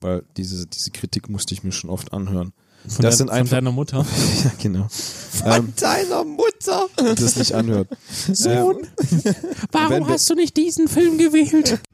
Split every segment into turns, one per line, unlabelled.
weil diese, diese Kritik musste ich mir schon oft anhören. das
Von, dein-
sind
von
einfach-
deiner Mutter.
ja, genau. Ähm,
deiner Mutter!
das nicht Äh, anhört.
Sohn.
Wenn wir-
du nicht diesen Film gewählt?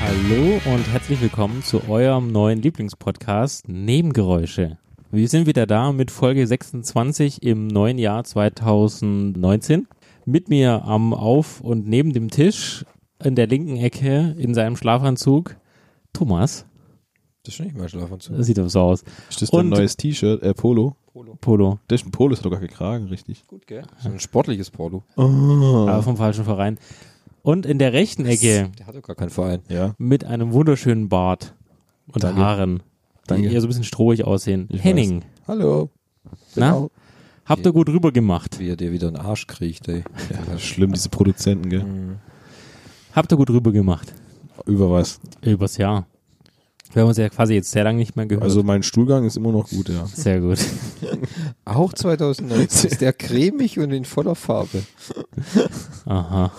Hallo und herzlich willkommen zu eurem neuen Lieblingspodcast Nebengeräusche. Wir sind wieder da mit Folge 26 im neuen Jahr 2019. Mit mir am Auf- und neben dem Tisch in der linken Ecke in seinem Schlafanzug Thomas.
Das ist nicht mal Schlafanzug.
Das sieht aber so aus.
Ist das dein
Und-
neues T-Shirt, äh, Polo?
Polo.
Das ist ein Polo, ist doch gar kein Kragen, richtig. Ah,
Gut, gell? So ein sportliches Porno.
Aber vom falschen Verein. Und in der rechten Ecke
Der hat doch gar keinen Verein.
Ja.
mit einem wunderschönen Bart und
Danke.
Haaren, die
Danke.
eher so ein bisschen strohig aussehen.
Ich
Henning,
Hallo.
Genau.
na? Habt ihr gut rübergemacht?
Wie er dir wieder einen Arsch kriegt, ey.
ja. Schlimm, diese Produzenten, gell?
Mhm.
Habt ihr gut rübergemacht?
Über was?
Übers Jahr. Wir haben uns ja quasi jetzt sehr lange nicht mehr gehört.
Also mein Stuhlgang ist immer noch gut, ja.
Sehr gut.
Auch 2019 ist der cremig und in voller Farbe.
Aha.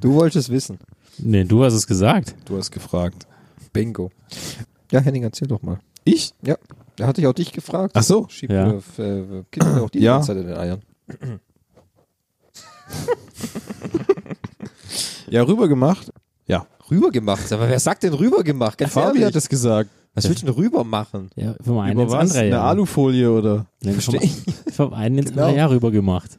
Du wolltest wissen.
Nee, du hast es gesagt.
Du hast gefragt.
Bingo. Ja, Henning, erzähl doch mal.
Ich?
Ja, da hatte ich auch dich gefragt.
Ach so.
Schieb
Ja.
ja. auf, äh, kippen mir auch die
Ja.
ganze Zeit in den Eiern.
Ja, rübergemacht. Ja.
Rübergemacht. Aber wer sagt denn rübergemacht? Ganz
Fabi
ehrlich.
hat das gesagt.
was willst du denn rüber machen?
Ja, vom einen
Über
ins
was?
andere
Eine
Jahr.
Alufolie oder?
Nee, vom,
Verstehe ich.
vom einen ins
Genau.
andere Jahr rüber gemacht.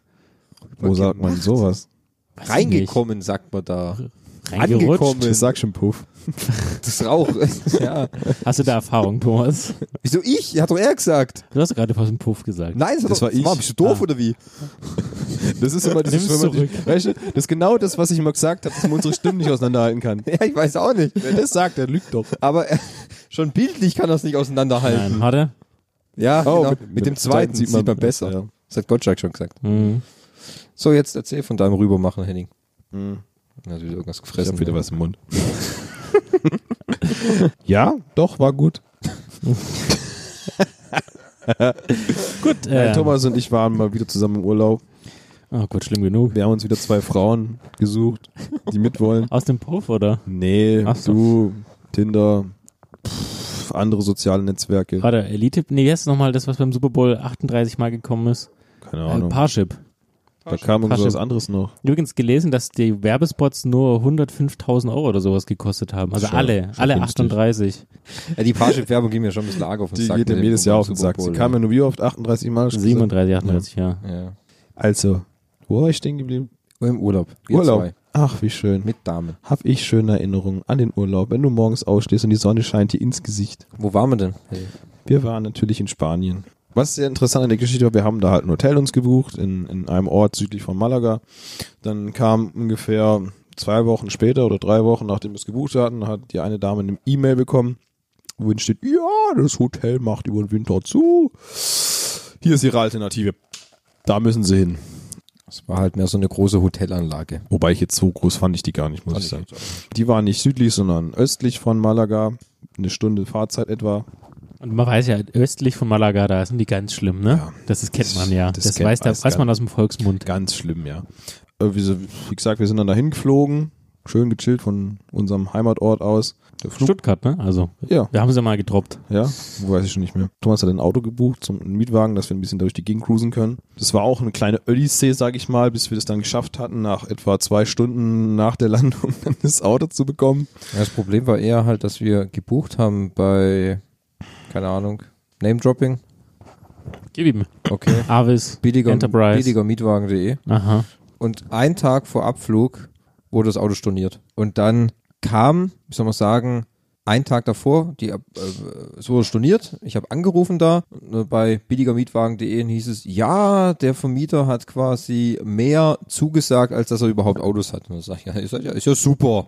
Wo sagt man sowas?
Weiß ich
Reingekommen, sagt man da.
nicht. Reingerutscht.
Angekommen.
Ich sag schon Puff.
Das Rauch. ja.
Hast du da Erfahrung, Thomas?
Wieso ich? Hat doch er gesagt.
Du hast doch gerade fast einen Puff gesagt.
Nein, das, hat
Das
doch,
war ich.
Mann, bist du doof
Ah.
oder wie?
Das ist immer dieses,
Nimm's
wenn man Dich, weißt du, das ist genau das, was ich immer gesagt habe, dass man unsere Stimmen nicht auseinanderhalten kann.
Ja, ich weiß auch nicht.
Wer das sagt, der lügt doch.
Aber äh, schon bildlich kann das nicht auseinanderhalten.
Nein, hatte?
Ja, genau. mit, dem
Oh, dem
zweiten sieht man, besser.
Ja.
Das hat Gottschalk schon gesagt.
Mhm.
So, jetzt erzähl von deinem Rübermachen, Henning.
Mhm.
Er hat wieder irgendwas
Ich
gefressen.
hab
ne?
wieder was im Mund. ja, doch, war gut.
Gut, äh,
Nein, Thomas und ich waren mal wieder zusammen im Urlaub.
Oh Gott, schlimm genug.
Wir haben uns wieder zwei Frauen gesucht, die mitwollen.
Aus dem Puff, oder?
Nee,
Ach so.
du, Tinder, pff, andere soziale Netzwerke.
Warte, Elite. Nee, wie heißt nochmal das, was beim Super Bowl 38 Mal gekommen ist?
Keine
Äh,
Ahnung.
Parship.
da kam irgendwas
Parship.
anderes noch.
Übrigens gelesen, dass die Werbespots nur 105.000 Euro oder sowas gekostet haben. Also
Schon-
alle,
schon
alle
günstig.
38.
Ja, die Parship-Werbung ging mir schon ein bisschen arg auf den
Die
Sack.
geht
mit
ihm
dem
jedes Jahr auf den
Super
Sack. Sie
Bowl,
kam ja nur wie oft? 38 Mal?
37, 38, Also- ja.
ja. Ja.
Also, wo war ich stehen geblieben?
Im Urlaub. Wir
Oh, Urlaub.
Zwei.
Ach, wie schön.
Mit Damen.
Hab ich schöne Erinnerungen an den Urlaub, wenn du morgens aufstehst und die Sonne scheint dir ins Gesicht.
Wo waren wir denn?
Wir waren natürlich in Spanien. Was sehr interessant an der Geschichte war, wir haben da halt ein Hotel uns gebucht, in, in einem Ort südlich von Malaga. Dann kam ungefähr zwei Wochen später oder drei Wochen, nachdem wir es gebucht hatten, hat die eine Dame eine E-Mail bekommen, worin steht, ja, das Hotel macht über den Winter zu. Hier ist ihre Alternative. Da müssen sie hin.
Es war halt mehr so eine große Hotelanlage.
Wobei ich jetzt so groß fand ich die gar nicht, muss ich sagen. Die waren nicht südlich, sondern östlich von Malaga. Eine Stunde Fahrzeit etwa.
Und man weiß ja, östlich von Malaga, da sind die ganz schlimm, ne?
Ja.
Das ist, kennt man ja.
Das
Das,
kennt-
weiß,
weiß
da, weiß
gar
man aus dem Volksmund.
Ganz schlimm, ja. Äh, Wie so- wie gesagt, wir sind dann dahin geflogen, schön gechillt von unserem Heimatort aus. Der Flug,
Stuttgart, ne? Also,
Ja.
wir haben sie mal getroppt.
ja, weiß ich schon nicht mehr. Thomas hat ein Auto gebucht, zum einen Mietwagen, dass wir ein bisschen durch die Gegend cruisen können. Das war auch eine kleine Odyssee, sag ich mal, bis wir das dann geschafft hatten, nach etwa zwei Stunden nach der Landung dann das Auto zu bekommen.
Ja, das Problem war eher halt, dass wir gebucht haben bei, keine Ahnung, Name-Dropping.
Gib ihm.
Okay.
Avis,
Billiger,
Enterprise.
billiger Mietwagen.de.
Aha.
Und ein Tag vor Abflug wurde das Auto storniert. Und dann kam, wie soll man sagen, ein Tag davor, die, äh, es wurde storniert, ich habe angerufen da, äh, bei billigermietwagen.de und hieß es, ja, der Vermieter hat quasi mehr zugesagt, als dass er überhaupt Autos hat. Und dann sag ich, ja, ist ja, ist ja super,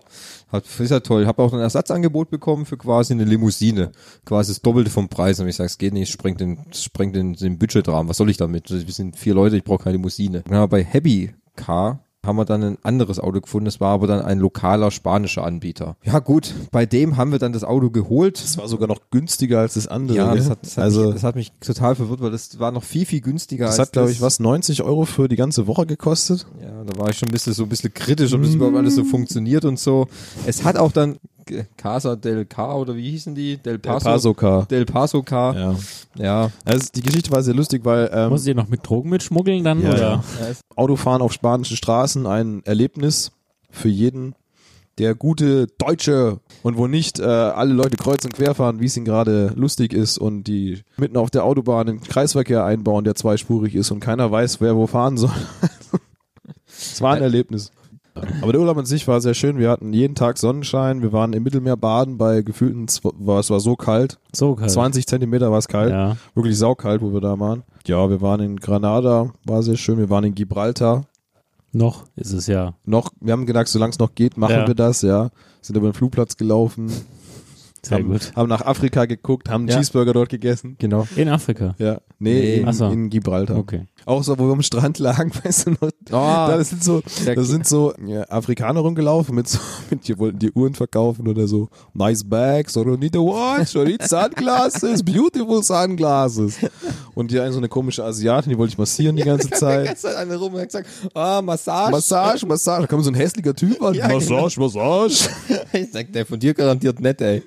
hat, ist ja toll. Habe auch ein Ersatzangebot bekommen für quasi eine Limousine, quasi das Doppelte vom Preis. Und ich sage, es geht nicht, sprengt den, sprengt den, den Budgetrahmen, was soll ich damit? Wir sind vier Leute, ich brauche keine Limousine. Dann haben wir bei Happy Car haben wir dann ein anderes Auto gefunden. Es war aber dann ein lokaler spanischer Anbieter. Ja gut, bei dem haben wir dann das ne? Auto geholt.
Das war sogar noch günstiger als das andere.
Ja,
gell?
das hat, das, hat
also
mich, das hat mich total verwirrt, weil das war noch viel, viel günstiger
das
als
hat, glaube ich, was 90 Euro für die ganze Woche gekostet.
Ja, da war ich schon ein bisschen so ein bisschen kritisch, ob das überhaupt alles so funktioniert und so. Es hat auch dann G- Casa del Car oder wie hießen die? Del Paso.
Pasoka.
Del Paso Car.
Ja.
Ja.
Also die Geschichte war sehr lustig, weil ähm,
Muss ich noch mit Drogen mitschmuggeln dann?
Ja,
oder?
ja. Autofahren auf spanischen Straßen ein Erlebnis für jeden, der gute Deutsche und wo nicht äh, alle Leute kreuz und quer fahren, wie es ihnen gerade lustig ist und die mitten auf der Autobahn einen Kreisverkehr einbauen, der zweispurig ist und keiner weiß, wer wo fahren soll. Es war ein Erlebnis. Aber der Urlaub an sich war sehr schön. Wir hatten jeden Tag Sonnenschein. Wir waren im Mittelmeer baden bei gefühlten, zw- war, es war so kalt.
So kalt.
20 Zentimeter war es kalt
Ja.
wirklich saukalt, wo wir da waren. Ja, wir waren in Granada, war sehr schön. Wir waren in Gibraltar.
Noch ist es ja.
Noch, wir haben gedacht, solange es noch geht, machen
Ja.
wir das, ja. Sind über den Flugplatz gelaufen,
Sehr
haben,
gut.
haben nach Afrika geguckt, haben einen
Ja.
Cheeseburger dort gegessen.
Genau.
In Afrika.
Ja, nee,
Nee.
In,
Ach so.
in Gibraltar.
Okay.
Auch so, wo wir am Strand lagen, weißt du noch,
Ah,
da sind so, da sind so ja, Afrikaner rumgelaufen mit so, mit, die wollten die Uhren verkaufen oder so. Nice bags, or you need a watch, or need sunglasses, beautiful sunglasses. Und die eine so eine komische Asiatin, die wollte ich massieren die ganze Zeit.
Zeit eine rum und hat gesagt, ah, Massage.
Massage, genau. Massage. Da kommt so ein hässlicher Typ an.
Ja,
Massage, Massage.
ich sag, der von dir garantiert nett, ey.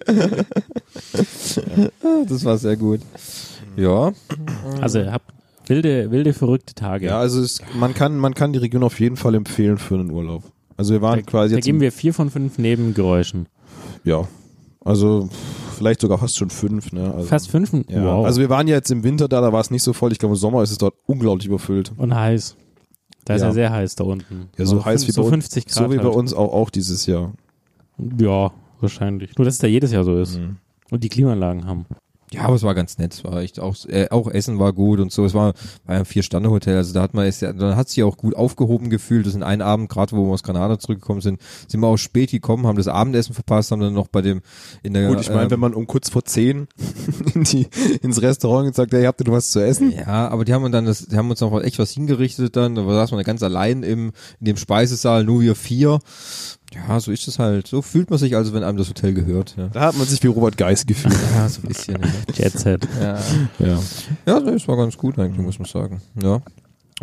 Das war sehr gut. Ja.
Also ihr habt wilde, wilde, verrückte Tage.
Ja, also es, man, kann, man kann die Region auf jeden Fall empfehlen für einen Urlaub. Also wir waren quasi
da
jetzt.
geben wir vier von fünf Nebengeräuschen.
ja. Also vielleicht sogar fast schon fünf, ne? Also,
Fast fünf?
Ja.
Wow.
Also wir waren ja jetzt im Winter da, da war es nicht so voll. Ich glaube, im Sommer ist es dort unglaublich überfüllt.
Und heiß. Da ist ja.
Ja.
sehr heiß da unten. Also
Ja, so heiß wie
so
bei uns-
50 Grad.
so wie bei
halt.
uns auch, auch dieses Jahr.
Ja, wahrscheinlich. Nur, dass es da jedes Jahr so ist.
Mhm.
Und die Klimaanlagen haben.
Ja, aber es war ganz nett. Es war echt auch, äh, auch Essen war gut und so. Es war, war ja ein Vier-Sterne-Hotel. Also da hat man es ja, dann hat sich auch gut aufgehoben gefühlt. Das in einem Abend, gerade wo wir aus Granada zurückgekommen sind, sind wir auch spät gekommen, haben das Abendessen verpasst, haben dann noch bei dem, in der,
Gut, ich meine,
ähm,
wenn man um kurz vor zehn in die, ins Restaurant gesagt, hey, habt ihr noch was zu essen?
Ja, aber die haben uns dann das, die haben uns noch echt was hingerichtet dann. Da saß man dann ganz allein im, in dem Speisesaal, nur wir vier. Ja, so ist es halt. So fühlt man sich also, wenn einem das Hotel gehört. Ja,
Da hat man sich wie Robert Geis gefühlt.
ja so ein bisschen. ne?
Jet Set.
ja.
ja.
ja, das war ganz gut eigentlich, muss man sagen. Ja.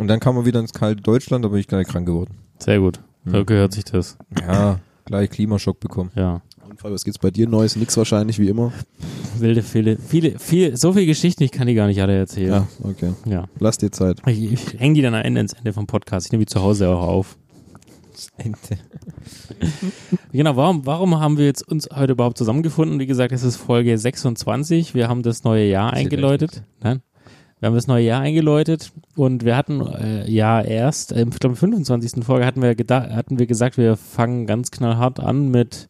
Und dann kam man wieder ins kalte Deutschland, da bin ich gleich krank geworden.
Sehr gut.
Mhm.
So gehört sich das.
Ja, gleich Klimaschock bekommen.
Ja.
Und Fabio, was gibt's bei dir Neues? Nix wahrscheinlich, wie immer.
Wilde, viele, viele, viel, so viele Geschichten, ich kann die gar nicht alle erzählen.
okay.
Ja. ja.
Lass dir Zeit.
Ich, ich hänge die dann am Ende, ans Ende vom Podcast. Ich nehme die zu Hause auch auf.
Ente.
Genau, warum, warum haben wir jetzt uns heute überhaupt zusammengefunden? Wie gesagt, es ist Folge 26. Wir haben das neue Jahr eingeläutet. Nein. Wir haben das neue Jahr eingeläutet und wir hatten äh, ja erst, äh, ich glaube, am 25. Folge hatten wir, geda- hatten wir gesagt, wir fangen ganz knallhart an mit,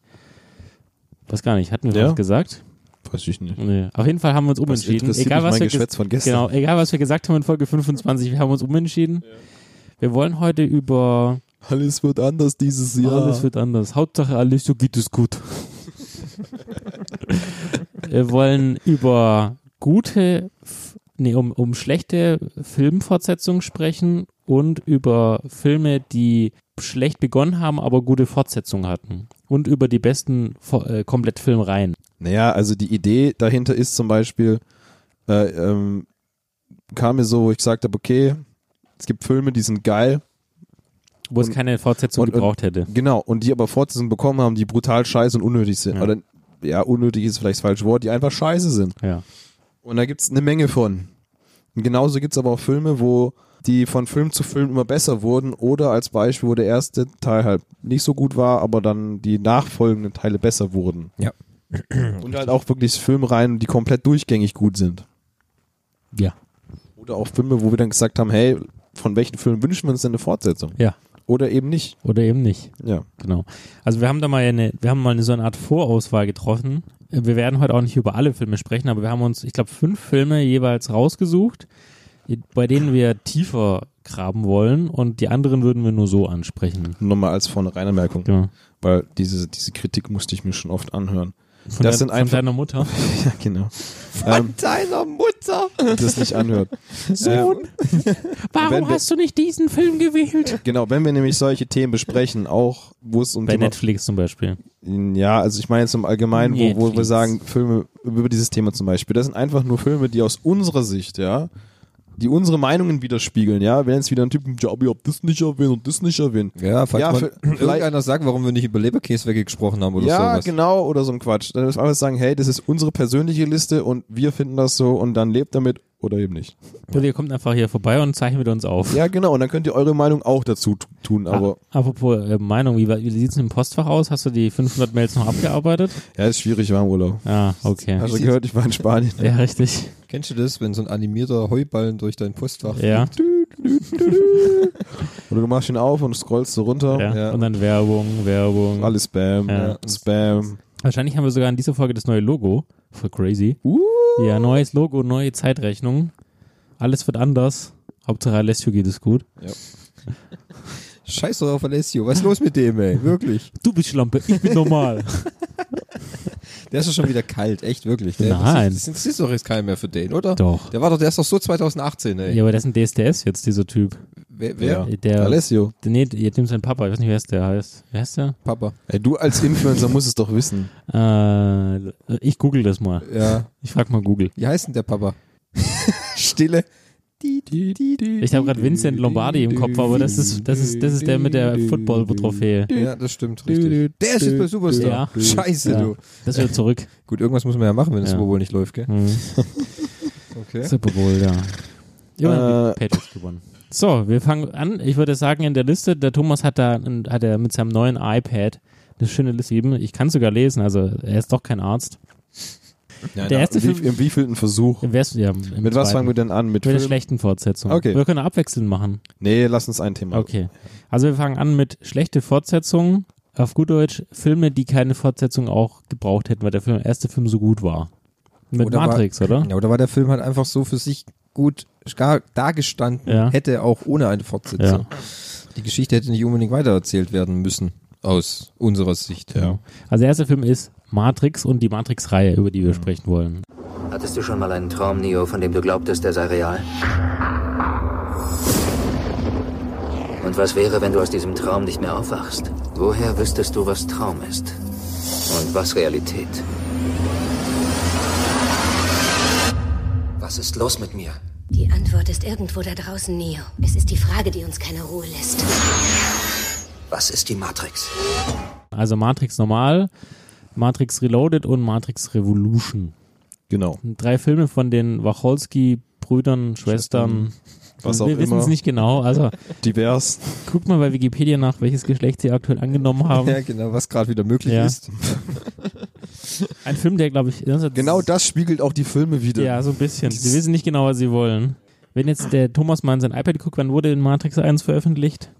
weiß gar nicht, hatten wir
Ja.
was gesagt?
Weiß ich nicht.
Nee. Auf jeden Fall haben wir uns
Was
umentschieden.
interessiert
Egal,
mich
was
mein
wir ges-
Geschwätz von gestern?
Genau, egal was wir gesagt haben in Folge 25, wir haben uns umentschieden. Wir wollen heute über
Alles wird anders dieses Jahr.
alles wird anders. Hauptsache alles so geht es gut. wir wollen über gute, F- nee, um, um schlechte Filmfortsetzungen sprechen und über Filme, die schlecht begonnen haben, aber gute Fortsetzungen hatten. Und über die besten Fo- äh, Komplettfilmreihen.
naja, also die Idee dahinter ist zum Beispiel, äh, ähm, kam mir so, wo ich gesagt habe, okay, es gibt Filme, die sind geil,
Wo es
Und-
keine Fortsetzung
und- und-
gebraucht hätte.
genau, und die aber Fortsetzungen bekommen haben, die brutal scheiße und unnötig sind.
Ja.
Oder ja, unnötig ist vielleicht das falsche Wort, die einfach scheiße sind.
Ja.
Und da gibt's eine Menge von. Und genauso gibt's aber auch Filme, wo die von Film zu Film immer besser wurden oder als Beispiel, wo der erste Teil halt nicht so gut war, aber dann die nachfolgenden Teile besser wurden.
Ja.
Und halt auch wirklich Filmreihen, die komplett durchgängig gut sind.
Ja.
Oder auch Filme, wo wir dann gesagt haben, hey, von welchen Filmen wünschen wir uns denn eine Fortsetzung?
Ja.
Oder eben nicht.
Oder eben nicht.
Ja.
Genau. Also wir haben da mal eine, wir haben mal eine, so eine Art Vorauswahl getroffen. Äh, Wir werden heute auch nicht über alle Filme sprechen, aber wir haben uns, ich glaube, fünf Filme jeweils rausgesucht, die- bei denen wir tiefer graben wollen und die anderen würden wir nur so ansprechen.
Nochmal als vorne Reinermerkung,
Genau.
weil diese, diese Kritik musste ich mir schon oft anhören.
Von
Das
der,
sind einfach-
von deiner Mutter.
Ja, genau.
Von
Ähm,
deiner Mutter.
das nicht anhört. Ähm,
Sohn.
Wenn-
du nicht diesen Film gewählt?
Genau, wenn wir nämlich solche Themen besprechen, auch wo es um
Bei
Thema-
Netflix zum Beispiel.
Ja, also ich meine jetzt im Allgemeinen, wo, wo wir
Netflix.
sagen, Filme über dieses Thema zum Beispiel, das sind einfach nur Filme, die aus unserer Sicht, ja, die unsere Meinungen widerspiegeln, ja. Wenn jetzt wieder ein Typ, ja, aber ich hab das nicht erwähnt und das nicht erwähnt.
Ja, falls
Ja,
man
für-
irgendeiner sagt, warum wir nicht über Leberkäsewecke gesprochen haben oder
ja,
sowas.
genau, oder so ein Quatsch. Dann müssen wir einfach sagen, hey, das ist unsere persönliche Liste und wir finden das so und dann lebt damit oder eben nicht.
Oder ihr kommt einfach hier vorbei und zeichnet uns auf.
Ja, genau, und dann könnt ihr eure Meinung auch dazu t- tun, aber
Ah, apropos äh, Meinung, wie, wa- wie sieht's im Postfach aus? Hast du die 500 Mails noch abgearbeitet?
ja, ist schwierig, war im Urlaub.
Ah, okay.
Hast du gehört, ich war in Spanien.
Ja, richtig.
Kennst du das, wenn so ein animierter Heuballen durch dein Postfach
Ja.
Oder du machst ihn auf und scrollst so runter.
ja.
ja.
Und dann Werbung, Werbung.
Alles Spam,
Ja.
Spam.
Wahrscheinlich haben wir sogar in dieser Folge das neue Logo. Voll crazy. Ja, neues Logo, neue Zeitrechnung. Alles wird anders. Hauptsache Alessio geht es gut.
Scheiß doch auf Alessio, was ist los mit dem, ey? Wirklich.
Du bist Schlampe, ich bin normal.
Der ist doch schon wieder kalt, echt, wirklich. Der,
Nein.
Das, ist, das ist doch jetzt kein mehr für den, oder?
Doch.
Der war doch, der ist doch so 2018, ey.
Ja, aber das ist ein DSDS jetzt, dieser Typ.
Wer, wer?
Ja.
Der,
Alessio,
Nee, jetzt nimmt sein Papa. Ich weiß nicht, wer ist der heißt. Wer heißt der?
Papa.
ey, du als Influencer musst es doch wissen.
Äh, ich google das mal.
Ja.
Ich frag mal Google.
Wie heißt denn der Papa? Stille.
Ich habe gerade Vincent Lombardi im Kopf, aber das ist, das ist, das ist der mit der Football-Trophäe.
Ja, das stimmt, richtig. Der ist jetzt bei Superstar.
Ja.
Scheiße,
Ja.
du.
Das wird zurück.
Gut, irgendwas muss man ja machen, wenn das
Ja.
Super Bowl nicht läuft, gell?
Mhm.
Okay.
Super Bowl, ja. Immer
Äh,
die Patriots gewonnen. So, wir fangen an. Ich würde sagen, in der Liste, der Thomas hat da hat er mit seinem neuen iPad eine schöne Liste gegeben. Ich kann sogar lesen, also er ist doch kein Arzt. Der erste
Wie,
Film.
Im wievielten Versuch?
Wär's, ja, im
Mit was fangen wir
zweiten.
denn an? Mit
Mit der
Film?
schlechten Fortsetzung.
Okay.
Wir können abwechselnd machen.
Nee, lass uns ein Thema.
Okay. Also wir fangen an mit schlechte Fortsetzungen. Auf gut Deutsch, Filme, die keine Fortsetzung auch gebraucht hätten, weil der Film, erste Film so gut war. Mit
Oder war-
Matrix, oder?
Ja, oder war der Film halt einfach so für sich gut gar- dagestanden,
Ja.
hätte auch ohne eine Fortsetzung. Die Geschichte hätte nicht unbedingt weitererzählt werden müssen, aus unserer Sicht.
Ja.
Also der erste Film ist Matrix und die Matrix-Reihe, über die wir sprechen wollen.
Hattest du schon mal einen Traum, Neo, von dem du glaubtest, der sei real? Und was wäre, wenn du aus diesem Traum nicht mehr aufwachst? Woher wüsstest du, was Traum ist? Und was Realität? Was ist los mit mir?
Die Antwort ist irgendwo da draußen, Neo. Es ist die Frage, die uns keine Ruhe lässt.
Was ist die Matrix?
Also Matrix Normal, Matrix Reloaded und Matrix Revolution.
Genau.
Drei Filme von den Wacholski-Brüdern, Schwestern.
Was auch
wir wissen
immer.
es nicht genau. Also
Divers.
guckt mal bei Wikipedia nach, welches Geschlecht sie aktuell angenommen haben.
Ja, genau, was gerade wieder möglich
Ja.
ist.
Ein Film, der, glaube ich, ne,
Genau das spiegelt auch die Filme wieder.
Ja, so ein bisschen. Sie wissen nicht genau, was sie wollen. Wenn jetzt der Thomas mal in sein iPad guckt, wann wurde in Matrix 1 veröffentlicht?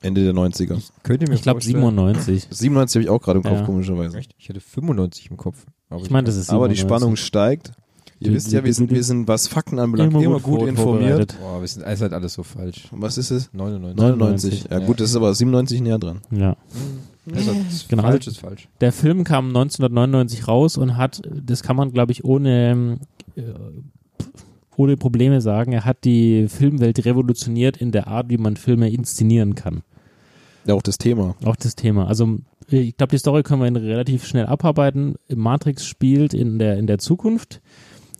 Ende der 90er.
Könnt ihr mir
Ich glaube
vorstellen-
97.
97 habe ich auch gerade im Kopf,
Ja.
komischerweise.
Ich hätte 95 im Kopf. Aber
Ich meine, das ist 97.
Aber die Spannung steigt. Ihr
Die-
wisst ja,
die-
wir
die-
sind,
die-
wir sind, was Fakten anbelangt, immer, gut,
vor-
informiert.
vorbereitet.
Boah, wir sind es ist halt alles so falsch.
Und was ist es?
99.
99. Ja,
Ja.
gut, das ist aber 97 näher dran.
Ja.
Also, das ist
Genau.
Falsch ist falsch.
Der Film kam 1999 raus und hat, das kann man glaube ich ohne, äh, ohne Probleme sagen, er hat die Filmwelt revolutioniert in der Art, wie man Filme inszenieren kann.
Ja, auch das Thema.
Auch das Thema. Also ich glaube, die Story können wir in relativ schnell abarbeiten. Matrix spielt in der, in der Zukunft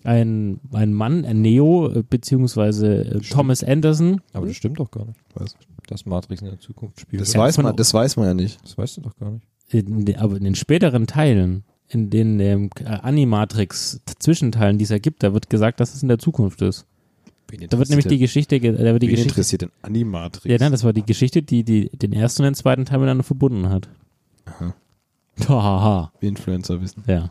ein, ein Mann, ein Neo, äh, beziehungsweise äh, Thomas Anderson.
Aber das stimmt doch gar nicht,
Was?
dass Matrix in der Zukunft spielt.
Das
oder?
weiß
von-
man, das weiß man ja nicht.
das weißt du doch gar nicht.
In, de- aber in den späteren Teilen, in den ähm, K- äh, Animatrix-Zwischenteilen, die es ergibt, da wird gesagt, dass es in der Zukunft ist. Da wird nämlich die Geschichte, ge- da wird die
Wen
Geschichte.
interessiert denn Animatrix?
Ja, nein, das war die Geschichte, die, die den ersten und den zweiten Teil miteinander verbunden hat. Aha. Hahaha.
Wie Influencer wissen.
Ja.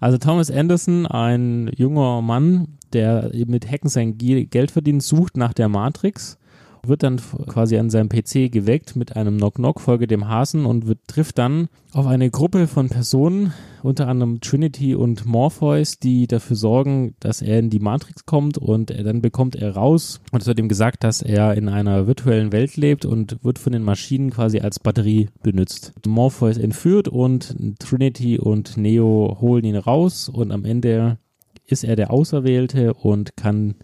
Also Thomas Anderson, ein junger Mann, der mit Hacken sein Ge- Geld verdient, sucht nach der Matrix wird dann f- quasi an seinem PC geweckt mit einem Knock-Knock, Folge dem Hasen und wird, trifft dann auf eine Gruppe von Personen, unter anderem Trinity und Morpheus, die dafür sorgen, dass er in die Matrix kommt und er, dann bekommt er raus und es wird ihm gesagt, dass er in einer virtuellen Welt lebt und wird von den Maschinen quasi als Batterie benutzt. Morpheus entführt und Trinity und Neo holen ihn raus und am Ende ist er der Auserwählte und kann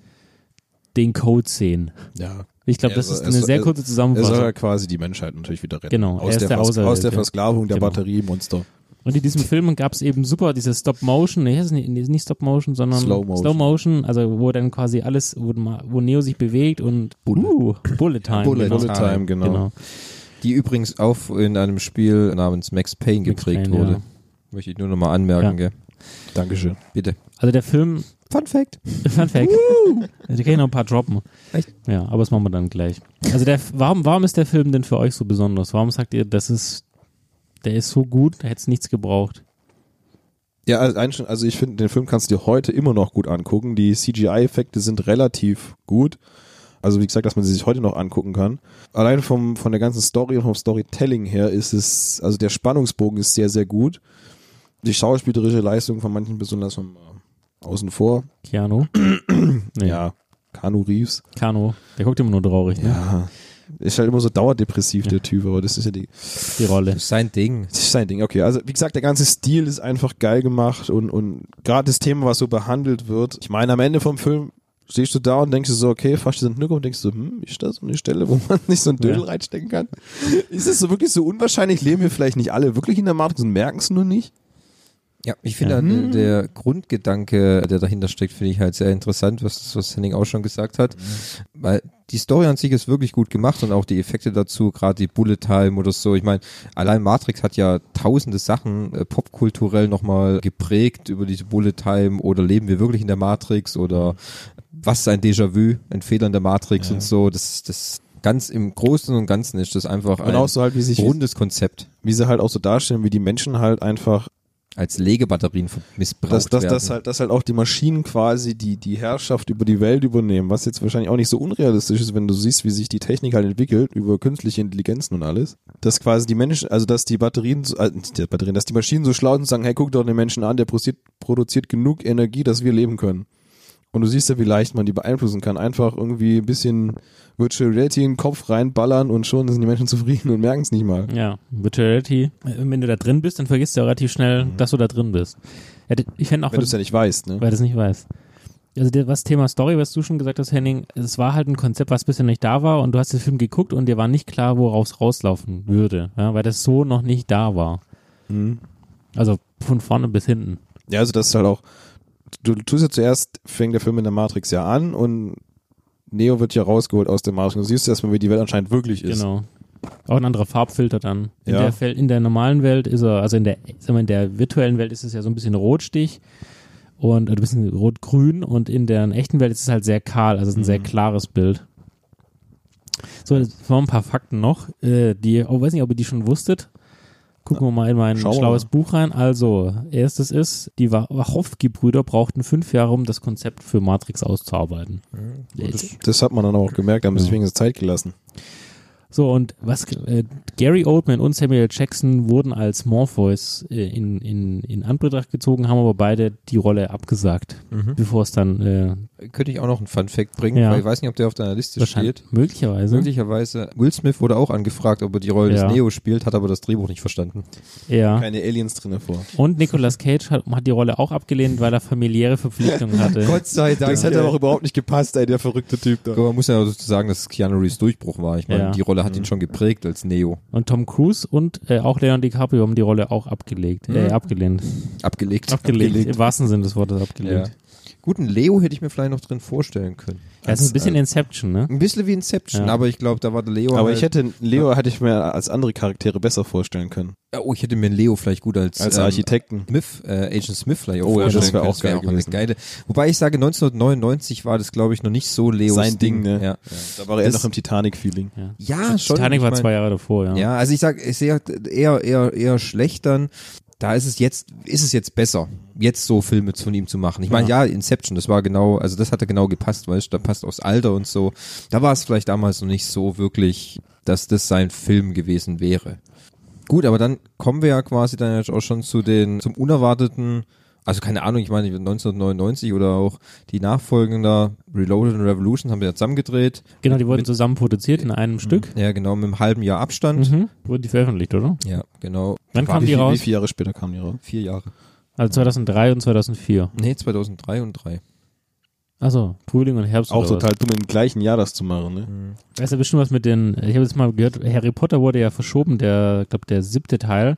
den Code sehen.
Ja.
Ich glaube,
Er
das
soll-
ist
er
eine
soll-
sehr
er-
kurze
Er soll ja
Zusammenfassung.
quasi die Menschheit natürlich wieder retten.
Genau,
aus
er ist
der,
der
Vers aus
Auserwählte.
der Versklavung der
Genau.
Batteriemonster.
Und in diesem Film gab es eben super diese Stop-Motion, nee, das ist nicht, nee, das ist nicht Stop-Motion, sondern
Slow-Motion.
Slow-Motion, also wo dann quasi alles, wo, ma- wo Neo sich bewegt und Bullet, uh, Bullet Time.
Bullet
genau.
Bullet Time, genau.
genau.
Die übrigens auch in einem Spiel namens Max Payne
Max
geprägt
Payne,
wurde.
ja.
Möchte ich nur nochmal anmerken,
Ja.
gell?
Dankeschön.
Bitte.
Also der Film,
Fun Fact.
Fun Fact, da kann ich noch ein paar droppen.
Echt?
Ja, aber das machen wir dann gleich. Also der, warum, warum ist der Film denn für euch so besonders? Warum sagt ihr, das ist, der ist so gut, da hätte es nichts gebraucht?
Ja, also, einsch- also ich finde, den Film kannst du dir heute immer noch gut angucken. Die CGI-Effekte sind relativ gut. Also wie gesagt, dass man sie sich heute noch angucken kann. Allein vom, von der ganzen Story und vom Storytelling her ist es, also der Spannungsbogen ist sehr, sehr gut. Die schauspielerische Leistung von manchen besonders von, äh, außen vor.
Keanu? nee,
Ja, Kanu Reeves.
Keanu, der guckt immer nur traurig, ne?
Ja. Ist halt immer so dauerdepressiv, der Typ, aber das ist ja die,
Die Rolle.
Das ist sein Ding.
Das ist sein Ding, okay. Also wie gesagt, der ganze Stil ist einfach geil gemacht und, und gerade das Thema, was so behandelt wird. Ich meine, am Ende vom Film stehst du da und denkst du so, okay, fasst diesen Knücker und denkst du, hm, ist das so eine Stelle, wo man nicht so einen Dödel
Ja.
reinstecken kann? Ist es so wirklich so unwahrscheinlich? Leben wir vielleicht nicht alle wirklich in der Matrix und merken es nur nicht?
Ja, ich finde
Mhm.
halt, der, der Grundgedanke, der dahinter steckt, finde ich halt sehr interessant, was, was Henning auch schon gesagt hat.
Mhm.
Weil die Story an sich ist wirklich gut gemacht und auch die Effekte dazu, gerade die Bullet Time oder so. Ich meine, allein Matrix hat ja tausende Sachen äh, popkulturell nochmal geprägt über diese Bullet Time oder leben wir wirklich in der Matrix oder was ist ein Déjà-vu, ein Fehler in der Matrix und so. Das, das ganz im Großen und Ganzen ist das einfach
Und
ein
auch so halt, wie sich,
rundes Konzept.
wie sie halt auch so darstellen, wie die Menschen halt einfach
Als Legebatterien ver- missbraucht
dass, dass,
werden.
dass, halt, dass halt auch die Maschinen quasi die, die Herrschaft über die Welt übernehmen, was jetzt wahrscheinlich auch nicht so unrealistisch ist, wenn du siehst, wie sich die Technik halt entwickelt über künstliche Intelligenzen und alles. Dass quasi die Menschen, also dass die Batterien, so- äh, nicht die Batterien, dass die Maschinen so schlau sind und sagen, hey, guck doch den Menschen an, der produziert, produziert genug Energie, dass wir leben können. Und du siehst ja, wie leicht man die beeinflussen kann. Einfach irgendwie ein bisschen Virtual Reality in den Kopf reinballern und schon sind die Menschen zufrieden und merken es nicht mal.
Ja, Virtual Reality. Wenn du da drin bist, dann vergisst du ja relativ schnell, dass du da drin bist. Ja, d- Ich fände auch,
Wenn du es ja nicht weißt, ne?
weil du es nicht weißt. Also der- was Thema Story, was du schon gesagt hast, Henning, es war halt ein Konzept, was bisher nicht da war und du hast den Film geguckt und dir war nicht klar, worauf es rauslaufen würde, ja, weil das so noch nicht da war. Also von vorne bis hinten.
Ja, also das ist halt auch, du tust ja zuerst, fängt der Film in der Matrix ja an und Neo wird ja rausgeholt aus der Matrix. Du siehst erstmal, wie die Welt anscheinend wirklich ist.
Genau. Auch ein anderer Farbfilter dann. In,
Ja.
der, Fel- in der normalen Welt ist er, also in der, sagen wir, in der virtuellen Welt ist es ja so ein bisschen Rotstich und äh, ein bisschen rot-grün und in der echten Welt ist es halt sehr kahl, also es ist ein sehr
Mhm.
klares Bild. So, jetzt noch ein paar Fakten noch, äh, die, oh, weiß nicht, ob ihr die schon wusstet. Gucken wir mal in mein
Schauen wir
schlaues
mal.
Buch rein. Also, erstes ist, die Wa- Wachowski-Brüder brauchten fünf Jahre, um das Konzept für Matrix auszuarbeiten.
Das, das hat man dann auch gemerkt, haben sich wegen der Zeit gelassen.
So, und was äh, Gary Oldman und Samuel Jackson wurden als Morpheus äh, in, in, in Anbetracht gezogen, haben aber beide die Rolle abgesagt,
Mhm.
bevor es dann äh,
Könnte ich auch noch einen Fun Fact bringen,
Ja.
weil ich weiß nicht, ob der auf deiner Liste
wahrscheinlich
steht.
möglicherweise.
Möglicherweise, Will Smith wurde auch angefragt, ob er die Rolle
Ja.
des Neo spielt, hat aber das Drehbuch nicht verstanden.
Ja.
Keine Aliens drin vor.
Und Nicolas Cage hat, hat die Rolle auch abgelehnt, weil er familiäre Verpflichtungen hatte.
sei Dank.
Das hätte aber auch überhaupt nicht gepasst, ey, der verrückte Typ da.
aber man muss ja auch sagen, dass es Keanu Reeves Durchbruch war. Ich meine,
Ja.
die Rolle hat
Mhm.
ihn schon geprägt als Neo.
Und Tom Cruise und äh, auch Leon DiCaprio haben die Rolle auch abgelegt. Äh, abgelehnt.
Mhm. Abgelegt.
Abgelegt. Im wahrsten Sinne des Wortes abgelehnt.
Ja. Guten Leo hätte ich mir vielleicht noch drin vorstellen können.
Das ist ein
äh,
bisschen Inception, ne?
Ein bisschen wie Inception,
Ja.
aber ich glaube, da war der Leo.
Aber
halt,
ich hätte, Leo hätte ich mir als andere Charaktere besser vorstellen können.
Oh, ich hätte mir Leo vielleicht gut als,
Als
ähm,
Architekten.
Smith, äh, Agent Smith vielleicht auch
Oh ja, das wär
vorstellen können.
auch geil
eine
gewesen.
geile. Wobei ich sage, 1999 war das, glaube ich, noch nicht so Leos
Sein Ding, ne?
Ja.
Da war er
Das-
noch im Titanic-Feeling.
Ja, schon.
Titanic
ich
war
mein-
zwei Jahre davor, ja.
halt Ja, also ich sag, ich sehe eher, eher, eher schlecht dann. da ist es jetzt, ist es jetzt besser, jetzt so Filme von ihm zu machen. Ich meine, ja. Inception, das war genau, also das hatte genau gepasst, weißt du, da passt aufs Alter und so. Da war es vielleicht damals noch nicht so wirklich, dass das sein Film gewesen wäre. Gut, aber dann kommen wir ja quasi dann jetzt auch schon zu den, zum unerwarteten, also keine Ahnung, ich meine, 1999 oder auch die nachfolgender Reloaded und Revolution haben wir ja zusammengedreht.
Genau, die wurden zusammen produziert in einem Stück.
Ja, genau, mit einem halben Jahr Abstand.
Mhm. Wurden die veröffentlicht, oder?
Ja, genau.
Wann kamen
Wie,
die
viel- wie
raus?
viele Jahre später kamen die raus?
Vier Jahre.
Also 2003 und 2004.
Nee, 2003 und 3.
Also Frühling und Herbst.
Auch
oder was?
total dumm, im gleichen Jahr das zu machen, ne?
Weißt du bestimmt was mit den, ich habe jetzt mal gehört, Harry Potter wurde ja verschoben, der, glaube der siebte Teil,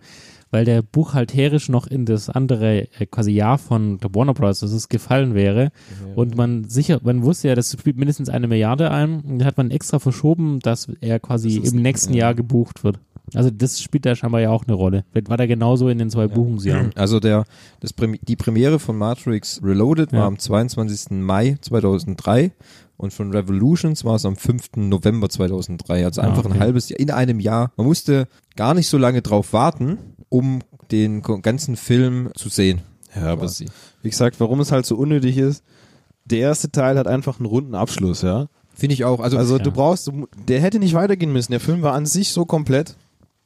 weil der buchhalterisch noch in das andere äh, quasi Jahr von der Warner Bros. das es gefallen wäre und man sicher, man wusste ja, das spielt mindestens eine Milliarde ein und da hat man extra verschoben, dass er quasi
Das ist-
im nächsten Jahr gebucht wird. Also das spielt da scheinbar ja auch eine Rolle. Vielleicht war da genauso in den zwei Buchungsjahren.
Also der, das Premi die Premiere von Matrix Reloaded
Ja.
war am 22. Mai 2003 und von Revolutions war es am 5. November 2003. Also
Ah,
einfach
okay.
ein halbes Jahr, in einem Jahr. Man musste gar nicht so lange drauf warten, um den ko- ganzen Film zu sehen.
Ja, aber
quasi.
wie gesagt, warum es halt so unnötig ist, der erste Teil hat einfach einen runden Abschluss, ja?
Finde ich auch. Also,
Also
Ja.
du brauchst, du mu- der hätte nicht weitergehen müssen. Der Film war an sich so komplett.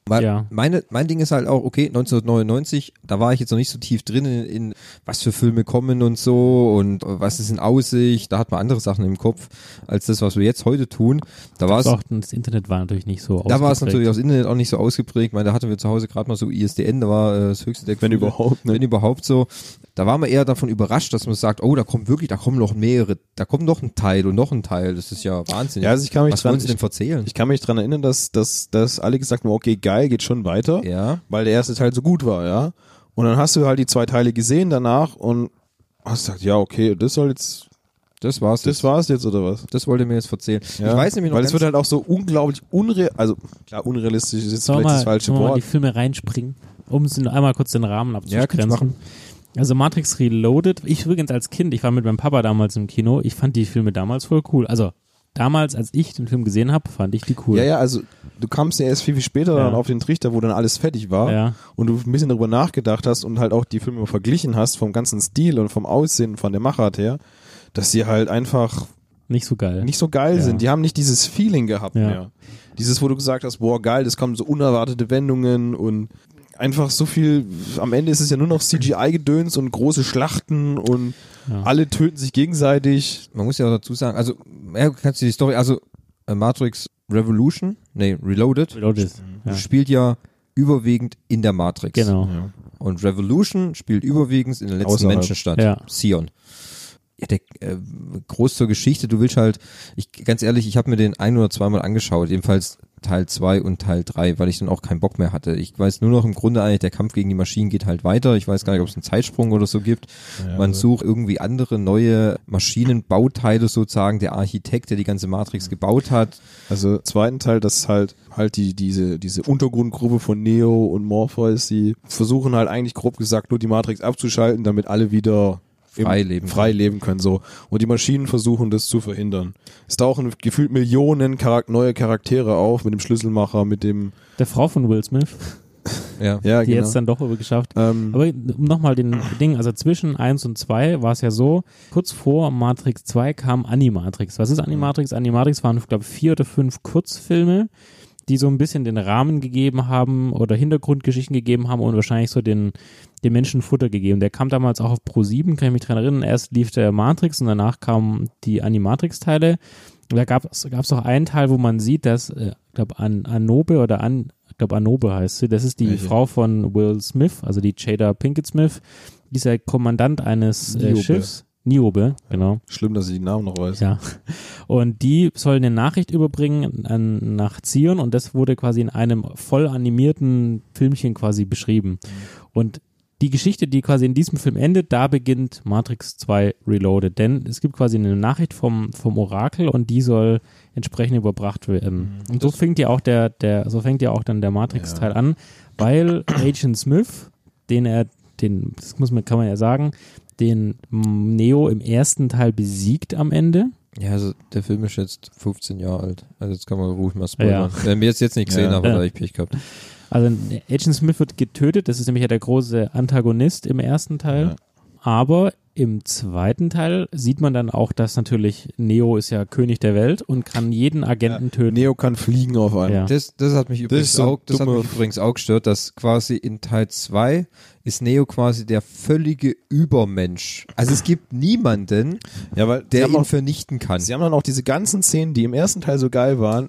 Weil
Ja.
meine, mein Ding ist halt auch, okay, 1999, da war ich jetzt noch nicht so tief drin in, in was für Filme kommen und so und äh, was ist in Aussicht. Da hat man andere Sachen im Kopf als das, was wir jetzt heute tun. Da war es,
Das, auch, das Internet war natürlich nicht so
da war es
ausgeprägt.
natürlich aufs Internet auch nicht so ausgeprägt. Ich meine, da hatten wir zu Hause gerade mal so ISDN, da war äh, das höchste der
Wenn
Gefühle.
überhaupt, ne?
Wenn überhaupt so. Da war man eher davon überrascht, dass man sagt, oh, da kommen wirklich, da kommen noch mehrere, da kommt noch ein Teil und noch ein Teil. Das ist ja Wahnsinn.
Ja, also ich kann mich
was
dran-
wollen Sie denn
ich-
verzählen?
Ich kann mich dran erinnern, dass, dass, dass alle gesagt haben, okay, geil, geht schon weiter,
ja.
weil der erste Teil so gut war, ja? Und dann hast du halt die zwei Teile gesehen danach und hast gesagt, ja, okay, das soll jetzt,
Das war's.
das war's jetzt oder was?
Das wollte mir jetzt erzählen.
Ja,
Ich weiß nämlich noch
Weil es
ganz-
wird halt auch so unglaublich unreal, also klar, unrealistisch ist jetzt
Sollen
vielleicht
wir
das falsche
sollen wir mal in
Wort.
die Filme reinspringen, um es in- einmal kurz den Rahmen
Ja, kannst du
abzugrenzen. also Matrix Reloaded, ich übrigens als Kind, ich war mit meinem Papa damals im Kino, ich fand die Filme damals voll cool. Also damals, als ich den Film gesehen habe, fand ich die cool.
Ja, ja, also du kamst ja erst viel, viel später
Ja.
dann auf den Trichter, wo dann alles fertig war
Ja.
und du ein bisschen darüber nachgedacht hast und halt auch die Filme verglichen hast vom ganzen Stil und vom Aussehen von der Machart her, dass sie halt einfach
Nicht so geil.
nicht so geil
Ja.
sind. Die haben nicht dieses Feeling gehabt
Ja.
mehr. Dieses, wo du gesagt hast, boah, geil, das kommen so unerwartete Wendungen und einfach so viel, am Ende ist es ja nur noch CGI-Gedöns und große Schlachten und alle töten sich gegenseitig.
man muss ja auch dazu sagen, also, ja, kannst du die Story, also äh, Matrix Revolution, nee, Reloaded,
Reloaded. Ja.
spielt ja überwiegend in der Matrix.
Genau.
Und Revolution spielt überwiegend in der letzten
Außerhalb.
Menschenstadt,
Ja.
Sion. Ja, der, äh, groß zur Geschichte, du willst halt, ich ganz ehrlich, ich habe mir den ein oder zweimal angeschaut, jedenfalls Teil zwei und Teil drei, weil ich dann auch keinen Bock mehr hatte. Ich weiß nur noch im Grunde eigentlich, der Kampf gegen die Maschinen geht halt weiter. Ich weiß gar nicht, ob es einen Zeitsprung oder so gibt. Man sucht irgendwie andere neue Maschinenbauteile sozusagen, der Architekt, der die ganze Matrix gebaut hat.
Also zweiten Teil, dass halt halt die diese diese Untergrundgruppe von Neo und Morpheus, die versuchen halt eigentlich grob gesagt nur die Matrix abzuschalten, damit alle wieder im-
Frei leben
frei leben können so. Und die Maschinen versuchen das zu verhindern. Es tauchen gefühlt Millionen Charak neue Charaktere auf mit dem Schlüsselmacher, mit dem
Der Frau von Will Smith,
Ja.
ja
die
genau.
jetzt dann doch geschafft.
ähm,
Aber um nochmal den Ding, also zwischen 1 und 2 war es ja so, kurz vor Matrix 2 kam Animatrix. Was ist Animatrix?
Mhm.
Animatrix waren, glaube ich, vier oder fünf Kurzfilme, die so ein bisschen den Rahmen gegeben haben oder Hintergrundgeschichten gegeben haben und wahrscheinlich so den, den Menschen Futter gegeben. Der kam damals auch auf Pro 7, kann ich mich dran erinnern. Erst lief der Matrix und danach kamen die Animatrix-Teile. Und Da gab es auch einen Teil, wo man sieht, dass, ich äh, glaube, An Anobe oder An, ich glaube, Anobe heißt sie, das ist die
Welche?
Frau von Will Smith, also die Jada Pinkett Smith, die ist ja Kommandant eines äh,
Niobe.
Schiffs. Niobe, genau.
schlimm, dass ich die Namen noch weiß.
Ja. Und die sollen eine Nachricht überbringen an, nach Zion und das wurde quasi in einem voll animierten Filmchen quasi beschrieben. Und die Geschichte, die quasi in diesem Film endet, da beginnt Matrix 2 Reloaded. Denn es gibt quasi eine Nachricht vom, vom Orakel und die soll entsprechend überbracht werden. Und so fängt ja auch der, der, so fängt ja auch dann der Matrix-Teil an, weil Agent Smith, den er, den, das muss man, kann man ja sagen, den Neo im ersten Teil besiegt am Ende.
Ja, also der Film ist jetzt 15 Jahre alt. Also jetzt kann man ruhig mal spoilern.
Ja.
Wenn wir es jetzt nicht gesehen
Ja.
haben,
Ja.
da hab ich Pech gehabt.
Also Agent Smith wird getötet, das ist nämlich ja der große Antagonist im ersten Teil.
Ja.
Aber im zweiten Teil sieht man dann auch, dass natürlich Neo ist ja König der Welt und kann jeden Agenten töten.
Neo kann fliegen auf einmal.
Ja.
Das, das hat mich übrigens,
so
auch, das hat
dumme-
mich übrigens auch gestört, dass quasi in Teil 2 ist Neo quasi der völlige Übermensch. Also es gibt niemanden,
Ja, weil
der
sie haben,
ihn
auch,
vernichten kann.
Also sie haben dann auch diese ganzen Szenen, die im ersten Teil so geil waren,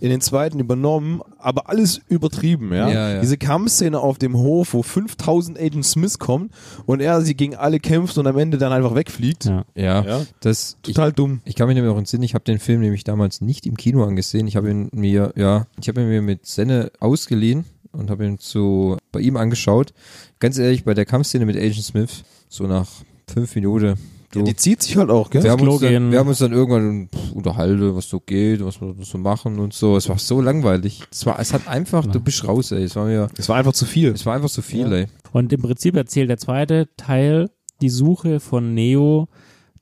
in den zweiten übernommen, aber alles übertrieben, ja.
Ja, ja.
Diese Kampfszene auf dem Hof, wo 5000 Agent Smith kommen und er sie gegen alle kämpft und am Ende dann einfach wegfliegt.
Ja.
Ja,
Ja.
das ich,
Total dumm.
ich kann mich nämlich auch entsinnen, ich habe den Film nämlich damals nicht im Kino angesehen. Ich habe ihn mir, ja, ich habe ihn mir mit Senne ausgeliehen und habe ihn zu bei ihm angeschaut. Ganz ehrlich, bei der Kampfszene mit Agent Smith, so nach fünf Minuten, du,
Ja, die zieht sich halt auch, gell?
wir, haben
Klo
uns dann,
gehen.
wir haben uns dann irgendwann pff, unterhalten, was so geht, was wir so machen und so. Es war so langweilig. Es war, es hat einfach, du bist raus, ey. Es war mir,
Es war einfach zu viel.
es war einfach zu viel, ey.
Und im Prinzip erzählt der zweite Teil die Suche von Neo,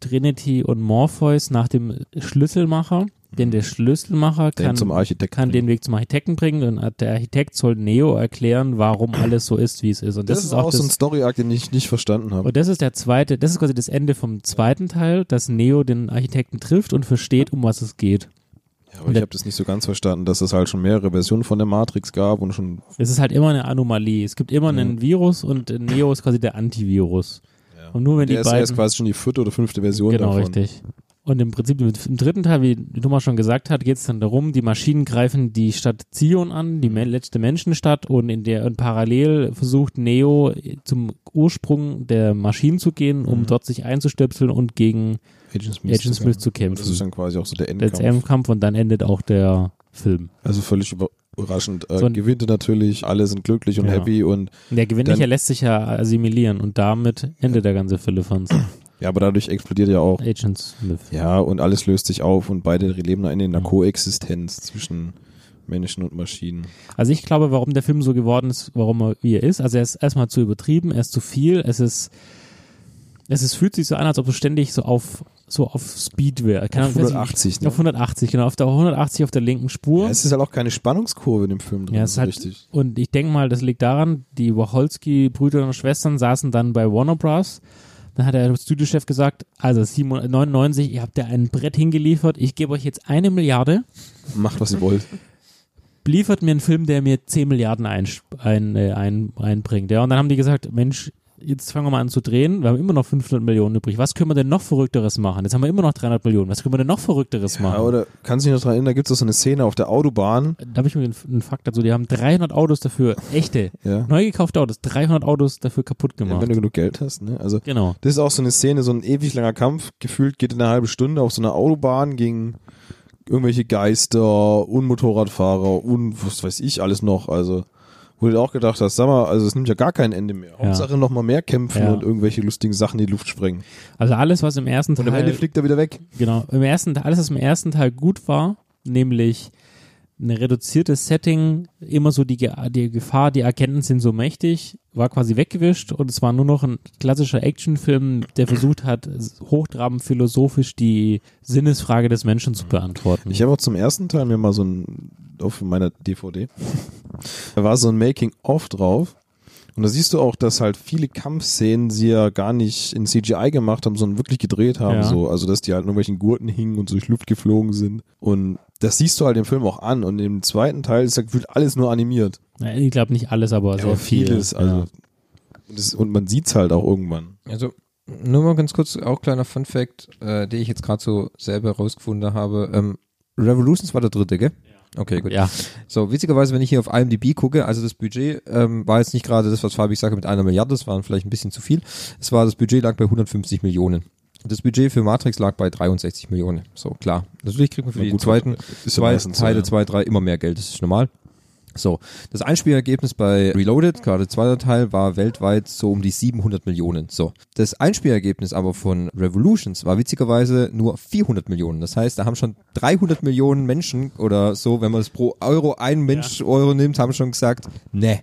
Trinity und Morpheus nach dem Schlüsselmacher. Denn der Schlüsselmacher
Den
kann,
Mhm. zum Architekten
kann den Weg zum Architekten bringen und der Architekt soll Neo erklären, warum alles so ist, wie es ist. Und das,
Das, ist auch
das,
so ein Story-Arc, den ich nicht verstanden habe.
und das ist der zweite, das ist quasi das Ende vom zweiten Teil, dass Neo den Architekten trifft und versteht, um was es geht.
Ja, aber ich habe das nicht so ganz verstanden, dass es halt schon mehrere Versionen von der Matrix gab und schon.
Es ist halt immer eine Anomalie. Es gibt immer einen Virus und äh, Neo ist quasi der Antivirus. Und nur wenn
Der
die
ist
beiden
erst quasi schon die vierte oder fünfte Version
Genau,
davon.
richtig. Und im Prinzip im, im dritten Teil, wie Thomas schon gesagt hat, geht es dann darum, die Maschinen greifen die Stadt Zion an,
Mhm.
die me letzte Menschenstadt, und in der und parallel versucht Neo äh, zum Ursprung der Maschinen zu gehen,
Mhm.
um dort sich einzustöpseln und gegen
Agent Smith,
Agent Smith zu kämpfen.
Das ist dann quasi auch so der
der
Endkampf.
Endkampf und dann endet auch der Film.
Also völlig über- überraschend. Äh,
So ein-
gewinnt er natürlich, alle sind glücklich und
Ja.
happy und
Und Der Gewinn
Dann-
nicht, er lässt sich ja assimilieren und damit endet der ganze Philippans
ja, aber dadurch explodiert ja auch.
Agent Smith.
Ja, und alles löst sich auf und beide leben da in einer Koexistenz zwischen Menschen und Maschinen.
Also ich glaube, warum der Film so geworden ist, warum er wie er ist. Also er ist erstmal zu übertrieben, er ist zu viel, es ist es ist, fühlt sich so an, als ob du ständig so auf so auf Speed wäre. Keine
Auf
Ahnung, ich weiß
180,
nicht,
ne?
Auf 180, genau, auf der 180 auf der linken Spur.
Ja, es ist halt auch keine Spannungskurve in dem Film drin.
Ja, es halt
so
hat,
richtig.
Und ich denke mal, das liegt daran, die Wacholski-Brüder und Schwestern saßen dann bei Warner Bros. Dann hat der Studiochef gesagt, also 97, 99, ihr habt ja ein Brett hingeliefert, ich gebe euch jetzt eine Milliarde,
Macht, was ihr wollt.
liefert mir einen Film, der mir 10 Milliarden ein, ein, äh, ein, einbringt. Ja, und dann haben die gesagt, Mensch, jetzt fangen wir mal an zu drehen, wir haben immer noch 500 Millionen übrig, was können wir denn noch Verrückteres machen? Jetzt haben wir immer noch 300 Millionen, was können wir denn noch Verrückteres
Ja,
machen?
oder kannst du dich noch dran erinnern, da gibt es doch so eine Szene auf der Autobahn.
da habe ich mir einen Fakt dazu, die haben 300 Autos dafür, echte,
Ja.
neu gekaufte Autos, 300 Autos dafür kaputt
Ja,
gemacht.
wenn du genug Geld hast, ne? Also
Genau.
das ist auch so eine Szene, so ein ewig langer Kampf, gefühlt geht in eine halbe Stunde auf so einer Autobahn gegen irgendwelche Geister und Motorradfahrer und was weiß ich alles noch, also wo du auch gedacht hast, sag mal, also es nimmt ja gar kein Ende mehr. Hauptsache noch mal mehr kämpfen
Ja.
und irgendwelche lustigen Sachen in die Luft sprengen.
Also alles, was im ersten
Und am Ende
Teil,
fliegt er wieder weg.
genau, im ersten, alles, was im ersten Teil gut war, nämlich ein reduziertes Setting, immer so die, Ge- die Gefahr, die Agenten sind so mächtig, war quasi weggewischt und es war nur noch ein klassischer Actionfilm, der versucht hat, hochtrabend philosophisch die Sinnesfrage des Menschen zu beantworten.
Ich habe auch zum ersten Teil mir mal so ein, auf meiner DVD, da war so ein Making-of drauf. Und da siehst du auch, dass halt viele Kampfszenen sie ja gar nicht in CGI gemacht haben, sondern wirklich gedreht haben.
Ja.
So. Also, dass die halt in irgendwelchen Gurten hingen und so durch Luft geflogen sind. Und das siehst du halt im Film auch an. Und im zweiten Teil ist halt gefühlt alles nur animiert.
ich glaube nicht alles, aber sehr
Aber
viel.
vieles. Also,
ja.
und das, und man sieht's halt auch irgendwann.
Also, nur mal ganz kurz, auch kleiner Fun Fact, äh, den ich jetzt gerade so selber rausgefunden habe. Ähm, Revolutions war der dritte, gell? Okay, gut.
ja.
So, witzigerweise, wenn ich hier auf IMDb gucke, also das Budget ähm, war jetzt nicht gerade das, was Fabi sagte, mit einer Milliarde, das waren vielleicht ein bisschen zu viel. Es war, das Budget lag bei 150 Millionen. Das Budget für Matrix lag bei 63 Millionen. So, klar. Natürlich kriegt man für
Na
die
gut,
zweiten,
ist ja
zwei,
meistens so,
Teile
ja.
zwei, drei immer mehr Geld, das ist normal. So, das Einspielergebnis bei Reloaded, gerade zweiter Teil, war weltweit so um die 700 Millionen. So, das Einspielergebnis aber von Revolutions war witzigerweise nur 400 Millionen. Das heißt, da haben schon 300 Millionen Menschen oder so, wenn man es pro Euro ein Mensch Euro nimmt, haben schon gesagt, ne,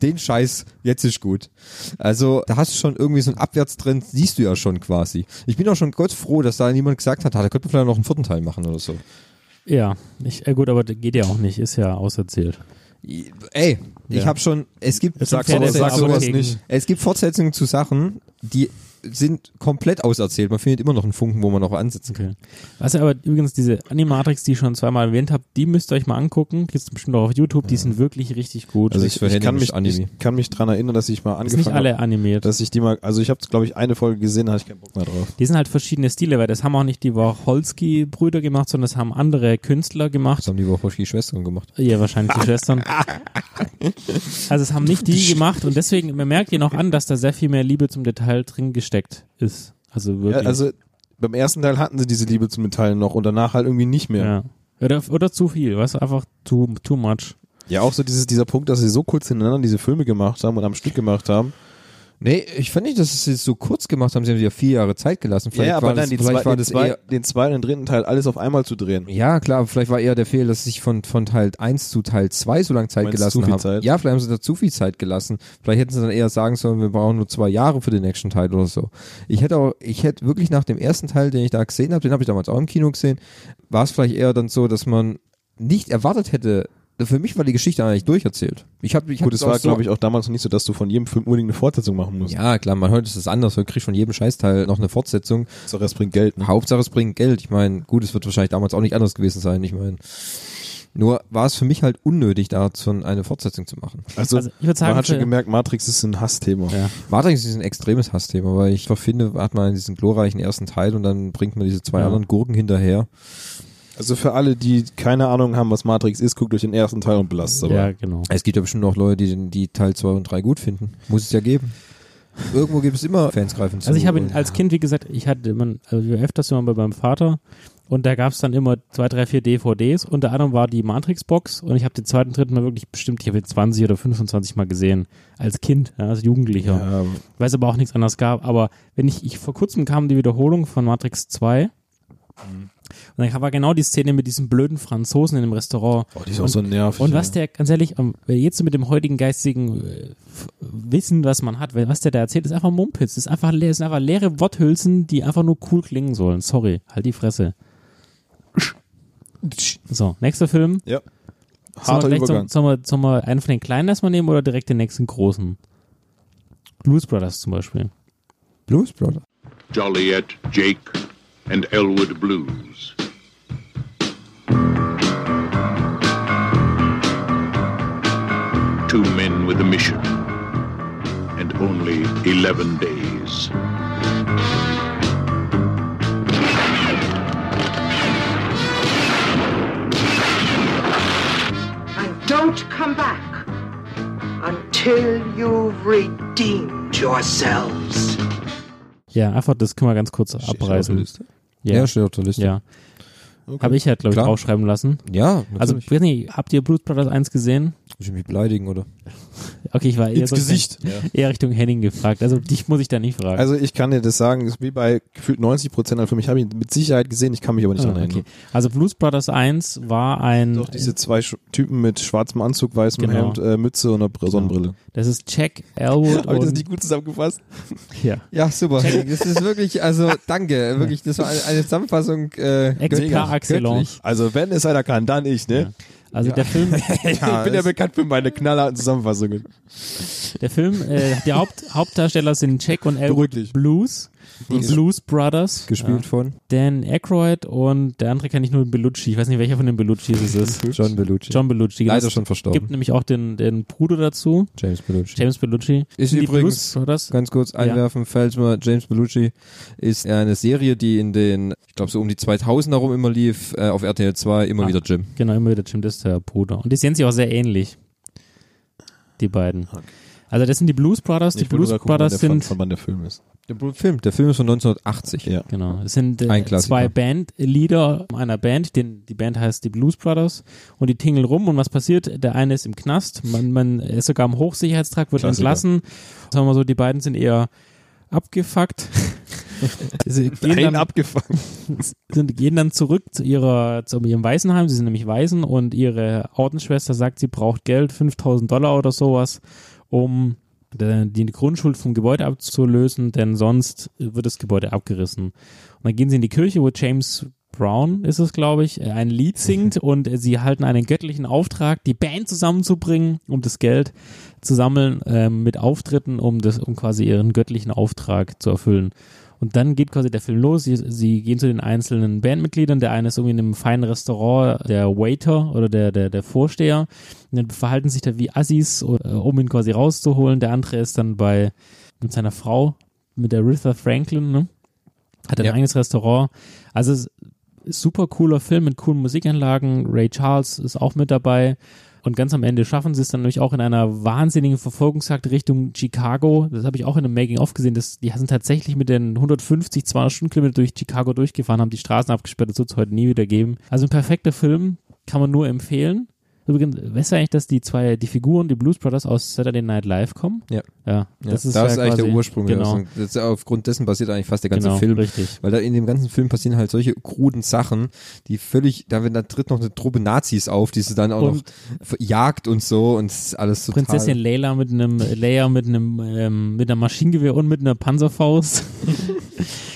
den Scheiß, jetzt ist gut. Also da hast du schon irgendwie so einen Abwärtstrend, siehst du ja schon quasi. Ich bin auch schon kurz froh, dass da niemand gesagt hat, ah, da könnte man vielleicht noch einen vierten Teil machen oder so.
Ja, ich, äh gut, aber das geht ja auch nicht, ist ja auserzählt.
Ey, Ich habe schon, es gibt,
Es sind
Sag sowas,
Pferde
sag
in
sowas
Apotheken.
nicht.
es gibt Fortsetzungen zu Sachen, die sind komplett auserzählt. Man findet immer noch einen Funken, wo man noch ansetzen kann.
Okay. Was aber übrigens diese Animatrix, die ich schon zweimal erwähnt habe, die müsst ihr euch mal angucken. Gibt's bestimmt auch auf YouTube. Die sind wirklich richtig gut.
Also
Also ich,
ich
ich,
verhänge
kann
mich
mich,
Anime.
ich kann mich dran erinnern, dass ich mal
ist nicht
angefangen
alle
habe,
animiert.
dass ich die mal, also ich habe glaube ich eine Folge gesehen, da hatte ich keinen Bock mehr drauf.
die sind halt verschiedene Stile, weil das haben auch nicht die Wacholski-Brüder gemacht, sondern das haben andere Künstler gemacht.
Das haben die Wachowski-Schwestern gemacht.
Ja, wahrscheinlich die Schwestern. Also es haben nicht die gemacht und deswegen, man merkt ihnen auch an, dass da sehr viel mehr Liebe zum Detail drin gesteckt ist. Also
Ja,
wirklich.
also beim ersten Teil hatten sie diese Liebe zum Metall noch und danach halt irgendwie nicht mehr.
ja. Oder, oder zu viel, weißt du, einfach too, too much.
Ja, auch so dieses, dieser Punkt, dass sie so kurz hintereinander diese Filme gemacht haben und am Stück gemacht haben.
Nee, ich fand nicht, dass sie es so kurz gemacht haben. Sie haben sich ja vier Jahre Zeit gelassen. Vielleicht war das, vielleicht war
den,
das
zwei,
eher,
den zweiten und dritten Teil alles auf einmal zu drehen.
ja klar, vielleicht war eher der Fehler, dass sie sich von, von Teil 1 zu Teil 2 so lange Zeit
Meinst du,
gelassen
zu viel
haben.
Zeit?
Ja, vielleicht haben sie da zu viel Zeit gelassen. Vielleicht hätten sie dann eher sagen sollen, wir brauchen nur zwei Jahre für den nächsten Teil oder so. Ich hätte auch, ich hätte wirklich nach dem ersten Teil, den ich da gesehen habe, den habe ich damals auch im Kino gesehen, war es vielleicht eher dann so, dass man nicht erwartet hätte, für mich war die Geschichte eigentlich durcherzählt. Ich habe, ich
Gut,
hab
es war,
so
glaube ich, auch damals noch nicht so, dass du von jedem Film unbedingt eine Fortsetzung machen musst.
Ja, klar, man heute ist es anders. Heute kriegt von jedem Scheißteil noch eine Fortsetzung.
So, das bringt Geld. Ne?
Hauptsache es bringt Geld. Ich meine, gut, es wird wahrscheinlich damals auch nicht anders gewesen sein. Ich meine, nur war es für mich halt unnötig, dazu eine Fortsetzung zu machen.
Also,
Also, ich würd sagen,
man hat
für-
schon gemerkt, Matrix ist ein Hassthema.
Ja.
Matrix ist ein extremes Hassthema, weil ich finde, hat man diesen glorreichen ersten Teil und dann bringt man diese zwei
Ja.
anderen Gurken hinterher.
Also für alle, die keine Ahnung haben, was Matrix ist, guckt euch den ersten Teil und belasst aber.
Ja, genau.
Es gibt ja bestimmt auch Leute, die, den- die Teil 2 und 3 gut finden. Muss es ja geben. Irgendwo gibt es immer Fans greifen zu.
Also ich habe ihn
Und-
als Kind, wie gesagt, ich hatte immer, also wir öfters immer bei meinem Vater und da gab es dann immer zwei, drei, vier DVDs. Unter anderem war die Matrix-Box und ich habe den zweiten, dritten Mal wirklich bestimmt, ich habe ihn 20 oder 25 Mal gesehen. Als Kind, ja, als Jugendlicher.
Ähm,
Weil es aber auch nichts anderes gab. Aber wenn ich, ich vor kurzem kam die Wiederholung von Matrix 2 und dann war genau die Szene mit diesem blöden Franzosen in dem Restaurant.
oh, die ist
und,
auch so nervig.
und was
ja.
der, ganz ehrlich, am- jetzt so mit dem heutigen geistigen äh, F- Wissen, was man hat, weil was der da erzählt, ist einfach Mumpitz. Das ist einfach, le- das sind einfach leere Worthülsen, die einfach nur cool klingen sollen. Sorry, halt die Fresse. So, nächster Film.
Ja.
Sollen
Harter
wir gleich
Übergang.
zum, sollen wir, sollen wir einen von den kleinen erstmal nehmen oder direkt den nächsten großen? Blues Brothers zum Beispiel.
Blues Brother.
Joliet, Jake, and Elwood Blues. Two men with a mission, and only 11 days.
And don't come back until you've redeemed yourselves.
Ja, einfach das können wir ganz kurz abreißen. Ja,
Ja,
ja.
steht auf der Liste.
Habe ich halt, glaube ich,
Klar.
aufschreiben lassen.
Ja,
Also,
natürlich.
ich weiß nicht, habt ihr Blues Brothers 1 gesehen?
muss ich mich beleidigen, oder?
Okay, ich war eher,
Ins
so
Gesicht.
eher Richtung Henning gefragt. Also dich muss ich da nicht fragen.
Also ich kann dir das sagen, ist wie bei gefühlt 90 Prozent der Filme. Ich habe ihn mit Sicherheit gesehen, ich kann mich aber nicht
Ah,
dran
okay.
erinnern.
also Blues Brothers 1 war ein
Doch diese zwei Sch Typen mit schwarzem Anzug, weißem
Genau.
Hemd, äh, Mütze und einer Br- Sonnenbrille.
das ist Jack Elwood
Habe ich das
und
nicht gut zusammengefasst?
ja.
Ja, super. Das ist wirklich, also danke, wirklich, das war eine, eine Zusammenfassung. Äh,
Ex
göttlich.
par excellence.
Also wenn es einer kann, dann ich, ne?
Also der Film
ich bin ja
es-
bekannt für meine knallharten Zusammenfassungen.
Der Film, äh, die Haupt Hauptdarsteller sind Jack und Elwood
Beruhiglich.
Blues, die Blues Brothers,
Gespielt
Ja.
von
Dan Aykroyd und der andere kenne ich nur Bellucci. Ich weiß nicht, welcher von den Belluccis es ist.
John Belushi.
John Bellucci.
Leider
Das
schon verstorben.
Gibt nämlich auch den, den Bruder dazu,
James Belushi.
James Bellucci.
Ist
Sind die
übrigens-
Blues Brothers.
Ganz kurz einwerfen, falls mal James Belushi ist eine Serie, die in den, ich glaube so um die 2000er rum immer lief, äh, auf RTL 2 immer
Ah.
wieder Jim.
Genau, immer wieder Jim, das ist der Bruder. Und die sehen sich auch sehr ähnlich. Die beiden. Also das sind die Blues Brothers. Die
wollte nur
Blues
da gucken,
Brothers
wann der,
sind
Von, von wann der Film ist.
Der Film, der Film ist von 1980.
Ja.
Genau. Es sind
Ein
äh,
Klassiker.
zwei Bandleader einer Band. Den, die Band heißt die Blues Brothers. Und die tingeln rum. Und was passiert? Der eine ist im Knast. Man, man ist sogar im Hochsicherheitstrakt, wird
Klassiker.
entlassen. Sagen wir mal so, die beiden sind eher abgefuckt. Sie gehen
Einen
dann,
abgefangen.
sind, gehen dann zurück zu ihrer, zu ihrem Waisenheim. Sie sind nämlich Waisen und ihre Ordensschwester sagt, sie braucht Geld, 5000 Dollar oder sowas, um de- die Grundschuld vom Gebäude abzulösen, denn sonst wird das Gebäude abgerissen. Und dann gehen sie in die Kirche, wo James Brown ist es, glaube ich, äh, ein Lied singt und sie halten einen göttlichen Auftrag, die Band zusammenzubringen, um das Geld zu sammeln ähm, mit Auftritten, um das, um quasi ihren göttlichen Auftrag zu erfüllen. Und dann geht quasi der Film los. Sie, sie gehen zu den einzelnen Bandmitgliedern. Der eine ist irgendwie in einem feinen Restaurant, der Waiter oder der, der, der Vorsteher. Und dann verhalten sich da wie Assis, äh, um ihn quasi rauszuholen. Der andere ist dann bei, mit seiner Frau, mit der Aretha Franklin, ne? Hat ein
Ja.
eigenes Restaurant. Also es ist super cooler Film mit coolen Musikanlagen. Ray Charles ist auch mit dabei. Und ganz am Ende schaffen sie es dann nämlich auch in einer wahnsinnigen Verfolgungsjagd Richtung Chicago. Das habe ich auch in einem Making-of gesehen. Das, die sind tatsächlich mit den 150, 200 Stundenkilometer durch Chicago durchgefahren, haben die Straßen abgesperrt. Das wird es heute nie wieder geben. Also ein perfekter Film, kann man nur empfehlen. Übrigens, weißt du eigentlich, dass die zwei, die Figuren, die Blues Brothers aus Saturday Night Live kommen?
Ja.
Ja, das ist,
da
ja
ist eigentlich
quasi,
der Ursprung. ja.
Genau,
Das ist- Das ist, aufgrund dessen basiert eigentlich fast der ganze
genau
Film.
richtig.
Weil da in dem ganzen Film passieren halt solche kruden Sachen, die völlig, da, wenn, da tritt noch eine Truppe Nazis auf, die sie dann auch
Und-
noch verjagt und so und es ist alles total.
Prinzessin Leila mit einem Leia mit einem ähm, mit einer Maschinengewehr und mit einer Panzerfaust.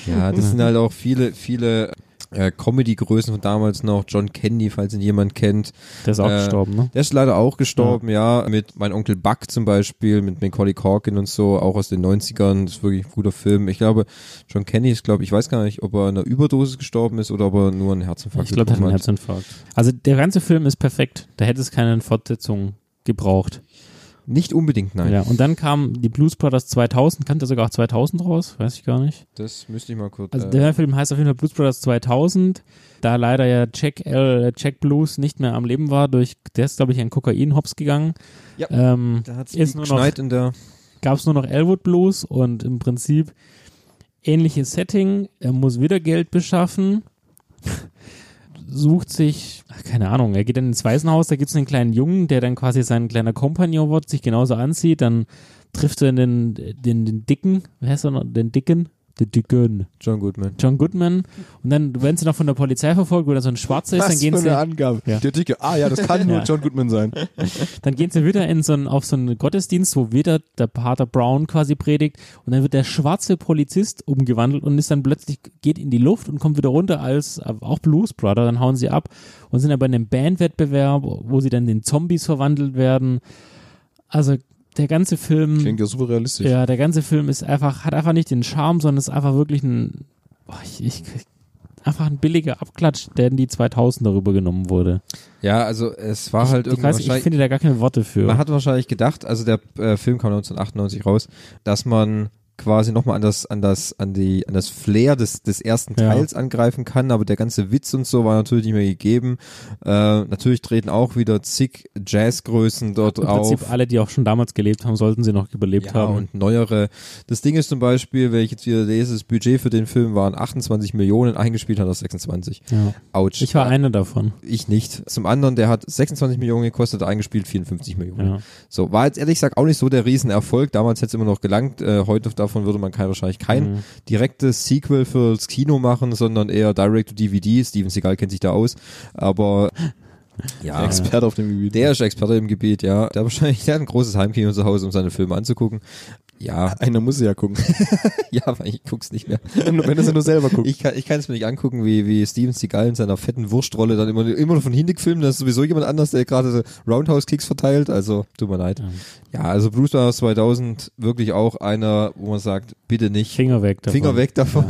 Ja, das sind halt auch viele, viele äh, Comedy-Größen von damals noch. John Candy, falls ihn jemand kennt.
Der ist auch
Äh,
gestorben, ne?
Der ist leider auch gestorben, ja. Mit mein Onkel Buck zum Beispiel, mit Macaulay Corkin und so, auch aus den 90ern. Das ist wirklich ein guter Film. Ich glaube, John Candy ist, glaube ich, weiß gar nicht, ob er an einer Überdosis gestorben ist oder ob er nur einen Herzinfarkt
Ich glaube, der hat einen
bekommen
Herzinfarkt. Also der ganze Film ist perfekt. Da hätte es keine Fortsetzung gebraucht.
Nicht unbedingt, nein.
Ja, und dann kam die Blues Brothers 2000, kam der sogar auch 2000 raus, weiß ich gar nicht.
Das müsste ich mal kurz.
Also
äh,
der Film heißt auf jeden Fall Blues Brothers 2000, da leider ja Jack, äh, Jack Blues nicht mehr am Leben war, durch der ist glaube ich an Kokain hops gegangen.
Ja.
Ähm,
da hat's
ist nur noch-
geschneit in der.
gab es nur noch Elwood Blues und im Prinzip ähnliches Setting. Er muss wieder Geld beschaffen, sucht sich, ach, keine Ahnung, er geht dann ins Waisenhaus, da gibt es einen kleinen Jungen, der dann quasi sein kleiner Kompagnon wird, sich genauso anzieht, dann trifft er den, den, den Dicken, wie heißt er noch, den Dicken? Den Dicken.
John Goodman.
John Goodman. Und dann werden sie noch von der Polizei verfolgt, wo dann so ein Schwarzer ist, dann gehen sie...
Angabe.
Ja.
Der Dicke. Ah ja, das kann nur
Ja.
John Goodman sein.
Dann gehen sie wieder in so einen, auf so einen Gottesdienst, wo wieder der Pater Brown quasi predigt und dann wird der schwarze Polizist umgewandelt und ist dann plötzlich, geht in die Luft und kommt wieder runter als äh, auch Blues Brother, dann hauen sie ab und sind aber in einem Bandwettbewerb, wo sie dann in Zombies verwandelt werden. Also der ganze Film.
Klingt ja super realistisch.
Ja, der ganze Film ist einfach, hat einfach nicht den Charme, sondern ist einfach wirklich ein, boah, ich, ich, einfach ein billiger Abklatsch, der in die 2000 darüber genommen wurde.
Ja, also es war halt
Ich
irgendwie.
weiß, ich
wahrscheinlich-
finde da gar keine Worte für.
Man hat wahrscheinlich gedacht, also der äh, Film kam 1998 raus, dass man quasi nochmal an das, an das, an die, an das Flair des, des ersten
Ja.
Teils angreifen kann, aber der ganze Witz und so war natürlich nicht mehr gegeben. Äh, natürlich treten auch wieder zig Jazzgrößen dort
Im
auf.
Prinzip alle, die auch schon damals gelebt haben, sollten sie noch überlebt
Ja,
haben.
und neuere. Das Ding ist zum Beispiel, wenn ich jetzt wieder lese, das Budget für den Film waren 28 Millionen, eingespielt hat er 26.
ja.
Autsch. Äh,
Ich war einer davon.
Ich nicht. Zum anderen, der hat 26 Millionen gekostet, eingespielt 54 Millionen.
Ja.
So, war jetzt ehrlich gesagt auch nicht so der Riesenerfolg. Damals hätte es immer noch gelangt. Äh, heute davon würde man kein, wahrscheinlich kein direktes Sequel fürs Kino machen, sondern eher Direct-to-DVD. Steven Seagal kennt sich da aus. Aber ja,
Experte auf dem Gebiet.
der ist Experte im Gebiet, ja. Der, wahrscheinlich, der hat ein großes Heimkino zu Hause, um seine Filme anzugucken. Ja,
Einer muss sie ja gucken.
ja, weil ich guck's nicht mehr.
Wenn er sie nur selber guckt.
Ich kann es mir nicht angucken, wie, wie Steven Seagal in seiner fetten Wurstrolle dann immer, immer noch von hinten filmt. Da ist sowieso jemand anders, der gerade so Roundhouse-Kicks verteilt. Also, tut mir leid. Ja, also Bruce Brothers 2000 wirklich auch einer, wo man sagt, bitte nicht.
Finger weg davon.
Finger weg davon.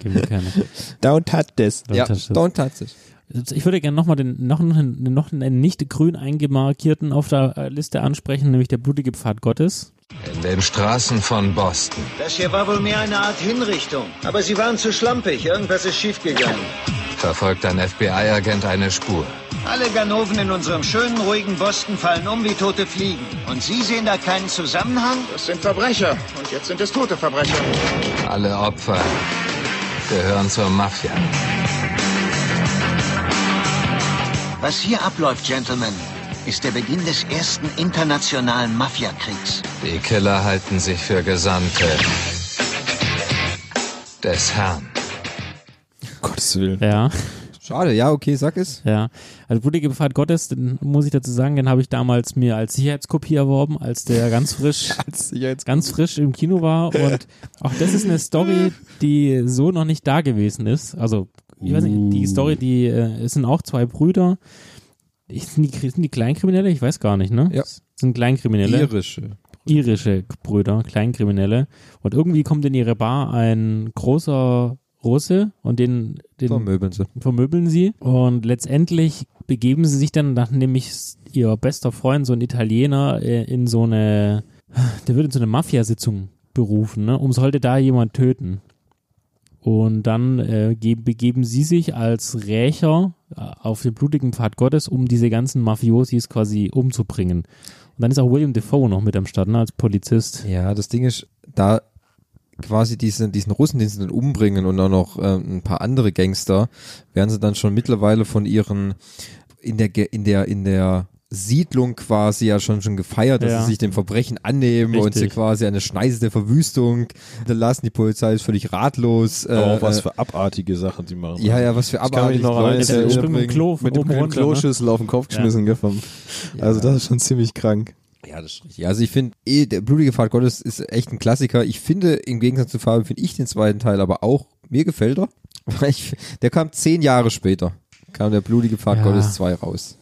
Gib mir keine.
Don't touch this.
Ja,
Don't touch this.
don't touch it.
Ich würde gerne nochmal den, noch, einen- noch einen nicht grün eingemarkierten auf der äh, Liste ansprechen, nämlich der blutige Pfad Gottes.
In den Straßen von Boston.
Das hier war wohl mehr eine Art Hinrichtung. Aber sie waren zu schlampig. Irgendwas ist schiefgegangen.
verfolgt ein FBI-Agent eine Spur.
Alle Ganoven in unserem schönen, ruhigen Boston fallen um wie tote Fliegen. Und Sie sehen da keinen Zusammenhang?
Das sind Verbrecher. Und jetzt sind es tote Verbrecher.
Alle Opfer gehören zur Mafia.
Was hier abläuft, Gentlemen, ist der Beginn des ersten internationalen Mafiakriegs.
Die Killer halten sich für Gesandte des Herrn.
Gottes Willen.
Ja,
Schade, ja, okay, sag es.
ja. Also blutige Pfad Gottes, den muss ich dazu sagen, den habe ich damals mir als Sicherheitskopie erworben, als der ganz frisch
Jetzt
ganz frisch im Kino war und auch das ist eine Story, die so noch nicht da gewesen ist. Also ich weiß nicht, die Story, die, äh, es sind auch zwei Brüder. Ich, sind, die, sind die Kleinkriminelle? Ich weiß gar nicht, ne?
Ja.
Es Sind
ne?
Kleinkriminelle.
Irische.
irische Brüder, Kleinkriminelle. Und irgendwie kommt in ihre Bar ein großer Russe und den, den
Vermöbeln sie.
vermöbeln sie. Und letztendlich begeben sie sich dann, nachdem ich ihr bester Freund, so ein Italiener, äh, in so eine, der wird in so eine Mafiasitzung berufen, ne? um sollte da jemand töten. Und dann äh, ge- begeben sie sich als Rächer äh, auf den blutigen Pfad Gottes, um diese ganzen Mafiosis quasi umzubringen. Und dann ist auch William Defoe noch mit am Start, ne, als Polizist.
Ja, das Ding ist, da quasi diesen, diesen Russen, den sie dann umbringen und auch noch ähm, ein paar andere Gangster, werden sie dann schon mittlerweile von ihren in der Ge- in der in der Siedlung quasi ja schon schon gefeiert, dass
Ja.
sie sich dem Verbrechen annehmen und sie
Richtig.
quasi eine Schneise der Verwüstung hinterlassen. Die Polizei ist völlig ratlos. Äh,
Oh, was
äh,
für abartige Sachen die machen.
ja, ja, was für
Ich kann mich
abartige
noch
Leute
erinnern,
sie
der
springt
umbringen.
mit dem Klo von
Mit dem,
oben
mit dem
runter. Ne?
Kloschüssel auf den Kopf geschmissen, gell? Vom, Also das ist schon ziemlich krank.
Ja, das ist richtig. Also ich finde, eh, der blutige Pfad Gottes ist echt ein Klassiker. Ich finde, im Gegensatz zu Fabio, finde ich den zweiten Teil aber auch, mir gefällt er. Weil ich, der kam zehn Jahre später, kam der blutige Pfad
Ja.
Gottes 2 raus.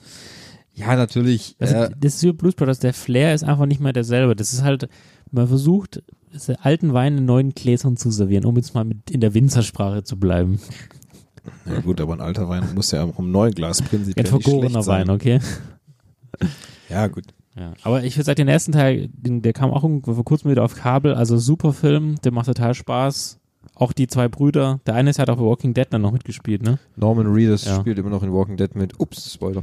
Ja, natürlich.
Also,
äh,
Das ist wie Blues Brothers, der Flair ist einfach nicht mehr derselbe. Das ist halt, man versucht, diese alten Wein in neuen Gläsern zu servieren, um jetzt mal mit in der Winzersprache zu bleiben.
Ja gut, aber ein alter Wein muss ja auch im neuen Glas
Ein
prinzipiell nicht schlecht
vergorener
sein.
Wein, okay?
Ja gut.
Ja. Aber ich würde sagen, den ersten Teil, den, der kam auch irgendwo vor kurzem wieder auf Kabel, also super Film, der macht total Spaß. Auch die zwei Brüder, der eine ist halt auch bei Walking Dead dann noch mitgespielt, ne?
Norman Reedus
Ja.
spielt immer noch in Walking Dead mit. Ups, Spoiler.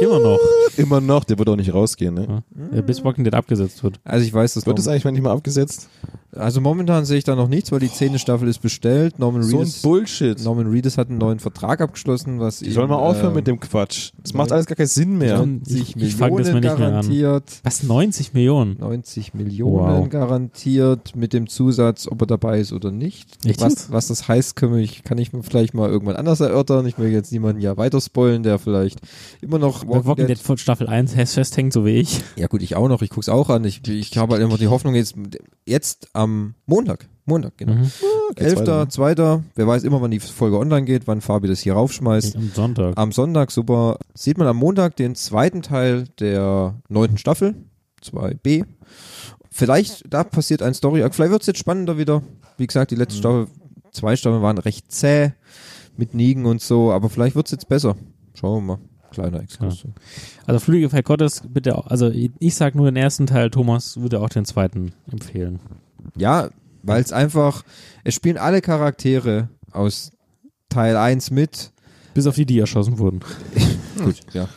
Immer noch,
Immer noch, der wird auch nicht rausgehen, ne?
äh, bis Walking Dead abgesetzt wird.
Also ich weiß, dass
Wird das
Norman,
eigentlich mal nicht mal abgesetzt?
Also momentan sehe ich da noch nichts, weil die zehnte Staffel ist bestellt. Norman
So ein
Reedus,
Bullshit.
Norman Reedus hat einen neuen Vertrag abgeschlossen, was äh,
Die äh, sollen mal aufhören mit dem Quatsch. Das macht alles gar keinen Sinn mehr.
sollen-
Ich,
Ich- ich fang das mir nicht mehr an.
garantiert.
Was, 90 Millionen?
90 Millionen
Wow.
garantiert mit dem Zusatz, ob er dabei ist oder nicht.
Echt
Was,
jetzt?
was das heißt, können wir, ich, kann ich mir vielleicht mal irgendwann anders erörtern. Ich will jetzt niemanden ja weiter spoilen, der vielleicht immer noch
Walking, Walking Dead, von Staffel 1 fest- festhängt, so wie ich.
Ja gut, ich auch noch. Ich guck's auch an. Ich, ich habe halt immer die Hoffnung jetzt jetzt am Montag, Montag genau.
Mhm.
geht's weiter,
Elfter,
ne?
zweiter. Wer weiß immer, wann die Folge online geht, wann Fabi das hier raufschmeißt.
Am Sonntag.
Am Sonntag, super. Sieht man am Montag den zweiten Teil der neunten Staffel, 2b. Vielleicht, da passiert ein Story. Arc. Vielleicht wird es jetzt spannender wieder. Wie gesagt, die letzte Staffel, zwei Staffeln waren recht zäh mit Nigen und so, aber vielleicht wird es jetzt besser. Schauen wir mal. Kleiner Exkurs.
Also Flüge Fall Gottes, bitte auch, also ich, ich sag nur den ersten Teil, Thomas würde auch den zweiten empfehlen.
Ja, weil es einfach, es spielen alle Charaktere aus Teil 1 mit.
Bis auf die, die erschossen wurden.
Hm. Gut, ja.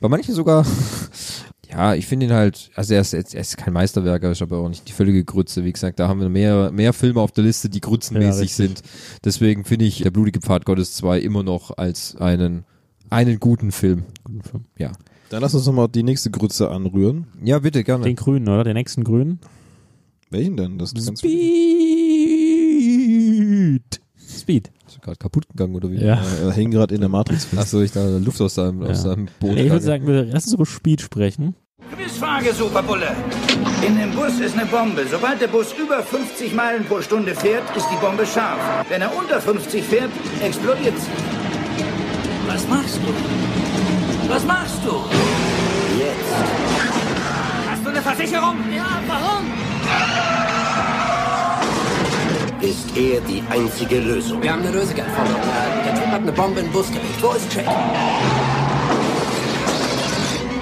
Bei manchen sogar. Ja, ich finde ihn halt, also er ist, er ist kein Meisterwerk, aber ich habe auch nicht die völlige Grütze. Wie gesagt, da haben wir mehr, mehr Filme auf der Liste, die grützenmäßig
Ja,
sind. Deswegen finde ich Der blutige Pfad Gottes 2 immer noch als einen, einen guten Film.
Guten Film.
Dann lass uns nochmal die nächste Grütze anrühren.
Ja, bitte, gerne.
Den grünen, oder? Den nächsten grünen.
Welchen denn? Das ist ganz
Speed. Speed.
ist gerade kaputt gegangen oder wie?
Ja.
äh, hing gerade in der Matrix fest.
Achso, ich da Luft aus seinem,
Ja.
aus seinem Boden.
Ey, ich würde
gegangen.
sagen, wir lass uns über Speed sprechen.
Quizfrage, Superbulle. In dem Bus ist eine Bombe. Sobald der Bus über 50 Meilen pro Stunde fährt, ist die Bombe scharf. Wenn er unter 50 fährt, explodiert sie. Was machst du? Was machst du? Jetzt. Hast du eine Versicherung? Ja, warum? Ist er die einzige Lösung? Wir haben eine Lösegeld verloren. Der Typ hat eine Bombe in den Bus gelegt. Wo ist Jack?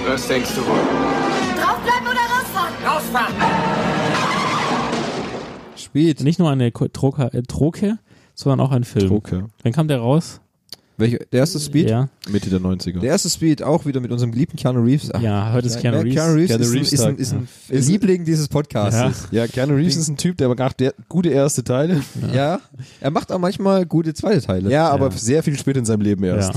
Was denkst du wohl?
Draufbleiben oder rausfahren?
Rausfahren!
Spät.
Nicht nur eine Ko- Troke, äh, Troke sondern auch ein Film.
Okay.
Wann kam der raus?
Welche, der erste Speed?
Ja.
Mitte der 90er.
Der erste Speed auch wieder mit unserem geliebten Keanu Reeves. Ach,
Ja, heute ist
Keanu
Keanu
Reeves,
Reeves.
Keanu Reeves,
Keanu
ist,
Reeves
ein,
Tag,
ist, ein, ist
ja.
ein Liebling dieses
Ja.
Podcasts.
ja, Keanu Reeves ist ein Typ, der macht der, gute erste Teile.
Ja. er macht auch manchmal gute zweite Teile.
Ja, aber
Ja.
sehr viel spät in seinem Leben erst.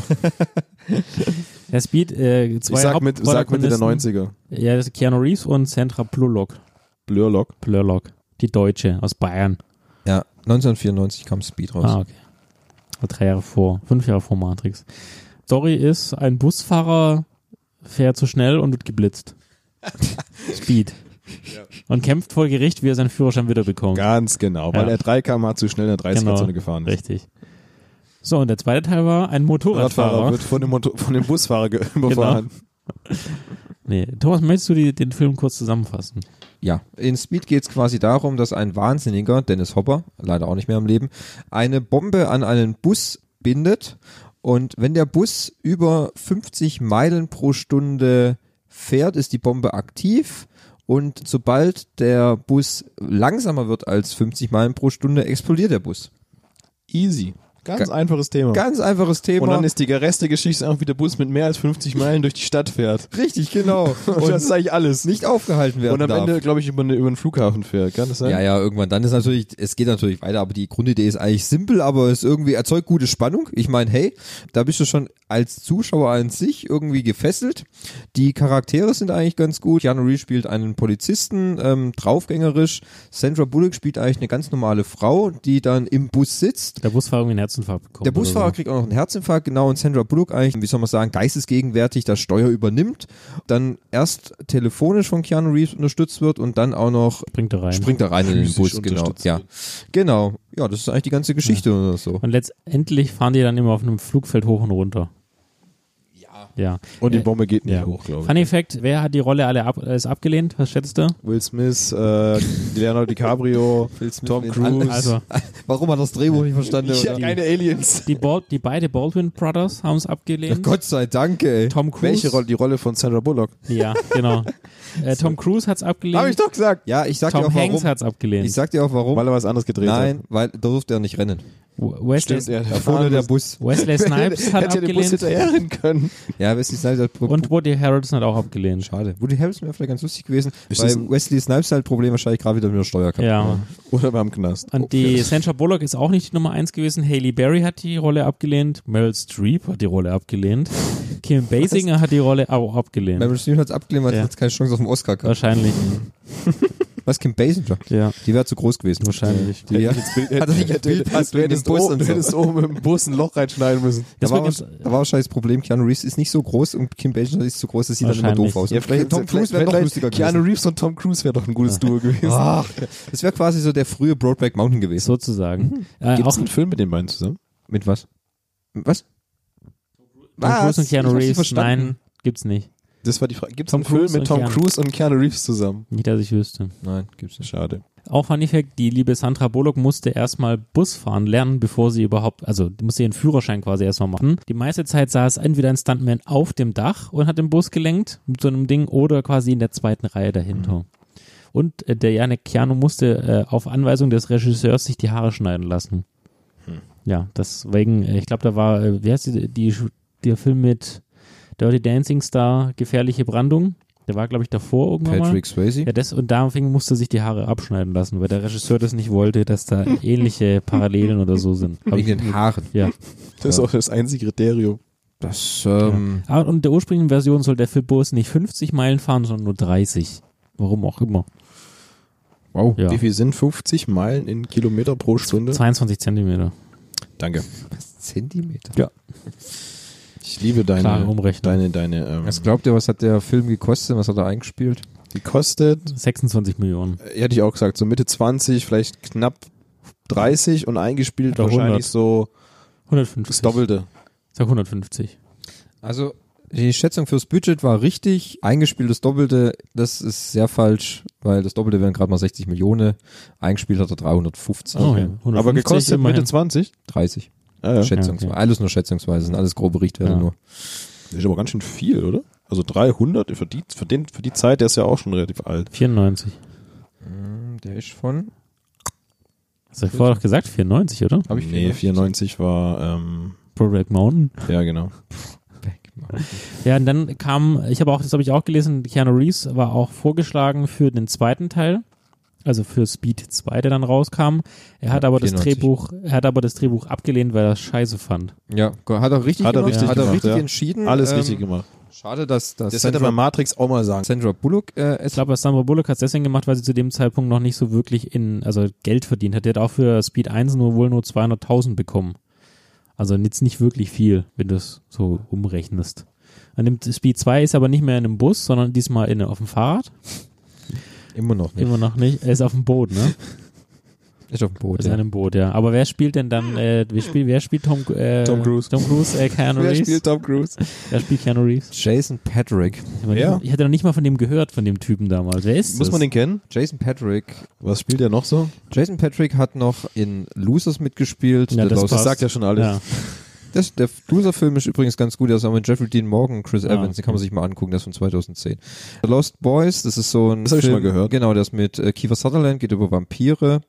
Ja. Der Speed, äh, zwei
Ich sag, mit, sag Mitte der
Hauptprotagonisten.
90er.
Ja, das ist Keanu Reeves und Sandra Plulok.
Blurlock.
Plurlock. Die Deutsche aus Bayern.
Ja, 1994 kam Speed raus.
Ah, okay. Also Drei Jahre vor, fünf Jahre vor Matrix. Story ist, ein Busfahrer fährt zu schnell und wird geblitzt. Speed. Und kämpft vor Gericht, wie er seinen Führerschein wiederbekommt.
Ganz genau, weil
Ja.
er 3 km zu schnell in der 30er-Zone gefahren ist.
Richtig. So, und der zweite Teil war
Radfahrer
ein
Genau.
Motorradfahrer.
wird von dem, Motor von dem Busfahrer ge- überfahren.
Nee. Thomas, möchtest du die, den Film kurz zusammenfassen?
Ja, in Speed geht's quasi darum, dass ein Wahnsinniger, Dennis Hopper, leider auch nicht mehr am Leben, eine Bombe an einen Bus bindet und wenn der Bus über 50 Meilen pro Stunde fährt, ist die Bombe aktiv und sobald der Bus langsamer wird als 50 Meilen pro Stunde, explodiert der Bus.
Easy. Ganz einfaches Thema.
Ganz einfaches Thema.
und dann ist die Reste-Geschichte einfach, wie der Bus mit mehr als 50 Meilen durch die Stadt fährt.
richtig, genau.
Und das ist eigentlich alles.
nicht aufgehalten werden
Und am
darf.
Ende, glaube ich, über, eine, über den Flughafen fährt. Kann das sein?
Ja, ja, irgendwann dann ist natürlich, es geht natürlich weiter, aber die Grundidee ist eigentlich simpel, aber es irgendwie erzeugt gute Spannung. Ich meine, hey, da bist du schon als Zuschauer an sich irgendwie gefesselt. Die Charaktere sind eigentlich ganz gut. Keanu Reeves spielt einen Polizisten, ähm, draufgängerisch. Sandra Bullock spielt eigentlich eine ganz normale Frau, die dann im Bus sitzt.
Der Busfahrer irgendwie einen Herzinfarkt bekommt.
Der
oder
Busfahrer kriegt auch noch einen Herzinfarkt, genau, und Sandra Bullock eigentlich, wie soll man sagen, geistesgegenwärtig das Steuer übernimmt, dann erst telefonisch von Keanu Reeves unterstützt wird und dann auch noch
so. Bringt er rein.
Springt da rein in den
Physisch
Bus, genau.
unterstützt
Ja. Genau. Ja, das ist eigentlich die ganze Geschichte oder so.
Und letztendlich fahren die dann immer auf einem Flugfeld hoch und runter. Ja. Ja.
Und die Bombe geht nicht
ja.
hoch, glaube ich.
Fun Fact, wer hat die Rolle alle ab, alles abgelehnt? Was schätzt du?
Will Smith, äh, Leonardo DiCaprio, Tom Cruise.
Also,
Warum hat das Drehbuch nicht verstanden?
ich
oder?
hab keine Aliens.
die, Bal die beide Baldwin Brothers haben es abgelehnt.
Oh
Gott sei Dank, ey.
Tom Cruise.
Welche Rolle? Die Rolle von Sandra Bullock.
Ja, genau. äh, Tom Cruise hat es abgelehnt.
Hab ich doch gesagt.
Ja, ich sag dir
Tom
auch
Hanks
warum.
hat es abgelehnt.
Ich sag dir auch
Weil
warum.
er was anderes gedreht hat.
Nein, weil da durfte er nicht rennen.
Wesley,
Stimmt, er
Da vorne der Bus.
Wesley Snipes hat
Hätte ja den Bus
abgelehnt.
hinterherrennen können.
Ja, Wesley Snipes hat halt Pro
Und Woody Harrelson hat auch abgelehnt.
Schade. Woody Harrelson wäre vielleicht ganz lustig gewesen,
Ist das
weil
ein-
Wesley Snipes halt Problem wahrscheinlich gerade wieder mit der Steuer gehabt.
Ja.
Oder beim Knast.
Und die Sandra Bullock ist auch nicht die Nummer eins gewesen. Haley Berry hat die Rolle abgelehnt. Meryl Streep hat die Rolle abgelehnt. Kim Basinger hat die Rolle auch abgelehnt.
Meryl Streep hat's abgelehnt, weil
Ja.
sie jetzt keine Chance auf den Oscar gehabt.
Wahrscheinlich.
Was, Kim Basinger?
ja,
Die wäre zu groß gewesen.
wahrscheinlich.
Die
Hätte ich jetzt Bild-
hat er nicht ins Bild passt
Du
wegen dem
hättest,
Bus
oben,
und
du
so.
hättest oben im Bus ein Loch reinschneiden müssen.
Da war, äh,
Deswegen-
wahrscheinlich- da war wahrscheinlich das Problem, Keanu Reeves ist nicht so groß und Kim Basinger ist zu groß, das sieht dann immer
Wahrscheinlich.
doof aus.
Ja, vielleicht,
Tom Cruise wäre
vielleicht-
noch
vielleicht-
lustiger
Keanu
gewesen.
Reeves und Tom Cruise wäre doch ein gutes Duo gewesen.
Ah.
Ach, das wäre quasi so der frühe Broadback Mountain gewesen.
Sozusagen. Äh,
Gibt
auch
es einen Film mit den beiden zusammen?
Mit was? Was?
Tom Cruise und Keanu
Ich hab's nicht
Reeves.
verstanden.
Nein, gibt's nicht.
Das war die Frage. Gibt es
Tom
einen Film
Cruise
mit
und
Tom
Keanu.
Cruise und Keanu Reeves zusammen?
Nicht, dass ich wüsste.
Nein, gibt's nicht.
Schade.
Auch Fun Fact, die liebe Sandra Bullock musste erstmal Bus fahren lernen, bevor sie überhaupt, also die musste ihren Führerschein quasi erstmal machen. Die meiste Zeit saß entweder ein Stuntman auf dem Dach und hat den Bus gelenkt mit so einem Ding oder quasi in der zweiten Reihe dahinter. Und äh, der Janek Keanu musste äh, auf Anweisung des Regisseurs sich die Haare schneiden lassen. Ja, deswegen, äh, ich glaube, da war, äh, wie heißt die, die, der Film mit Dirty Dancing Star, Gefährliche Brandung? Der war, glaube ich, davor irgendwann mal.
Patrick Swayze?
Ja, das und deswegen musste sich die Haare abschneiden lassen, weil der Regisseur das nicht wollte, dass da ähnliche Parallelen oder so sind. Hab
Wegen
ich-
den Haaren.
ja.
Das ist auch das einzige Kriterium.
Das, ähm,
Ah, und in der ursprünglichen Version soll der Filmbus nicht 50 Meilen fahren, sondern nur 30. Warum auch immer.
Wow.
Ja.
Wie viel sind 50 Meilen in Kilometer pro Stunde?
22 Zentimeter.
Danke.
Zentimeter.
Ja.
Ich liebe
Klare
deine,
Umrechnung.
deine, deine, ähm,
Was glaubt ihr, was hat der Film gekostet, was hat er eingespielt?
gekostet.
26 Millionen.
Äh, Hätte ich auch gesagt, so Mitte 20, vielleicht knapp 30 und eingespielt
Oder 100.
wahrscheinlich so
150.
das Doppelte.
Sag 150.
Also, die Schätzung fürs Budget war richtig. Eingespieltes Doppelte, das ist sehr falsch, weil das Doppelte wären gerade mal 60 Millionen. Eingespielt hat er 350.
Oh, ja. 150
Ah, Aber gekostet
immerhin.
Mitte 20?
30.
Ah, ja. Das
Schätzungsweise.
Ja, okay.
Alles nur schätzungsweise, sind alles grobe Richtwerte
Ja.
nur.
ist aber ganz schön viel, oder? Also 300 für die, für, den, für die Zeit, der ist ja auch schon relativ alt.
94.
Der ist von?
Hast du vorher doch gesagt, 94, oder?
Hab ich
nee, 94 war, ähm,
Project Mountain.
ja genau.
Ja, und dann kam, ich habe auch, das habe ich auch gelesen, Keanu Reeves war auch vorgeschlagen für den zweiten Teil, also für Speed 2, der dann rauskam. Er hat aber das
94.
Drehbuch, er hat aber das Drehbuch abgelehnt, weil er es scheiße fand.
Ja, hat er richtig
Hat er
gemacht.
richtig
hat er
gemacht,
richtig
ja.
entschieden.
Alles
Ähm,
richtig gemacht.
Schade, dass, dass
Das hätte man Matrix auch mal sagen.
Sandra Bullock äh,
Ich
es
glaube, Sandra Bullock hat es deswegen gemacht, weil sie zu dem Zeitpunkt noch nicht so wirklich in, also Geld verdient hat. Der hat auch für Speed 1 nur wohl nur 200.000 bekommen. Also jetzt nicht wirklich viel, wenn du es so umrechnest. An dem Speed 2 ist er aber nicht mehr in einem Bus, sondern diesmal in, auf dem Fahrrad.
immer noch nicht.
Immer noch nicht. Er ist auf dem Boot, ne?
Ist auf dem Boot.
Ist einem Boot, ja. Aber wer spielt denn dann, äh, wer spielt, wer spielt Tom, äh,
Tom Cruise.
Tom Cruise, äh, Keanu
Wer
Reeves?
spielt Tom Cruise?
wer spielt Keanu Reeves?
Jason Patrick.
Ich, meine,
Ja.
ich hatte noch nicht mal von dem gehört, von dem Typen damals. Wer ist
Muss
das?
man den kennen?
Jason Patrick.
Was spielt er noch so?
Jason Patrick hat noch in Losers mitgespielt.
Ja,
Der
das
Lost-
passt.
Das sagt ja schon alles.
Ja.
Das, der Loser-Film ist übrigens ganz gut. Der ist auch mit Jeffrey Dean Morgan und Chris
Ah,
Evans. Den kann man sich mal angucken. Der ist von 2010. The Lost Boys, das ist so ein.
Das hab ich
Film-
schon mal gehört.
Genau, der ist mit äh, Kiefer Sutherland, geht über Vampire.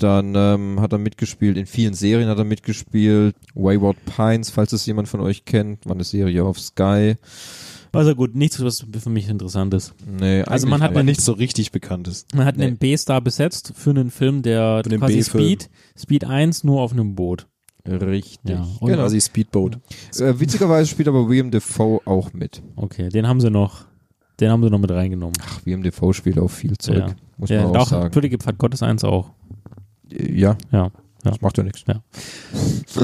Dann ähm, hat er mitgespielt, in vielen Serien hat er mitgespielt. Wayward Pines, falls es jemand von euch kennt, war eine Serie auf Sky.
Also gut, nichts, was für mich interessant ist.
Nee,
Also man
eigentlich
hat
Aber
man
nicht so richtig bekanntes.
Man hat
Nee.
einen B-Star besetzt für einen Film, der
Für den
quasi
B-Film.
Speed, Speed 1 nur auf einem Boot.
Richtig.
Ja. Und,
Genau. Quasi Speedboat.
Äh, witzigerweise spielt aber William Defoe auch mit.
Okay, den haben sie noch, den haben sie noch mit reingenommen.
Ach, William Defoe spielt auch viel Zeug,
Ja.
muss
ja,
man auch, sagen.
Natürlich Pfad Gottes 1 auch.
Äh, Ja,
Ja.
das macht ja nichts.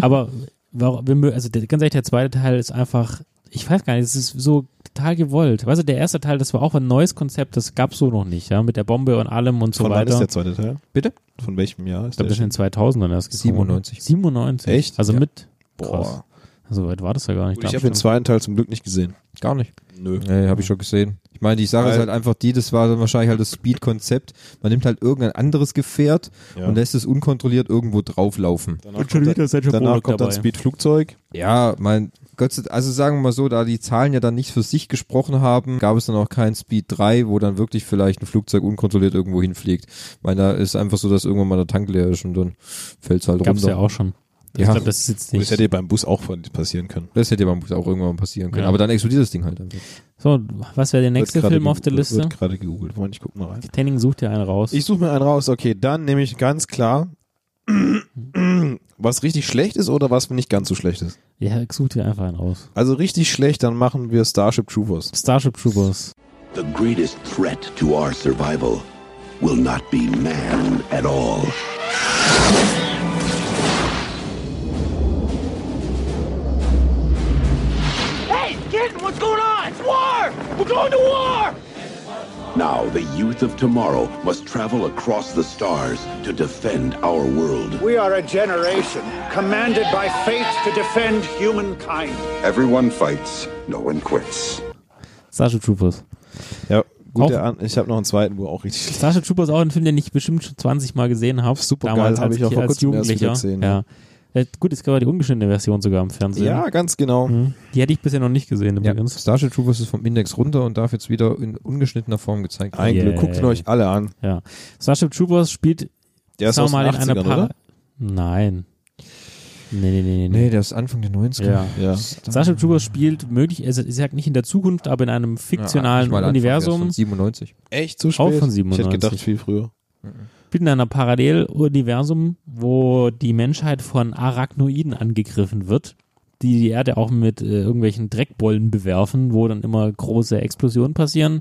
Aber warum, wir mö- also der, ganz ehrlich, der zweite Teil ist einfach, ich weiß gar nicht, es ist so total gewollt. Weißt du, der erste Teil, das war auch ein neues Konzept, das gab's so noch nicht, ja, mit der Bombe und allem und so
Von wann
weiter.
ist der zweite Teil?
Bitte?
Von welchem Jahr
ich
ist
glaube, das ist
der?
in den 2000ern erst gekommen.
97.
97.
Echt?
Also
Ja.
mit. Krass.
Boah.
So weit war das ja gar nicht.
Gut, ich
Da
habe den
schon-
zweiten Teil zum Glück nicht gesehen.
Gar nicht.
Nö.
Nee, habe ich schon gesehen. Ich meine, die Sache
Weil-
ist halt einfach die, das war dann wahrscheinlich halt das Speed-Konzept. Man nimmt halt irgendein anderes Gefährt
Ja.
und lässt es unkontrolliert irgendwo drauflaufen.
Danach
Und schon
kommt
wieder
dann,
Sandra
danach
Bullock
kommt dann
dabei.
Speed-Flugzeug.
Ja, mein Gott, sei- also sagen wir mal so, da die Zahlen ja dann nicht für sich gesprochen haben, gab es dann auch kein Speed 3, wo dann wirklich vielleicht ein Flugzeug unkontrolliert irgendwo hinfliegt. Ich meine, da ist einfach so, dass irgendwann mal der Tank leer ist und dann fällt's halt
Gab's
runter.
ja auch schon. Ich
Ja.
glaube, das ist jetzt
Das
nicht.
hätte beim Bus auch von- passieren können.
Das hätte beim Bus auch irgendwann mal passieren können.
Ja.
Aber dann explodiert das Ding halt. einfach.
So, was wäre der nächste
Wird gerade
Film auf der
gegoogelt,
Liste?
Wird gerade gegoogelt. Moment, ich guck mal rein.
Tenning sucht dir einen raus.
Ich suche mir einen raus. Okay, dann nehme ich ganz klar, was richtig schlecht ist oder was nicht ganz so schlecht ist.
ja, ich such dir einfach einen raus.
Also richtig schlecht, dann machen wir Starship Troopers.
Starship Troopers.
The greatest threat to our survival will not be man at all,
Hey, kid, what's going on? It's war! We're going to war!
Now, the youth of tomorrow must travel across the stars to defend our world.
We are a generation commanded by fate to defend humankind.
Everyone fights, no one quits.
Starship Troopers.
Ja,
Auch-
gut, der an ich habe noch einen zweiten, wo auch richtig schlecht
Starship Troopers ist auch ein Film, den ich bestimmt schon 20 Mal gesehen habe.
Super geil,
Damals
hab
als,
ich auch vor
als
kurzem erst
Jugendlicher.
wieder gesehen,
ja. Äh, Gut, es gab ja die ungeschnittene Version sogar im Fernsehen.
Ja, ganz genau.
Die hätte ich bisher noch nicht gesehen übrigens.
Starship Troopers ist vom Index runter und darf jetzt wieder in ungeschnittener Form gezeigt werden.
Ein
Yay.
Glück. Guckt ihn euch alle an.
Ja. Starship Troopers spielt,
Der ist
sagen
aus
wir
den
mal, in
80ern,
einer Par
oder?
Nein. Nee, nee, nee, nee.
Nee, der ist Anfang der 90er.
Ja.
Ja.
Starship Troopers spielt möglich, also ich sag nicht in der Zukunft, aber in einem fiktionalen
nicht mal Anfang, der
Universum.
ist von 97.
Echt so
Auch von 97.
Ich hätte gedacht, viel früher.
spielt in einer Paralleluniversum, wo die Menschheit von Arachnoiden angegriffen wird, die die Erde auch mit äh, irgendwelchen Dreckbollen bewerfen, wo dann immer große Explosionen passieren.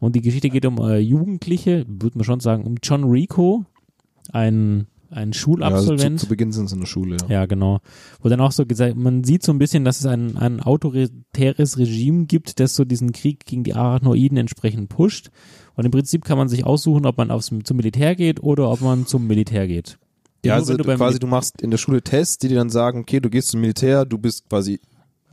Und die Geschichte geht um äh, Jugendliche, würde man schon sagen, um John Rico, einen, einen
Ja, also zu,
Schulabsolvent.
zu Beginn sind sie in der Schule, ja.
Ja, genau. Wo dann auch so gesagt, man sieht so ein bisschen, dass es ein, ein autoritäres Regime gibt, das so diesen Krieg gegen die Arachnoiden entsprechend pusht. Und im Prinzip kann man sich aussuchen, ob man aufs, zum Militär geht oder ob man zum Militär geht.
Ja,
Nur
also
wenn
du
beim
quasi, du machst in der Schule Tests, die dir dann sagen, okay, du gehst zum Militär, du bist quasi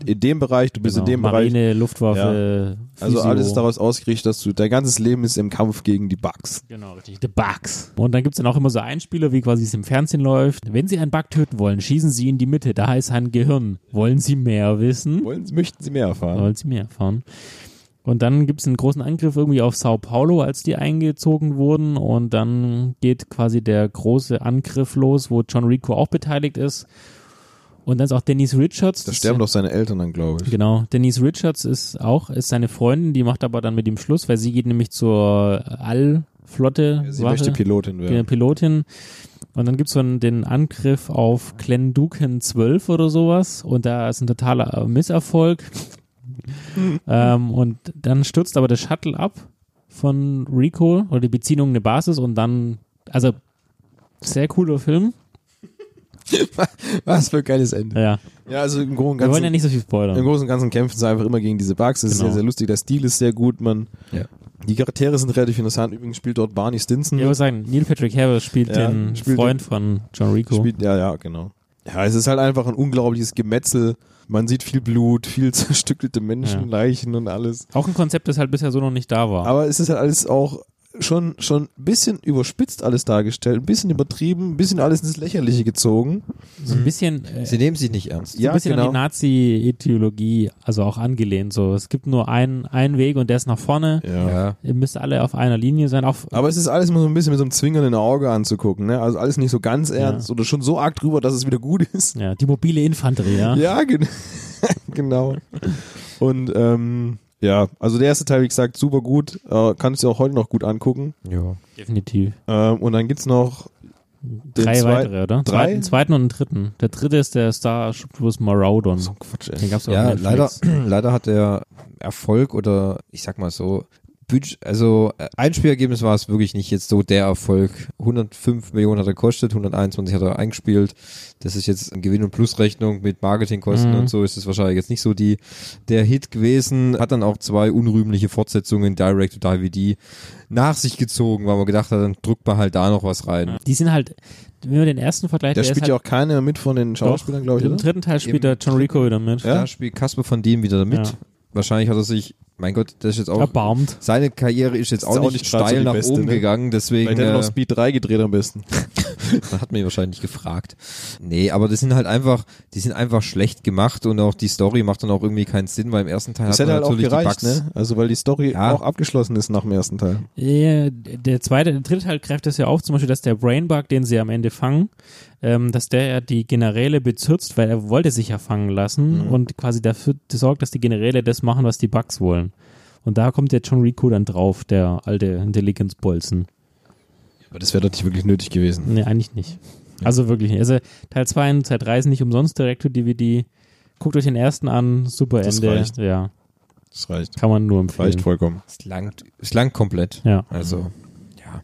in dem Bereich, du bist
genau,
in dem Bereich.
Marine, Luftwaffe,
Also
Physio.
alles ist daraus ausgerichtet, dass du dein ganzes Leben ist im Kampf gegen die Bugs.
Genau, richtig. The Bugs. Und dann gibt's dann auch immer so Einspieler, wie quasi es im Fernsehen läuft. Wenn Sie einen Bug töten wollen, schießen Sie in die Mitte. Da ist ein Gehirn. Wollen Sie mehr wissen?
Wollen, möchten sie mehr erfahren?
Wollen Sie mehr erfahren? Und dann gibt es einen großen Angriff irgendwie auf Sao Paulo, als die eingezogen wurden. Und dann geht quasi der große Angriff los, wo John Rico auch beteiligt ist. Und dann ist auch Denise Richards.
Da
das ist
sterben
ja-
doch seine Eltern dann, glaube ich.
Genau. Denise Richards ist auch, ist seine Freundin, die macht aber dann mit ihm Schluss, weil sie geht nämlich zur Allflotte.
Sie möchte Pilotin
Pil-
werden.
Pilotin. Und dann gibt's so einen, den Angriff auf Glenduken 12 oder sowas. Und da ist ein totaler äh, Misserfolg. ähm, und dann stürzt aber der Shuttle ab von Rico oder die Beziehung eine Basis und dann, also sehr cooler Film.
Was für ein geiles Ende.
Genau. Ja,
Ja, also im Großen und
wir
Ganzen.
wollen ja nicht so viel
Im
spoilern.
Großen und Ganzen kämpfen sie einfach immer gegen diese Bugs. Das ist
Genau.
sehr, sehr lustig. Der Stil ist sehr gut. Man,
Ja.
Die Charaktere sind relativ interessant. Übrigens spielt dort Barney Stinson.
Ich
mit.
würde sagen, Neil Patrick Harris spielt
Ja,
den
spielt
Freund von John Rico.
Spielt, ja, ja, genau. Ja, es ist halt einfach ein unglaubliches Gemetzel. Man sieht viel Blut, viel zerstückelte Menschen,
Ja.
Leichen und alles.
auch ein Konzept, das halt bisher so noch nicht da war.
Aber es ist halt alles auch schon, schon ein bisschen überspitzt alles dargestellt, ein bisschen übertrieben, ein bisschen alles ins Lächerliche gezogen.
so ein bisschen, äh,
Sie nehmen sich nicht ernst.
so ein bisschen
genau.
an die Nazi-Ideologie, also auch angelehnt so. Es gibt nur einen, einen Weg und der ist nach vorne.
Ja.
Ihr müsst alle auf einer Linie sein. Auch,
Aber es ist alles immer so ein bisschen mit so einem zwingernden Auge anzugucken, ne? Also alles nicht so ganz ernst oder schon so arg drüber, dass es wieder gut ist.
ja, die mobile Infanterie, ja.
Ja, gen genau. Und ähm, ja, also der erste Teil, wie gesagt, super gut. Äh, kannst du dir auch heute noch gut angucken.
Ja.
Definitiv.
Ähm, und dann gibt's noch den
Drei
zwei-
weitere, oder?
Drei?
Zweiten, zweiten und einen dritten. Der dritte ist der Star Shuttlebus Maraudon.
So ein Oh, Quatsch, ey.
Den gab's auch
Ja,
auf
leider,
Netflix.
leider hat der Erfolg oder ich sag mal so, Budget, also äh, Einspielergebnis war es wirklich nicht jetzt so der Erfolg. 105 Millionen hat er gekostet, 121 hat er eingespielt. Das ist jetzt eine Gewinn- und Plusrechnung mit Marketingkosten
Mhm.
und so ist es wahrscheinlich jetzt nicht so die der Hit gewesen. Hat dann auch zwei unrühmliche Fortsetzungen Direct to DVD nach sich gezogen, weil man gedacht hat, dann drückt man halt da noch was rein.
Die sind halt, wenn wir den ersten vergleichen,
Da
der
spielt
ist
ja
halt
auch keiner mit von den Schauspielern, glaube ich,
Im
oder?
dritten Teil spielt
Im
der John Rico wieder mit.
Ja?
Da spielt Kasper von Dien wieder damit.
Ja.
Wahrscheinlich hat er sich, mein Gott, das ist jetzt auch
Erbarmt.
seine Karriere ist jetzt
Ist
auch, nicht,
gerade so
steil
die
nach
beste,
oben
ne?
gegangen, deswegen
Weil der hat
äh,
noch Speed 3 gedreht am besten.
hat man ihn wahrscheinlich gefragt. Nee, aber das sind halt einfach, die sind einfach schlecht gemacht und auch die Story macht dann auch irgendwie keinen Sinn, weil im ersten Teil
Das hätte
hat man
halt auch
natürlich
gereicht,
die Bugs.
ne? Also weil die Story
Ja.
auch abgeschlossen ist nach dem ersten Teil.
Äh, Der zweite, der dritte Teil greift das ja auf, zum Beispiel, dass der Brainbug, den sie am Ende fangen, ähm, dass der ja die Generäle bezürzt, weil er wollte sich ja fangen lassen und quasi dafür sorgt, dass die Generäle das machen, was die Bugs wollen. Und da kommt der John Rico dann drauf, der alte Intelligenzbolzen.
Aber das wäre doch nicht wirklich nötig gewesen.
Nee, eigentlich nicht. Also wirklich nicht. Also Teil 2 und Teil 3 ist nicht umsonst Director-DVD. Guckt euch den ersten an, super
Das
Ende.
reicht.
Ja,
Das reicht.
kann man nur empfehlen.
Reicht vollkommen.
Mhm. Es langt, es langt komplett.
Ja.
Also, ja.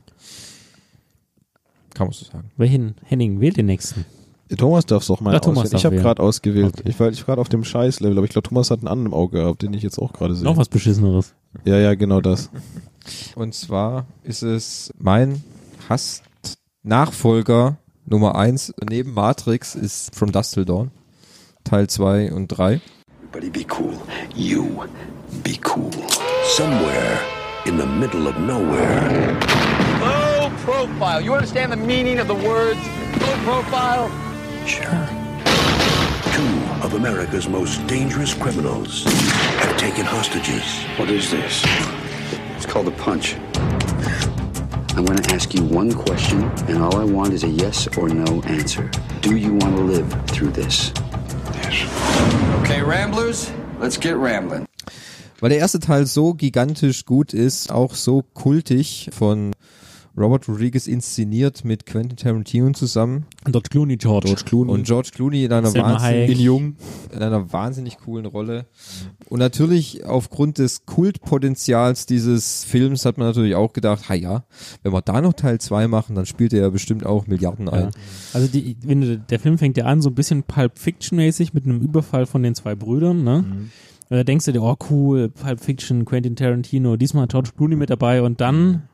Kann man so sagen.
Welchen? Henning, wählt den nächsten.
Äh, Thomas darf doch mal
Ja, Thomas
auswählen. Ich
darf
habe
wählen.
gerade ausgewählt.
Okay.
Ich war, ich war gerade auf dem Scheiß-Level, aber ich glaube, Thomas hat einen anderen im Auge gehabt, den ich jetzt auch gerade sehe.
Noch was Beschisseneres.
Ja, ja, genau das.
Und zwar ist es mein Hass-Nachfolger Nummer eins neben Matrix ist From Dust Till Dawn. Teil zwei und drei.
Everybody be cool. You be cool. Somewhere in the middle of nowhere,
Low profile. You understand the meaning of the words low profile?
two of America's most dangerous criminals have taken hostages. What is this?
It's called a punch. I'm going to ask you one question, and all I want is a yes or no answer. Do you want to live through this?
Okay, Ramblers, let's get rambling.
Weil der erste Teil so gigantisch gut ist, auch so kultig von Robert Rodriguez inszeniert mit Quentin Tarantino zusammen
Und dort Clooney George.
und George Clooney in einer,
Selma Hayek.
wahnsinnig,
In
jung. in einer wahnsinnig coolen Rolle. Und natürlich aufgrund des Kultpotenzials dieses Films hat man natürlich auch gedacht, ha ja, wenn wir da noch Teil 2 machen, dann spielt er ja bestimmt auch Milliarden ein.
Also die, wenn du, der Film fängt ja an, so ein bisschen Pulp Fiction-mäßig mit einem Überfall von den zwei Brüdern, ne?
Mhm.
Und da denkst du dir, oh cool, Pulp Fiction, Quentin Tarantino, diesmal George Clooney mit dabei und dann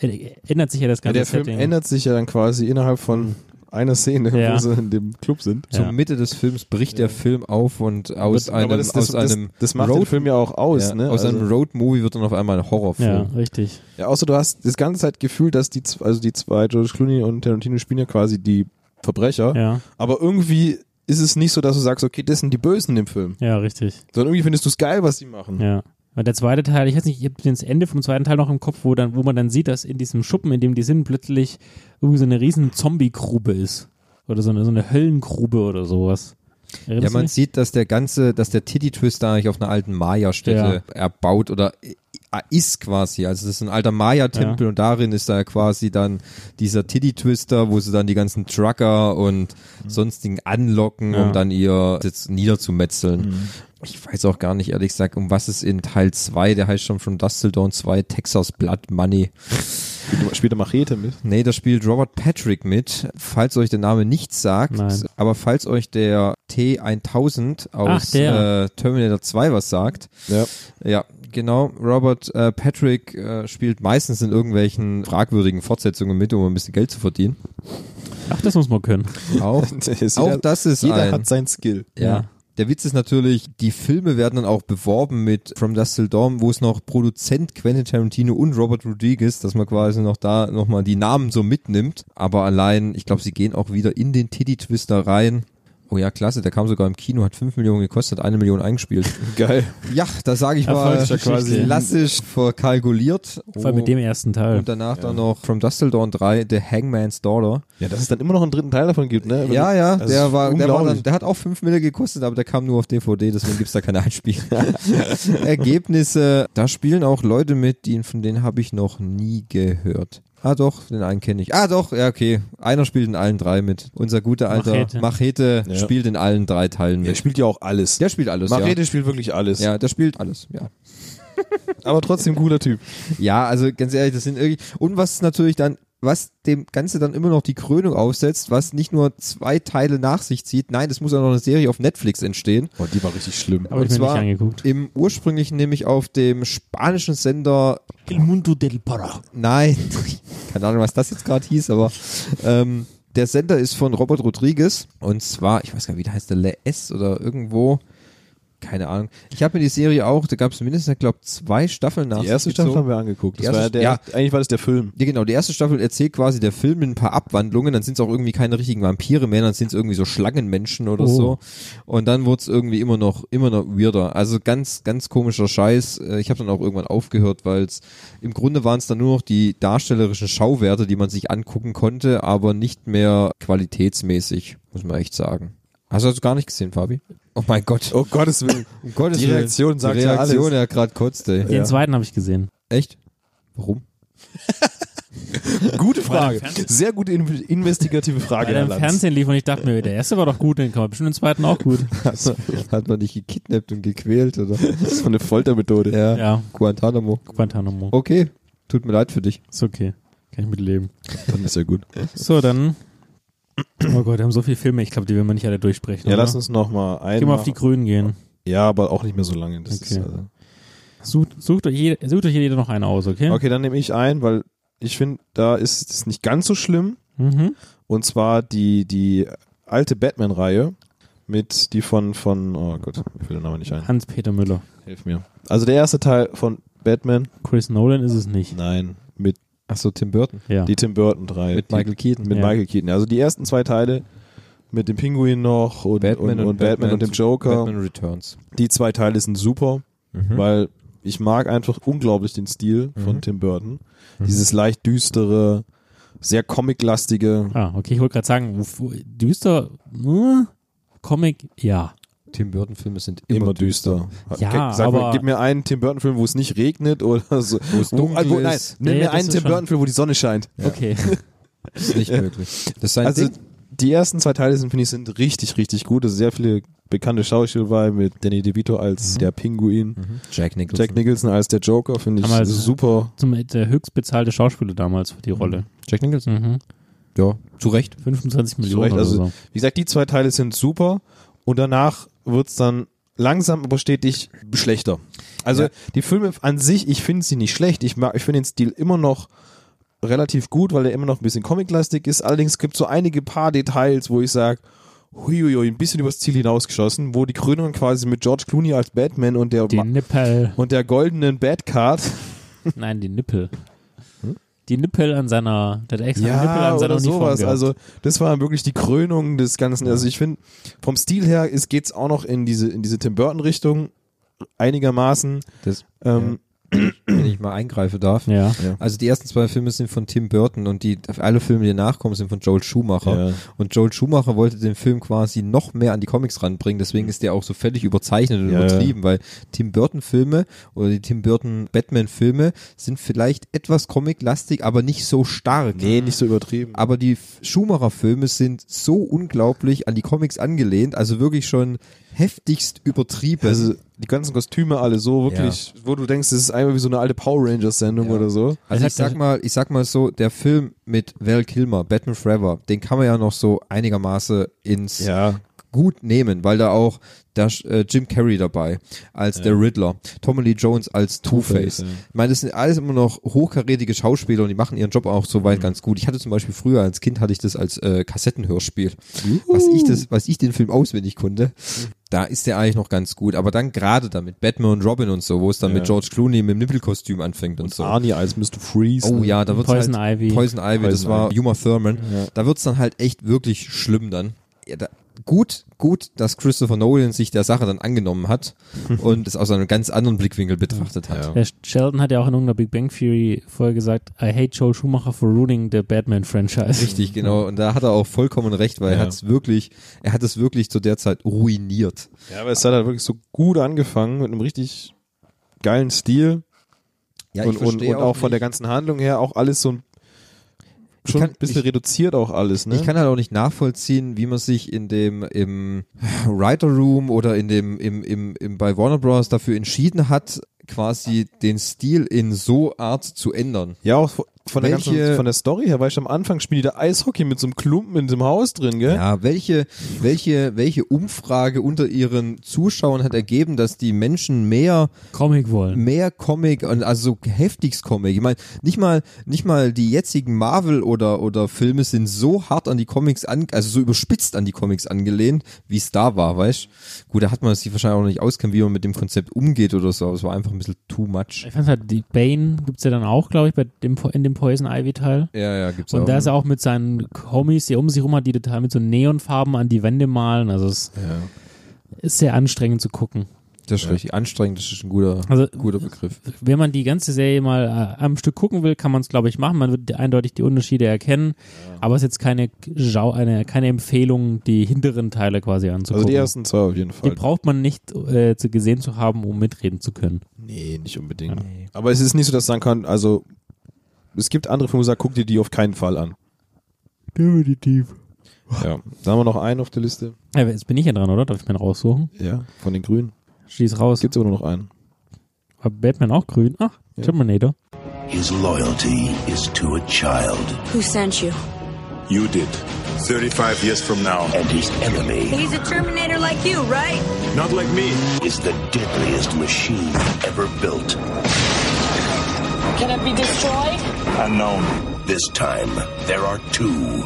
äh, ändert sich ja das
Ja,
ganze
der Film
Setting.
ändert sich ja dann quasi innerhalb von einer Szene,
Ja.
wo sie in dem Club sind.
Ja.
Zur Mitte des Films bricht der Film auf und aus
Aber
einem,
das, das,
aus einem
das, das macht den
Road,
Film ja auch aus,
ja,
ne?
aus
also,
einem Road-Movie wird dann auf einmal ein Horrorfilm.
ja, richtig.
ja, außer du hast das ganze Zeit Gefühl, dass die, z- also die zwei, George Clooney und Tarantino spielen ja quasi die Verbrecher.
Ja,
Aber irgendwie ist es nicht so, dass du sagst, okay, das sind die Bösen im Film.
ja, richtig.
Sondern irgendwie findest du es geil, was die machen.
Ja. Und der zweite Teil, ich weiß nicht, ich habe das Ende vom zweiten Teil noch im Kopf, wo, dann, wo man dann sieht, dass in diesem Schuppen, in dem die sind, plötzlich irgendwie so eine riesen Zombie-Grube ist. Oder so eine, so eine Höllengrube oder sowas.
Ja,
Erinnerst du
man
dich?
sieht, dass der ganze, dass der Titty Twist da eigentlich auf einer alten Maya-Stätte erbaut oder i- ist quasi. Also das ist ein alter Maya-Tempel und darin ist da quasi dann dieser Titty Twister, wo sie dann die ganzen Trucker und sonstigen anlocken,
Ja.
um dann ihr jetzt niederzumetzeln. Ich weiß auch gar nicht, ehrlich gesagt, um was es in Teil 2, der heißt schon From Dust Till Dawn 2, Texas Blood Money.
Spielt- Spielt der Machete mit.
Nee, da spielt Robert Patrick mit. Falls euch der Name nichts sagt,
Nein.
aber falls euch der T1000 aus
Ach, der.
äh, Terminator 2 was sagt.
Ja.
Ja, genau. Robert äh, Patrick äh, spielt meistens in irgendwelchen fragwürdigen Fortsetzungen mit, um ein bisschen Geld zu verdienen.
Ach, das muss man können.
Auch, auch das ist
Jeder
ein,
hat sein Skill.
ja. Der Witz ist natürlich, die Filme werden dann auch beworben mit From Dust Till Dawn, wo es noch Produzent Quentin Tarantino und Robert Rodriguez, dass man quasi noch da nochmal die Namen so mitnimmt. Aber allein, ich glaube, sie gehen auch wieder in den Titty Twister rein. Oh ja, klasse, der kam sogar im Kino, hat 5 Millionen gekostet, hat eine Million eingespielt.
Geil.
ja, das sage ich mal
Erfolgsgeschichte.
klassisch verkalkuliert.
Vor allem mit dem ersten Teil.
Oh. und danach dann noch From Dust Till Dawn 3, The Hangman's Daughter.
Ja, dass es dann immer noch einen dritten Teil davon gibt, ne?
Ja, ja,
Das
der
ist
war, der, war
unglaublich.
dann, der hat auch 5 Mille gekostet, aber der kam nur auf DVD, deswegen gibt's da keine Einspielung. Ergebnisse, da spielen auch Leute mit, die, von denen habe ich noch nie gehört. Ah doch, den einen kenne ich. Ah doch, ja okay, einer spielt in allen drei mit. Unser guter alter Machete,
Machete.
Ja.
spielt in allen drei Teilen
Der
mit.
spielt ja auch alles.
Der spielt alles,
Marete spielt wirklich alles.
ja. Ja, der spielt alles, ja.
Aber trotzdem cooler Typ.
Ja, also ganz ehrlich, das sind irgendwie. Und was natürlich dann, was dem Ganze dann immer noch die Krönung aufsetzt, was nicht nur zwei Teile nach sich zieht, nein, es muss auch noch eine Serie auf Netflix entstehen.
Oh, die war richtig schlimm.
Aber
Und
ich mir nicht
zwar
angeguckt.
Im ursprünglichen nämlich auf dem spanischen Sender,
El Mundo del Para.
nein, keine Ahnung, was das jetzt gerade hieß, aber ähm, der Sender ist von Robert Rodriguez und zwar, ich weiß gar nicht, wie der heißt, der Le S oder irgendwo. Keine Ahnung. Ich habe mir die Serie auch, da gab es mindestens, glaube zwei Staffeln nach.
Die erste
sich gezogen.
Staffel haben wir angeguckt.
Die erste-
ja der,
ja.
Eigentlich war das der Film.
Ja, genau. Die erste Staffel erzählt quasi der Film mit ein paar Abwandlungen. Dann sind es auch irgendwie keine richtigen Vampire mehr, dann sind es irgendwie so Schlangenmenschen oder
Oh.
so. Und dann wurde es irgendwie immer noch, immer noch weirder. Also ganz, ganz komischer Scheiß. Äh, Ich habe dann auch irgendwann aufgehört, weil es im Grunde waren es dann nur noch die darstellerischen Schauwerte, die man sich angucken konnte, aber nicht mehr qualitätsmäßig, muss man echt sagen. Hast du das gar nicht gesehen, Fabi? Oh mein Gott.
Oh Gottes Willen.
Um Gottes
die
Willen.
Reaktion sagt
die
ja
Reaktion,
alles.
ja gerade kotzt, ey.
Den zweiten habe ich gesehen.
Echt? Warum?
Gute Frage. Sehr gute in investigative Frage,
Weil er
Herr
im
Lanz.
Fernsehen lief und ich dachte mir, der erste war doch gut, den kann man bestimmt den zweiten auch gut.
Hat man dich gekidnappt und gequält, oder?
Das ist so eine Foltermethode.
Ja.
Ja,
Guantanamo.
Guantanamo.
Okay, tut mir leid für dich.
Ist okay. Kann ich mitleben.
Dann ist ja gut.
So, dann. Oh Gott, wir haben so viele Filme. Ich glaube, die werden wir nicht alle durchsprechen.
Ja,
oder?
lass uns nochmal ein.
Geh mal auf die Grünen gehen.
ja, aber auch nicht mehr so lange. Das
Okay.
ist also
Sucht, sucht, euch jeder, sucht euch jeder noch einen aus, okay?
okay, dann nehme ich ein, weil ich finde, da ist es nicht ganz so schlimm.
Mhm.
Und zwar die, die alte Batman-Reihe mit die von, von, oh Gott, mir fällt der Name nicht ein.
Hans-Peter Müller.
Hilf mir. Also der erste Teil von Batman,
Chris Nolan ist es nicht.
nein, mit
Achso, Tim Burton.
Ja.
die Tim Burton-Reihe.
Mit
Die-
Michael Keaton.
Mit
Ja.
Michael Keaton. Also die ersten zwei Teile mit dem Pinguin noch und und, und, Batman und dem Joker.
Batman Returns.
Die zwei Teile sind super,
Mhm.
weil ich mag einfach unglaublich den Stil von Tim Burton. Dieses leicht düstere, sehr comiclastige.
Ah, okay, ich wollte gerade sagen, wo- wo- düster, hm, Comic, ja.
Tim Burton Filme sind
Immer düster.
Ja,
Ke- Sag mal,
aber-
gib mir einen Tim Burton Film, wo es nicht regnet oder so. Wo es
dunkel
wo, nein,
ist.
nimm
Ja, ja,
mir
das
einen
ist
Tim
schon-
Burton Film, wo die Sonne scheint.
Okay.
Das ist nicht möglich. Das ist sein
Also
Ding.
die ersten zwei Teile sind, finde ich, sind richtig, richtig gut. Es sind sehr viele bekannte Schauspieler bei mit Danny DeVito als der Pinguin,
Jack Nicholson.
Jack Nicholson als der Joker, finde ich
Damals-
super.
Zum, äh, der höchstbezahlte Schauspieler damals für die Rolle.
Jack Nicholson.
Mhm.
Ja, zu Recht.
25
Zu
Millionen
Recht. Also,
oder so.
wie gesagt, die zwei Teile sind super und danach wird's dann langsam aber stetig schlechter. Also
Ja.
die Filme an sich, ich finde sie nicht schlecht. Ich, mag, ich finde den Stil immer noch relativ gut, weil er immer noch ein bisschen comiclastig ist. Allerdings gibt es so einige paar Details, wo ich sage, huiuiui, ein bisschen übers Ziel hinausgeschossen, wo die Krönung quasi mit George Clooney als Batman und der,
Den Nippel.
und der goldenen Batcard
Nein, den Nippel. Die Nippel an seiner, der hat extra Nippel an seiner
Hm? oder
Uniform
sowas.
gehabt.
Also das war wirklich die Krönung des Ganzen. Also ich finde, vom Stil her ist, geht's auch noch in diese, in diese Tim Burton-Richtung einigermaßen.
Das,
Ähm,
wenn ich mal eingreifen darf.
ja.
Also die ersten zwei Filme sind von Tim Burton und die alle Filme, die nachkommen, sind von Joel Schumacher.
Ja.
Und Joel Schumacher wollte den Film quasi noch mehr an die Comics ranbringen, deswegen ist der auch so völlig überzeichnet und
Ja, ja.
übertrieben, weil Tim Burton Filme oder die Tim Burton Batman Filme sind vielleicht etwas comiclastig, aber nicht so stark.
Nee, nicht so übertrieben.
Aber die F- Schumacher-Filme sind so unglaublich an die Comics angelehnt, also wirklich schon heftigst übertrieben.
Also die ganzen Kostüme alle so wirklich, wo du denkst, das ist einfach wie so eine alte Power Rangers-Sendung oder so.
Also
Er
ich
hat-
sag mal, ich sag mal so, der Film mit Val Kilmer, Batman Forever, den kann man ja noch so einigermaßen ins
Ja.
gut nehmen, weil da auch da, ist, äh, Jim Carrey dabei als der Riddler, Tommy Lee Jones als
Two-Face,
Two-Face.
ja.
Ich meine, das sind alles immer noch hochkarätige Schauspieler und die machen ihren Job auch soweit ganz gut. Ich hatte zum Beispiel früher als Kind hatte ich das als äh, Kassettenhörspiel, was ich das, was ich den Film auswendig konnte. Da ist der eigentlich noch ganz gut, aber dann gerade damit Batman und Robin und so, wo es dann mit George Clooney mit dem Nippelkostüm anfängt und, so.
Arnie als Mr. Freeze.
Oh
ne?
ja, da wird's
Poison
halt,
Ivy.
Poison Ivy, das
Poison
war
Ivy.
Uma Thurman. Da wird's dann halt echt wirklich schlimm dann. Ja, da, gut, gut, dass Christopher Nolan sich der Sache dann angenommen hat und es aus einem ganz anderen Blickwinkel betrachtet hat.
Ja.
Der Sheldon hat ja auch in irgendeiner Big Bang Theory vorher gesagt, I hate Joel Schumacher for ruining the Batman franchise.
Richtig, genau. Und da hat er auch vollkommen recht, weil er
Ja.
hat's wirklich, er hat es wirklich zu der Zeit ruiniert.
Ja, aber es hat halt wirklich so gut angefangen mit einem richtig geilen Stil
Ja,
und, und, und auch, von der ganzen Handlung her auch alles so ein
Ich
schon
kann-
ein bisschen
ich-
reduziert auch alles, ne?
Ich kann halt auch nicht nachvollziehen, wie man sich in dem im Writer Room oder in dem im, im, im bei Warner Bros. dafür entschieden hat, quasi den Stil in so Art zu ändern.
ja, auch von- von der, ganzen,
Welche-
von der Story her, weil ich am Anfang spiele die da Eishockey mit so einem Klumpen in diesem Haus drin, gell?
Ja, welche, welche, welche Umfrage unter ihren Zuschauern hat ergeben, dass die Menschen mehr
Comic wollen.
mehr Comic und also so heftigst Comic. Ich meine, nicht mal nicht mal die jetzigen Marvel oder oder Filme sind so hart an die Comics an, also so überspitzt an die Comics angelehnt, wie es da war, weißt? Gut, da hat man sich wahrscheinlich auch noch nicht auskennen, wie man mit dem Konzept umgeht oder so, aber es war einfach ein bisschen too much.
Ich fand halt, die Bane gibt's ja dann auch, glaube ich, bei dem, Po- in dem Poison Ivy Teil.
Ja, ja, gibt's
Und
auch.
da ist
ne?
er auch mit seinen Homies, die er um sich rum hat, die total mit so Neonfarben an die Wände malen. Also es ist sehr anstrengend zu gucken.
das ist richtig anstrengend, das ist ein guter
Also-
guter Begriff.
Wenn man die ganze Serie mal äh, am Stück gucken will, kann man es, glaube ich, machen. Man wird eindeutig die Unterschiede erkennen. Aber es ist jetzt keine, Schau, eine, keine Empfehlung, die hinteren Teile quasi
also
anzugucken.
die ersten zwei auf jeden
die
Fall.
braucht man nicht äh, zu gesehen zu haben, um mitreden zu können.
Nee, nicht unbedingt. Aber es ist nicht so, dass sagen kann, also es gibt andere Filme, die sagen, guck dir die auf keinen Fall an.
Definitiv.
Ja. Da haben wir noch einen auf der Liste.
Ja, Äh, jetzt bin ich ja dran, oder? Darf ich meinen raussuchen?
Ja. Von den Grünen.
Schieß raus.
Gibt es aber nur noch einen.
War Batman auch grün? Ach, Terminator.
His loyalty is to a child,
Who sent you?
You did. 35 years from now.
and his enemy
He's a Terminator like you, right?
Not like me.
is the deadliest machine ever built.
Can it be destroyed?
Unknown.
This time, there are two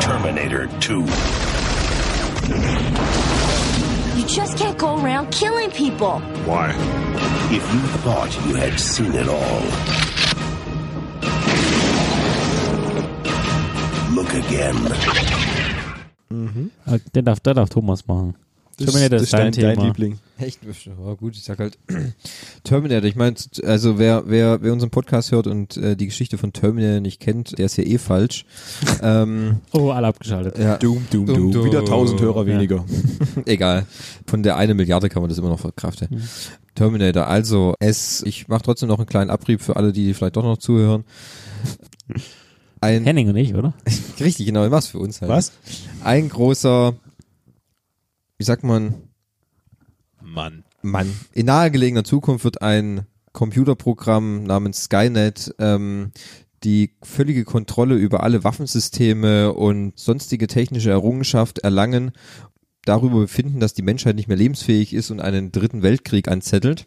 Terminator 2.
You just can't go around killing people.
Why?
If you thought you had seen it all, look again.
Äh, Der darf, der darf Thomas machen. Terminator ist dein Thema.
Liebling.
Echt, ja, gut, ich sag halt Terminator. Ich meine, also wer, wer, wer unseren Podcast hört und äh, die Geschichte von Terminator nicht kennt, der ist ja eh falsch. ähm,
Oh, alle abgeschaltet.
ja.
Doom, doom,
Doom,
doom.
doom.
Wieder 1000 Hörer weniger.
Egal. Von der eine Milliarde kann man das immer noch verkraften.
Mhm.
Terminator. Also, es, ich mache trotzdem noch einen kleinen Abrieb für alle, die vielleicht doch noch zuhören. Ein,
Henning und ich, oder?
richtig, genau, was für uns halt.
Was?
Ein großer, wie sagt man,
Mann.
Mann. In nahegelegener Zukunft wird ein Computerprogramm namens Skynet ähm, die völlige Kontrolle über alle Waffensysteme und sonstige technische Errungenschaft erlangen, darüber befinden, dass die Menschheit nicht mehr lebensfähig ist und einen dritten Weltkrieg anzettelt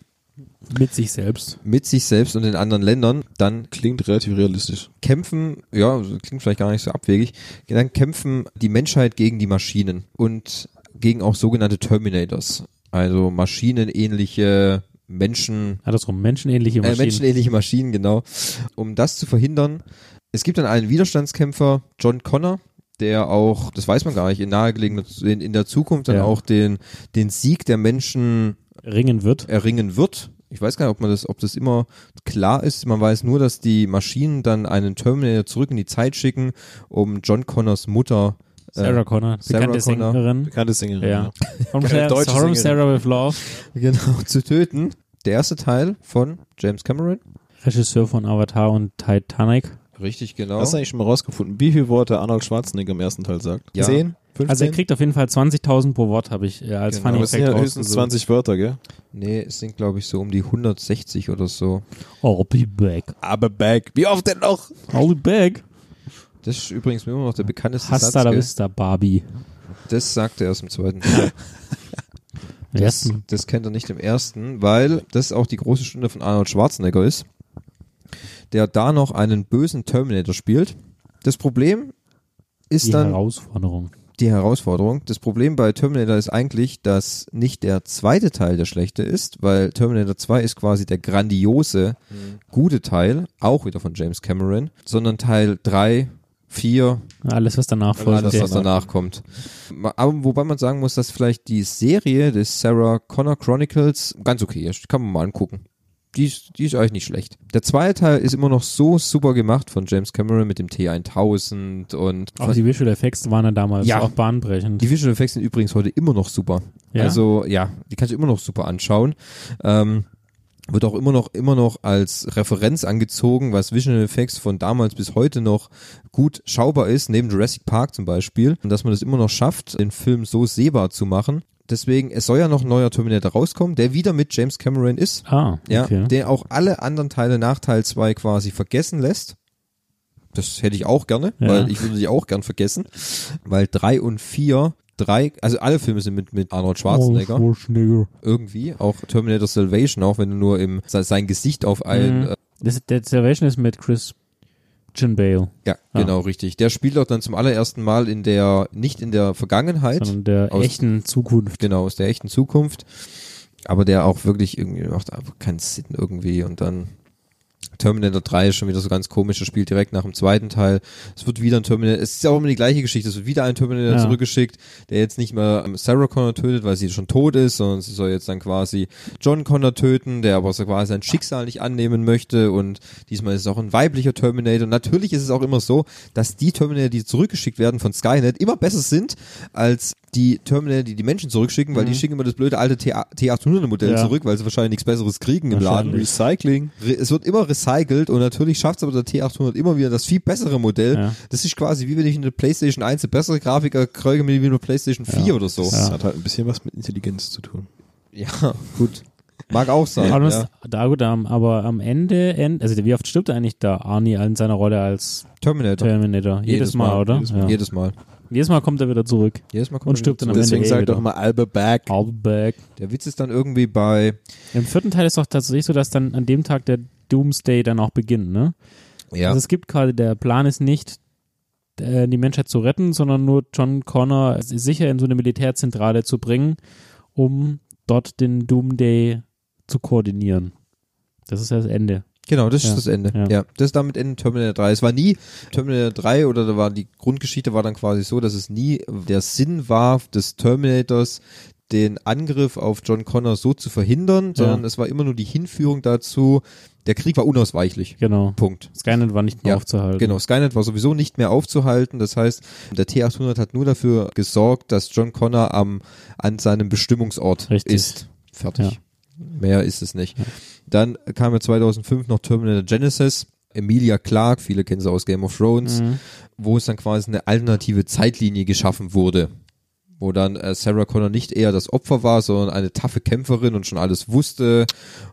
Mit sich selbst.
mit sich selbst und den anderen Ländern, dann
Klingt relativ realistisch.
kämpfen, ja, klingt vielleicht gar nicht so abwegig, dann kämpfen die Menschheit gegen die Maschinen und gegen auch sogenannte Terminators, also maschinenähnliche Menschen,
Andersrum, menschenähnliche
äh,
Maschinen.
menschenähnliche Maschinen, genau. Um das zu verhindern, es gibt dann einen Widerstandskämpfer, John Connor, der auch, das weiß man gar nicht, in nahegelegener, in, in der Zukunft dann
Ja.
auch den, den Sieg der Menschen
Ringen wird.
erringen wird. Ich weiß gar nicht, ob man das, ob das immer klar ist. Man weiß nur, dass die Maschinen dann einen Terminator zurück in die Zeit schicken, um John Connors Mutter äh,
Sarah Connor,
Sarah
bekannte
Connor.
Sängerin.
Bekannte Sängerin.
Ja.
Ja.
From
Keine
Sarah,
deutsche Sängerin.
From Sarah with Love,
genau zu töten. Der erste Teil von James Cameron.
Regisseur von Avatar und Titanic. Also
Richtig, genau.
Hast du eigentlich schon mal rausgefunden, wie viele Worte Arnold Schwarzenegger im ersten Teil sagt?
Ja.
Zehn? 15?
Also er kriegt auf jeden Fall 20.000 pro Wort, habe ich äh, als
Genau,
Funny
Aber es sind
Fact
ja höchstens
rausgesucht.
20 Wörter, gell?
Nee, es sind glaube ich so um die 160 oder so.
Oh, I'll be back.
Aber back. Wie oft denn noch?
I'll be back.
Das ist übrigens immer noch der bekannteste
Hasta
Satz.
la
gell?
vista, Barbie.
Das sagt er erst im zweiten Teil. Das, das kennt er nicht im ersten, weil das auch die große Stunde von Arnold Schwarzenegger ist, der da noch einen bösen Terminator spielt. Das Problem ist
Die
dann
Herausforderung.
die Herausforderung. Das Problem bei Terminator ist eigentlich, dass nicht der zweite Teil der schlechte ist, weil Terminator 2 ist quasi der grandiose, gute Teil, auch wieder von James Cameron, sondern Teil 3, 4,
Alles, was danach folgt.
alles, was danach kommt. Ma- Aber wobei man sagen muss, dass vielleicht die Serie des Sarah Connor Chronicles ganz okay ist. Kann man mal angucken. Die ist, die ist eigentlich nicht schlecht. Der zweite Teil ist immer noch so super gemacht von James Cameron mit dem T1000 und
Auch die Visual Effects waren ja damals
Ja.
auch bahnbrechend.
die Visual Effects sind übrigens heute immer noch super.
Ja?
Also ja, die kannst du immer noch super anschauen. Ähm, wird auch immer noch immer noch als Referenz angezogen, was Visual Effects von damals bis heute noch gut schaubar ist, neben Jurassic Park zum Beispiel, und dass man das immer noch schafft, den Film so sehbar zu machen. Deswegen, es soll ja noch ein neuer Terminator rauskommen, der wieder mit James Cameron ist,
ah,
ja,
okay.
der auch alle anderen Teile nach Teil 2 quasi vergessen lässt. Das hätte ich auch gerne,
Ja.
weil ich würde die auch gern vergessen. Weil drei und vier, drei, also alle Filme sind mit, mit Arnold Schwarzenegger.
Oh, Schwarzenegger.
Irgendwie. Auch Terminator Salvation, auch wenn du nur im se- sein Gesicht auf ein.
Mhm.
Äh,
Das, der Salvation ist mit Chris Christian Bale,
ja,
Ah.
genau, richtig. Der spielt auch dann zum allerersten Mal in der, nicht in der Vergangenheit,
sondern der
Aus-
echten Zukunft.
genau, aus der echten Zukunft. Aber der auch wirklich irgendwie macht einfach keinen Sinn irgendwie und dann Terminator 3 ist schon wieder so ganz komisch, das spielt direkt nach dem zweiten Teil. Es wird wieder ein Terminator, es ist ja auch immer die gleiche Geschichte, es wird wieder ein Terminator
Ja.
zurückgeschickt, der jetzt nicht mehr ähm, Sarah Connor tötet, weil sie schon tot ist, sondern sie soll jetzt dann quasi John Connor töten, der aber so quasi sein Schicksal nicht annehmen möchte und diesmal ist es auch ein weiblicher Terminator. Und natürlich ist es auch immer so, dass die Terminator, die zurückgeschickt werden von Skynet, immer besser sind als die Terminator, die die Menschen zurückschicken, weil die schicken immer das blöde alte T800-Modell
Ja.
zurück, weil sie wahrscheinlich nichts Besseres kriegen im Laden.
Wahrscheinlich.
Recycling.
Re- es wird immer recycelt und natürlich schafft es aber der T800 immer wieder das viel bessere Modell.
Ja.
Das ist quasi wie wenn ich eine PlayStation 1 eine bessere Grafik kriege mit wie eine PlayStation 4 oder so.
Das hat halt ein bisschen was mit Intelligenz zu tun.
Ja, gut. Mag auch sein.
Aber,
ja.
da, gut, am- aber am Ende, end- also wie oft stirbt eigentlich da Arnie in seiner Rolle als
Terminator.
Terminator? Jedes, Mal, oder?
Jedes Mal.
Ja.
Jedes Mal,
Jedes Mal kommt er wieder zurück.
Jedes Mal kommt
Und
er
stirbt
wieder
dann am
Deswegen
Ende
sag
eh
doch
wieder.
mal Alba Back.
Albeck.
Der Witz ist dann irgendwie bei,
Im vierten Teil ist doch tatsächlich so, dass dann an dem Tag der Doomsday dann auch beginnt, ne?
ja,
Also es gibt quasi, der Plan ist nicht, äh, die Menschheit zu retten, sondern nur John Connor sicher in so eine Militärzentrale zu bringen, um dort den Doomsday zu koordinieren. Das ist das Ende.
genau, das
Ja.
ist das Ende.
Ja.
Ja. das damit endet Terminator 3. Es war nie Terminator 3 oder da war die Grundgeschichte war dann quasi so, dass es nie der Sinn war des Terminators, den Angriff auf John Connor so zu verhindern, sondern es war immer nur die Hinführung dazu, der Krieg war unausweichlich.
Genau.
Punkt.
Skynet war nicht mehr
Ja,
aufzuhalten.
Genau, Skynet war sowieso nicht mehr aufzuhalten. Das heißt, der T800 hat nur dafür gesorgt, dass John Connor am, an seinem Bestimmungsort
Richtig.
ist. Fertig.
Ja.
Mehr ist es nicht. Dann kam ja 2005 noch Terminator Genesis. Emilia Clarke, viele kennen sie aus Game of Thrones,
Mhm.
wo es dann quasi eine alternative Zeitlinie geschaffen wurde. Wo dann äh, Sarah Connor nicht eher das Opfer war, sondern eine taffe Kämpferin und schon alles wusste.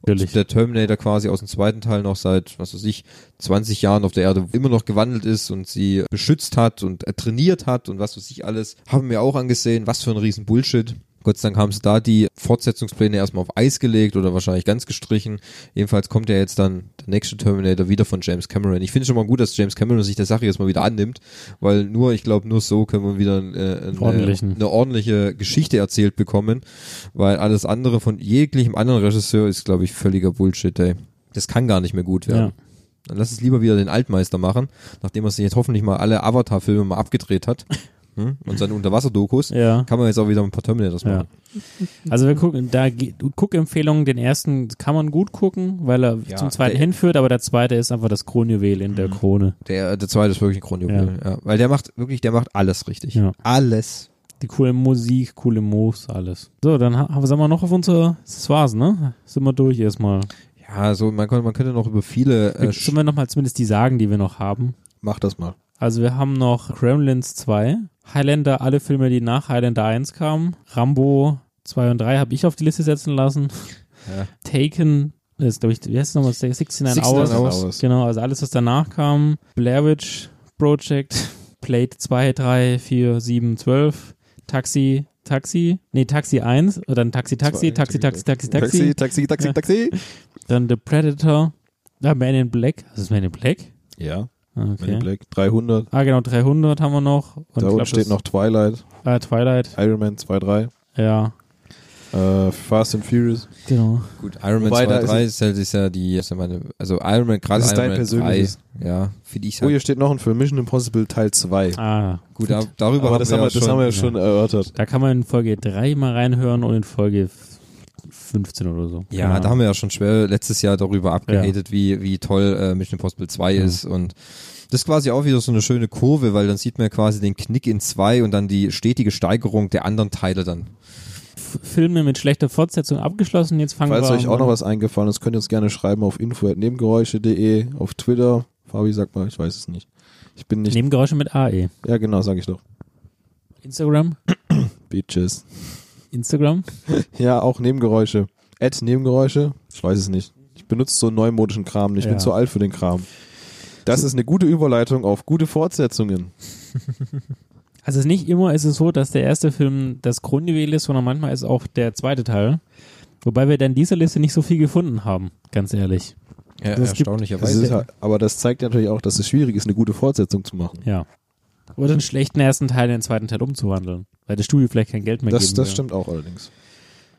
Natürlich.
Und der Terminator quasi aus dem zweiten Teil noch seit, was weiß ich, 20 Jahren auf der Erde immer noch gewandelt ist und sie beschützt hat und äh, trainiert hat und was weiß ich alles. Haben wir auch angesehen, was für ein riesen Bullshit. Gott sei Dank haben sie da die Fortsetzungspläne erstmal auf Eis gelegt oder wahrscheinlich ganz gestrichen. Jedenfalls kommt ja jetzt dann der nächste Terminator wieder von James Cameron. Ich finde es schon mal gut, dass James Cameron sich der Sache jetzt mal wieder annimmt, weil nur, ich glaube, nur so können wir wieder äh, eine,
Ordentlichen.
eine ordentliche Geschichte erzählt bekommen, weil alles andere von jeglichem anderen Regisseur ist, glaube ich, völliger Bullshit, ey. Das kann gar nicht mehr gut werden.
Ja.
Dann lass es lieber wieder den Altmeister machen, nachdem er sich jetzt hoffentlich mal alle Avatar-Filme mal abgedreht hat. Hm? Und seine Unterwasser-Dokus.
Ja.
Kann man jetzt auch wieder ein paar Terminators
Ja.
machen. genau.
Also wir gucken, da ge- Guckempfehlungen, den ersten kann man gut gucken, weil er
Ja,
zum zweiten
der- Mhm.
hinführt, aber der zweite ist einfach das Kronjuwel in der Krone.
Der, der zweite ist wirklich ein Kronjuwel. Ja. Weil der macht wirklich, der macht alles richtig.
Ja.
Alles.
Die coole Musik, coole Moves, alles. So, dann ha- haben wir, sagen wir noch auf unser, das war's, ne? Sind wir durch erstmal.
Ja, so, man könnte, man könnte noch über viele, äh,
Äh, Können wir nochmal zumindest die Sagen, die wir noch haben.
Mach das mal.
Also wir haben noch Gremlins 2, Highlander, alle Filme, die nach Highlander 1 kamen, Rambo 2 und 3 habe ich auf die Liste setzen lassen,
Ja.
Taken, das ist glaube ich, wie heißt es nochmal, 16
16
Hours.
Hours.
Genau, also alles, was danach kam, Blair Witch Project, Plate 2, 3, 4, 7, 12, Taxi, Taxi, nee, Taxi 1, äh, dann Taxi, Taxi, Taxi, Taxi, Taxi, Taxi.
Taxi, Taxi, Taxi,
Ja.
Taxi.
Dann The Predator, ah, Man in Black. Das ist Man in Black?
Ja.
Okay.
Men in Black 300.
Ah, genau, 300 haben wir noch. Und
da
ich
unten
glaub,
steht
das-
noch Twilight,
Ah, Twilight,
Iron Man 2, 3,
ja,
äh, Fast and Furious.
genau.
Gut, Iron Man
Wobei, da
2,
ist
3 ist, halt- ist ja die, ist ja meine, also Iron Man, gerade
Das ist
Iron
dein
Man
persönliches.
3, ja, finde ich
Oh,
halt
hier steht noch ein Film, Mission Impossible Teil 2.
Ah,
gut, da, darüber
Aber das haben wir,
ja
das haben wir ja
schon-
schon erörtert.
da kann man in Folge 3 mal reinhören und in Folge f- 15 oder so. Genau.
Ja,
Keine
da
Ahnung.
haben wir ja schon schwer letztes Jahr darüber abgeredet, wie, wie toll äh, Mission Impossible 2 ist. Und das ist quasi auch wieder so eine schöne Kurve, weil dann sieht man ja quasi den Knick in 2 und dann die stetige Steigerung der anderen Teile dann.
F- Filme mit schlechter Fortsetzung abgeschlossen, jetzt fangen
Falls
wir
euch auch noch was eingefallen ist, könnt ihr uns gerne schreiben auf info.nebengeräusche.de, auf Twitter. Fabi, sag mal, ich weiß es nicht. Ich bin nicht.
Nebengeräusche mit AE.
ja, genau, sag ich doch.
Instagram,
Bitches.
Instagram.
Ja, auch Nebengeräusche. Ad Nebengeräusche? Ich weiß es nicht. Ich benutze so neumodischen Kram nicht. Ich
Ja.
bin zu alt für den Kram. Das ist eine gute Überleitung auf gute Fortsetzungen.
Also es ist nicht immer ist es so, dass der erste Film das Grundjuwel ist, sondern manchmal ist auch der zweite Teil. Wobei wir dann dieser Liste nicht so viel gefunden haben, ganz ehrlich.
Ja,
Das gibt-
Das
erstaunlicherweise.
ist halt, aber das zeigt natürlich auch, dass es schwierig ist, eine gute Fortsetzung zu machen.
Ja. Oder einen schlechten ersten Teil in den zweiten Teil umzuwandeln, weil das Studio vielleicht kein Geld mehr
Das,
geben
das
will.
stimmt auch allerdings.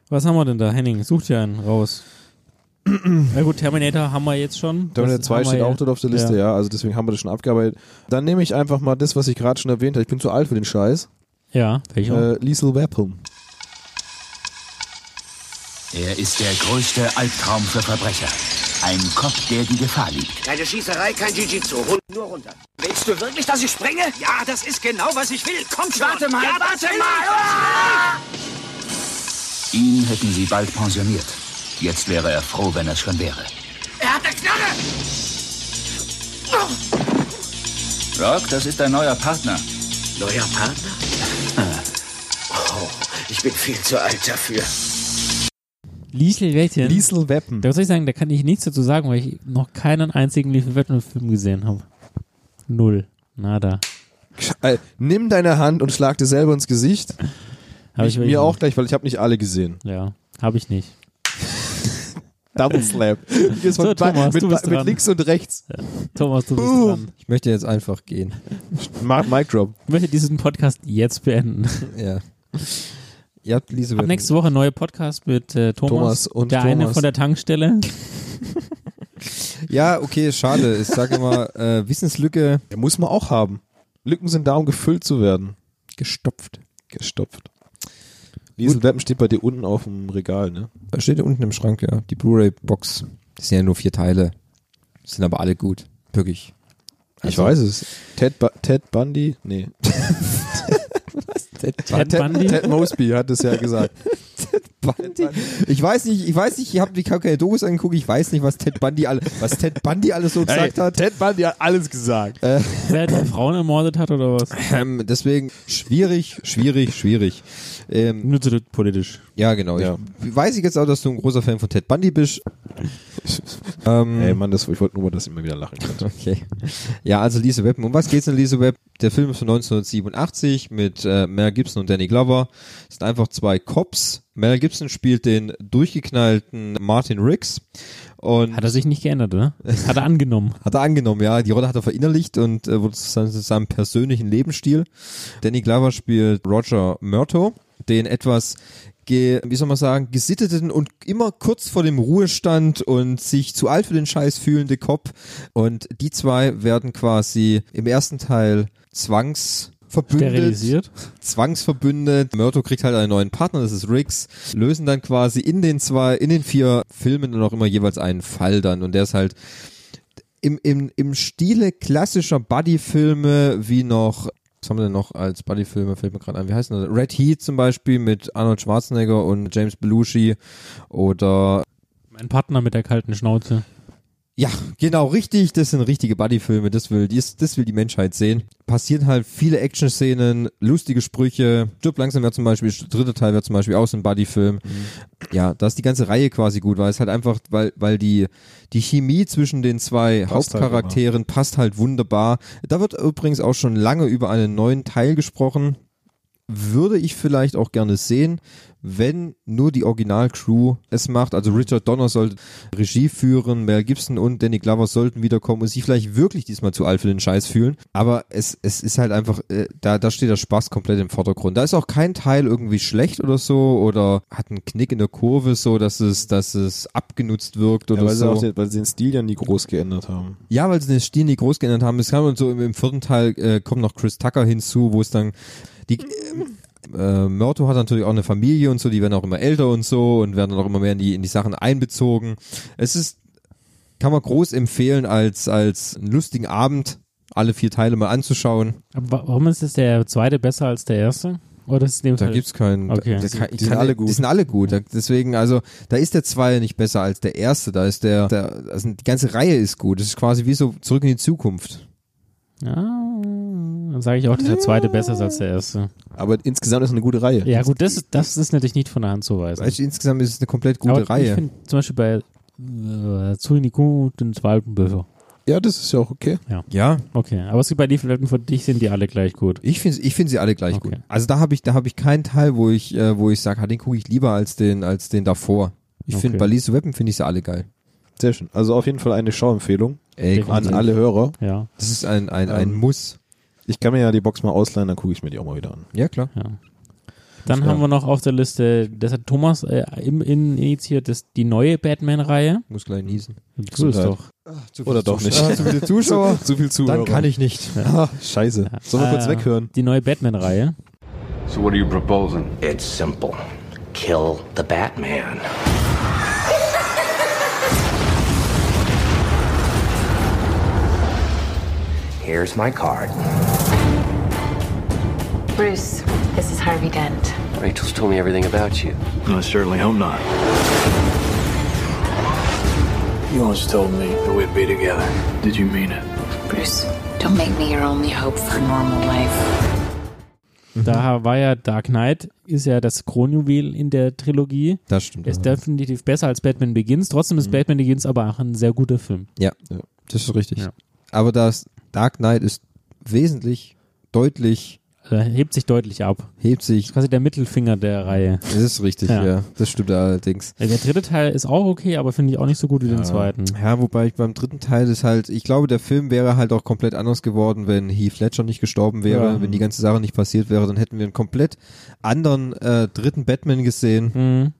Was haben wir denn da? Henning, such dir einen raus. Na gut, Terminator haben wir jetzt schon.
Terminator
Das
2
haben wir
steht
ja.
auch dort auf der Liste,
Ja.
ja. also deswegen haben wir das schon abgearbeitet. Dann nehme ich einfach mal das, was ich gerade schon erwähnt habe. Ich bin zu alt für den Scheiß.
Ja, welcher?
Äh, Liesel Weapon.
Er ist der größte Albtraum für Verbrecher. Ein Kopf, der die Gefahr liebt.
Keine Schießerei, kein Jiu-Jitsu. Hol nur runter.
Willst du wirklich, dass ich springe? Ja, das ist genau, was ich will. Komm schon.
Warte mal,
Ja,
warte
will
mal.
ich. Ah!
Ihn hätten sie bald pensioniert. Jetzt wäre er froh, wenn es schon wäre.
Er hat eine Knarre.
Rock, das ist dein neuer Partner.
Neuer Partner? Ah. Oh, ich bin viel zu alt dafür.
Liesel Wettchen.
Liesel Weapon.
da muss ich sagen, da kann ich nichts dazu sagen, weil ich noch keinen einzigen Liesel Wettchen-Film gesehen habe. Null. Nada.
Äh, nimm deine Hand und schlag dir selber ins Gesicht.
Hab
ich,
wirklich
mir auch
nicht.
gleich, weil ich habe nicht alle gesehen.
Ja, habe ich nicht.
Double Slap. Jetzt
So,
mit, bei-
Thomas,
mit,
du bist
mit
dran.
links und rechts.
Thomas, du bist
Boom.
dran.
Ich möchte jetzt einfach gehen.
Ma- Mic Drop.
Ich möchte diesen Podcast jetzt beenden.
ja. Ihr habt Lise
Ab nächste Woche neue Podcast mit äh, Thomas,
Thomas und
der eine
Thomas.
von der Tankstelle.
Ja, okay, schade. Ich sage immer, äh, Wissenslücke
Ja, muss man auch haben. Lücken sind da, um gefüllt zu werden.
gestopft.
Gestopft. Liesel Weapon steht bei dir unten auf dem Regal, ne?
Da steht ja unten im Schrank, ja. Die Blu-ray-Box. Das sind ja nur vier Teile. Sind aber alle gut. Wirklich. Also,
Ich
Also-
weiß es. Ted, Bu- Ted Bundy? Nee.
Ted Bundy?
Ted Mosby hat es ja gesagt.
Bundy? Ich weiß nicht, ich weiß nicht, ich habe die keine Dokus angeguckt, ich weiß nicht, was Ted Bundy alles, was Ted Bundy alles so gesagt hat.
Ted Bundy hat Äh, alles gesagt.
Wer der Frauen ermordet hat oder was?
Ähm, deswegen schwierig, schwierig, schwierig. Ähm,
Nur zu politisch.
ja, genau.
Ja.
Ich, weiß ich jetzt auch, dass du ein großer Fan von Ted Bundy bist. ähm,
Ey, Mann, das, ich wollte nur, dass ihr mal wieder lachen könnt.
Okay. Ja, also Lisa Webb. Um was geht's in Lisa Webb? Der Film ist von 1987 mit äh, Mel Gibson und Danny Glover. Es sind einfach zwei Cops. Mel Gibson spielt den durchgeknallten Martin Riggs. Und
Hat er sich nicht geändert, oder? Das hat er angenommen.
hat er angenommen, ja. Die Rolle hat er verinnerlicht und äh, wurde zu seinem, zu seinem persönlichen Lebensstil. Danny Glover spielt Roger Murto, den etwas, ge, wie soll man sagen, gesitteten und immer kurz vor dem Ruhestand und sich zu alt für den Scheiß fühlende Cop. Und die zwei werden quasi im ersten Teil zwangsverbündet
Sterilisiert.
zwangsverbündet. Murto kriegt halt einen neuen Partner, das ist Riggs. Lösen dann quasi in den zwei, in den vier Filmen dann auch immer jeweils einen Fall dann. Und der ist halt im, im, im Stile klassischer Buddy-Filme wie noch was haben wir denn noch als Buddy-Filme? Fällt mir gerade ein. Wie heißt denn das? Red Heat zum Beispiel mit Arnold Schwarzenegger und James Belushi oder
Mein Partner mit der kalten Schnauze.
ja, genau, richtig. Das sind richtige Buddy-Filme. Das will, dies, das will die Menschheit sehen. Passieren halt viele Action-Szenen, lustige Sprüche. Stirb langsam wäre zum Beispiel, dritter Teil wäre zum Beispiel auch so ein Buddy-Film.
Mhm.
Ja, da ist die ganze Reihe quasi gut, weil es halt einfach, weil, weil die, die Chemie zwischen den zwei
Passt halt
Hauptcharakteren passt halt wunderbar. Da wird übrigens auch schon lange über einen neuen Teil gesprochen. würde ich vielleicht auch gerne sehen, wenn nur die Original-Crew es macht. Also Richard Donner sollte Regie führen, Mel Gibson und Danny Glover sollten wiederkommen und sich vielleicht wirklich diesmal zu alt für den Scheiß fühlen. Aber es, es ist halt einfach, äh, da, da steht der Spaß komplett im Vordergrund. Da ist auch kein Teil irgendwie schlecht oder so oder hat einen Knick in der Kurve so, dass es, dass es abgenutzt wirkt oder
Ja, weil,
so.
sie auch den, weil sie den Stil ja nie groß geändert haben.
Ja, weil sie den Stil nicht groß geändert haben. Es kam und so im, im vierten Teil äh, kommt noch Chris Tucker hinzu, wo es dann die äh, Murto hat natürlich auch eine Familie und so, die werden auch immer älter und so und werden dann auch immer mehr in die in die Sachen einbezogen. Es ist kann man groß empfehlen als als einen lustigen Abend alle vier Teile mal anzuschauen.
Aber wa- warum ist jetzt der zweite besser als der erste? Oder ist es in dem
Da
Fall-
gibt's keinen.
Okay.
Da, da kann, ich kann, Die sind alle gut. Da, deswegen, also, da ist der Zweier nicht besser als der erste. Da ist der, der, also die ganze Reihe ist gut. Das ist quasi wie so zurück in die Zukunft.
Ja, Ah, dann sage ich auch, dass der zweite besser ist als der erste.
Aber insgesamt ist eine gute Reihe.
Ja, gut, das, ist- das ist natürlich nicht von der Hand zu weisen.
Weißt du, Also insgesamt ist es eine komplett gute
Hm. Aber ich
Reihe.
find zum Beispiel bei äh, Zurück in die Kuh den zweiten besser.
Ja, das ist ja auch okay.
Ja.
Ja.
Okay, aber es gibt bei Lieferleuten von dich sind die alle gleich gut.
Ich finde ich find sie alle gleich gut. Also da habe ich, da habe ich keinen Teil, wo ich, äh, wo ich sage, den gucke ich lieber als den, als den davor. Ich finde,
Okay.
bei Lisa Weapon finde ich sie alle geil.
Sehr schön. Also auf jeden Fall eine Schauempfehlung
Ey,
an
definitiv.
alle Hörer.
Ja.
Das ist ein, ein, ein
Ähm,
Muss.
Ich kann mir ja die Box mal ausleihen, dann gucke ich mir die auch mal wieder an.
Ja, klar.
Dann
Ja.
haben wir noch auf der Liste, das hat Thomas äh, im, in, initiiert, das, die neue Batman-Reihe.
Muss gleich niesen.
So ist doch.
Oder doch nicht.
Ah, zu viele Zuschauer.
zu viel Zuhörer.
Dann kann ich nicht.
Ah, scheiße. Sollen wir kurz
Ah,
Äh,
weghören?
Die neue Batman-Reihe.
So, what are you proposing? It's simple kill the Batman. Here's my card.
Bruce, this is Harvey Dent.
Rachel's told me everything about you. I certainly hope not. You once told me that we'd be together. Did you mean it?
Bruce, don't make me your only hope for normal life.
Mhm.
Da war ja Dark Knight, ist ja das Kronjuwel in der Trilogie.
Das stimmt.
Ist definitiv besser als Batman Begins. Trotzdem
Mhm.
ist Batman Begins aber auch ein sehr guter Film.
Ja, das ist richtig. Aber das Dark Knight ist wesentlich, deutlich,
Also hebt sich deutlich ab.
hebt sich.
Quasi der Mittelfinger der Reihe.
Das ist richtig,
Ja.
ja. Das stimmt allerdings.
Der dritte Teil ist auch okay, aber finde ich auch nicht so gut wie den zweiten.
Ja, wobei ich beim dritten Teil ist halt, ich glaube, der Film wäre halt auch komplett anders geworden, wenn Heath Ledger nicht gestorben wäre,
Ja.
wenn die ganze Sache nicht passiert wäre, dann hätten wir einen komplett anderen äh, dritten Batman gesehen.
Mhm.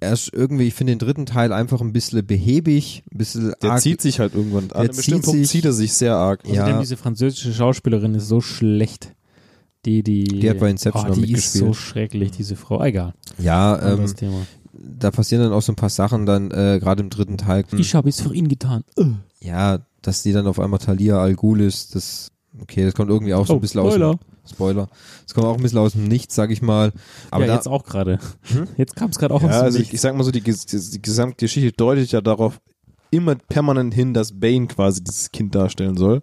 Er ist irgendwie, ich finde den dritten Teil einfach ein bisschen behäbig, ein bisschen
Der
arg-
zieht sich halt irgendwann. An
Der
einem bestimmten
zieht
Punkt
sich,
zieht er sich sehr arg.
Ja.
Außerdem diese französische Schauspielerin ist so schlecht. Die, die,
Die hat bei Inception
oh,
noch
die
mitgespielt.
ist so schrecklich, diese Frau. Egal.
Ja, ähm,
Anderes Thema.
da passieren dann auch so ein paar Sachen dann, äh, gerade im dritten Teil.
Mhm. Ich habe es für ihn getan. Ugh.
Ja, dass die dann auf einmal Talia Al Ghul ist, das okay, das kommt irgendwie auch so
Oh,
ein bisschen aus
Spoiler.
dem Spoiler. Das kommt auch ein bisschen aus dem Nichts, sag ich mal. Aber
ja,
da, Hm?
jetzt auch gerade. Jetzt kam es gerade auch
Ja,
aus dem
also ich,
Nichts.
ich sag mal so, die, Ges- die, die gesamte Geschichte deutet ja darauf immer permanent hin, dass Bane quasi dieses Kind darstellen soll,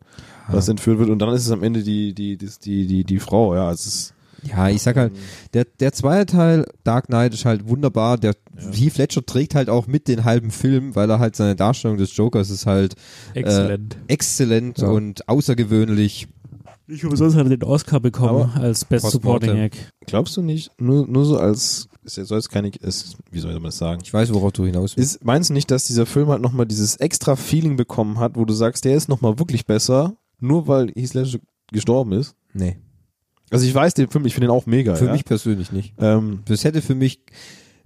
das
Ah.
entführt wird. Und dann ist es am Ende die, die, die, die, die, die Frau. Ja, es ist
ja, ich sag halt, der, der zweite Teil, Dark Knight, ist halt wunderbar. Der Heath Ledger trägt halt auch mit den halben Film, weil er halt seine Darstellung des Jokers ist halt
Exzellent.
äh, exzellent
Ja.
und außergewöhnlich.
Äh, Ich habe sonst den Oscar bekommen als Best
Postmortem.
Supporting Act.
Glaubst du nicht, nur, nur so als, ist ja, soll es keine, ist, wie soll man das sagen?
Ich weiß, worauf du hinaus willst.
Ist, meinst du nicht, dass dieser Film halt nochmal dieses extra Feeling bekommen hat, wo du sagst, der ist nochmal wirklich besser, nur weil Heath Ledger gestorben ist?
Nee.
Also ich weiß den Film, ich finde ihn auch mega.
Für
ja?
mich persönlich nicht.
Ähm,
Das hätte für mich,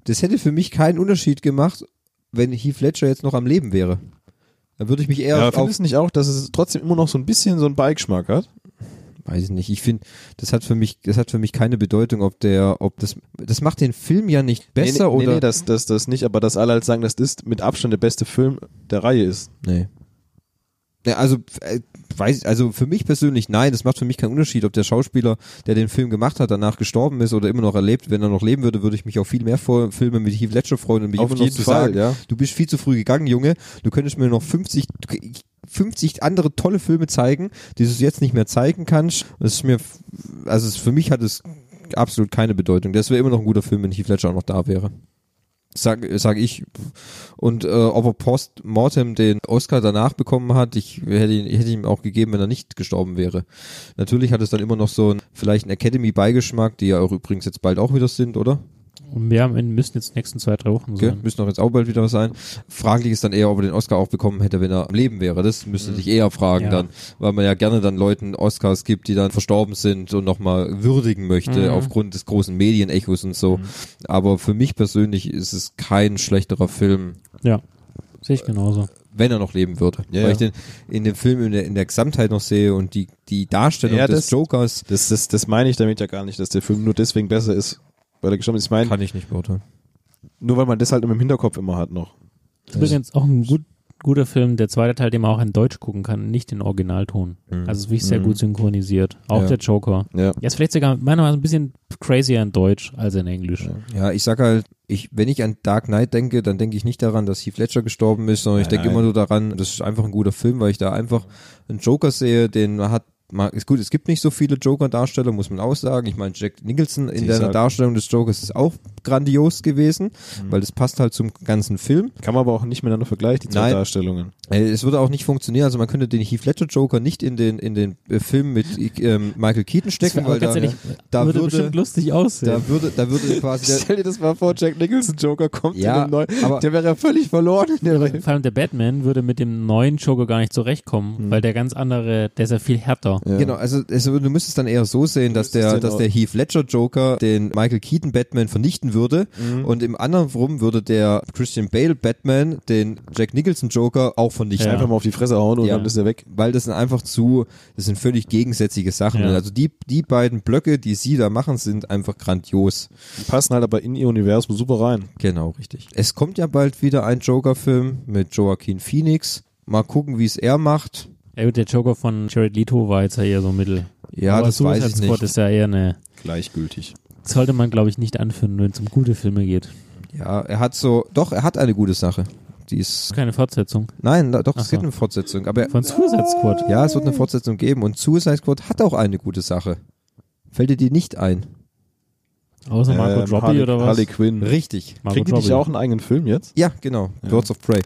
das hätte für mich keinen Unterschied gemacht, wenn Heath Ledger jetzt noch am Leben wäre. Dann würde ich mich eher
ja,
auf,
findest du nicht auch, dass es trotzdem immer noch so ein bisschen so einen Beigeschmack hat?
weiß ich nicht. Ich finde, das hat für mich, das hat für mich keine Bedeutung, ob der, ob das, das macht den Film ja nicht besser
nee, nee,
oder.
Nee, nee, das, das, das nicht, aber dass alle halt sagen, das ist mit Abstand der beste Film der Reihe ist.
Nee. Ja, also, äh, weiß, also für mich persönlich nein, das macht für mich keinen Unterschied, ob der Schauspieler, der den Film gemacht hat, danach gestorben ist oder immer noch erlebt. Wenn er noch leben würde, würde ich mich auf viel mehr vor Filme mit Heath Ledger freuen und mich
Auf
immer noch
jeden
zu
Fall,
sagen,
ja.
du bist viel zu früh gegangen, Junge, du könntest mir noch 50, du- ich- 50 andere tolle Filme zeigen, die du jetzt nicht mehr zeigen kannst. Das ist mir, f- also es- für mich hat es absolut keine Bedeutung. Das wäre immer noch ein guter Film, wenn Heath Ledger auch noch da wäre. sag, sag ich. Und äh, ob er post-mortem den Oscar danach bekommen hat, ich hätte, ihn, ich hätte ihm auch gegeben, wenn er nicht gestorben wäre. Natürlich hat es dann immer noch so einen, vielleicht einen Academy-Beigeschmack, die ja auch übrigens jetzt bald auch wieder sind, oder?
Und wir haben- müssen jetzt nächsten zwei, drei Wochen
Okay,
sein.
müssen doch jetzt auch bald wieder was sein. Fraglich ist dann eher, ob er den Oscar auch bekommen hätte, wenn er am Leben wäre. Das müsste sich eher fragen
Mhm. Ja.
dann, weil man ja gerne dann Leuten Oscars gibt, die dann verstorben sind und nochmal würdigen möchte
Mhm.
aufgrund des großen Medienechos und so. Aber für mich persönlich ist es kein schlechterer Film,
Ja, sehe ich genauso.
wenn er noch leben würde.
Ja,
weil
ja.
ich den in dem Film in der, in der Gesamtheit noch sehe und die, die Darstellung
Ja,
des
das-
Jokers
Das, das, das meine ich damit ja gar nicht, dass der Film nur deswegen besser ist, weil er gestorben ist. Ich meine,
kann ich nicht beurteilen.
nur weil man das halt im Hinterkopf immer hat noch.
Äh.
Das ist übrigens auch ein gut, guter Film, der zweite Teil, den man auch in Deutsch gucken kann, nicht in Originalton. Also es ist wirklich sehr
Mhm.
gut synchronisiert. Auch
Ja.
der Joker.
Ja.
Er ist vielleicht sogar meiner Meinung nach ein bisschen crazier in Deutsch als in Englisch.
Ja, ich sag halt, ich, wenn ich an Dark Knight denke, dann denke ich nicht daran, dass Heath Ledger gestorben ist, sondern ich
Nein,
denke
nein.
immer nur daran, das ist einfach ein guter Film, weil ich da einfach einen Joker sehe, den man hat, man, ist gut, es gibt nicht so viele Joker-Darsteller, muss man auch sagen. Ich meine, Jack Nicholson in
Die
seiner
sagen-
Darstellung des Jokers ist auch grandios gewesen,
Mhm.
weil das passt halt zum ganzen Film.
Kann man aber auch nicht miteinander vergleichen, die zwei
Nein.
Darstellungen.
Äh, Es würde auch nicht funktionieren, also man könnte den Heath Ledger Joker nicht in den, in den äh, Film mit ähm, Michael Keaton
wär
stecken,
aber
weil da,
ganz ehrlich,
da
würde
würde,
bestimmt lustig aussehen.
da würde, da würde quasi der,
dir das mal vor, Jack Nicholson Joker kommt
Ja, aber-
der wäre ja völlig verloren in der Reihe.
Vor allem der Batman würde mit dem neuen Joker gar nicht
Mhm.
zurechtkommen, weil der ganz andere, der ist ja viel härter.
Genau, also, also du müsstest dann eher so sehen, dass
müsstest
der,
den
genau.
dass
auch-
der Heath Ledger Joker den Michael Keaton Batman vernichten würde
Mhm.
und im anderen rum würde der Christian Bale Batman den Jack Nicholson Joker auch vernichten.
Einfach mal auf die Fresse hauen und
Ja.
dann ist er weg.
Weil das sind einfach zu, das sind völlig gegensätzliche Sachen.
Ja.
Also die, die beiden Blöcke, die sie da machen, sind einfach grandios.
Die passen halt aber in ihr Universum super rein.
Genau, richtig. Es kommt ja bald wieder ein Joker-Film mit Joaquin Phoenix. Mal gucken, wie es er macht.
Ja, gut, der Joker von Jared Leto war jetzt ja eher so mittel.
Ja,
Aber
das
Suicide
weiß ich
Squad
nicht.
ist ja eher eine,
Gleichgültig.
sollte man glaube ich nicht anführen, wenn es um gute Filme geht.
Ja, er hat so, doch, er hat eine gute Sache. Die ist
Keine Fortsetzung.
Nein, da- doch, es
Ach
gibt
so.
eine Fortsetzung. Aber
Von Suicide Squad.
ja, es wird eine Fortsetzung geben. Und Suicide Squad hat auch eine gute Sache. Fällt dir die nicht ein?
Außer Marco
Ähm,
Droppi
Harley,
oder was?
Harley Quinn.
Richtig.
Margot
Kriegt die nicht
Robbie.
auch einen eigenen Film jetzt?
Ja, genau. Birds of Prey.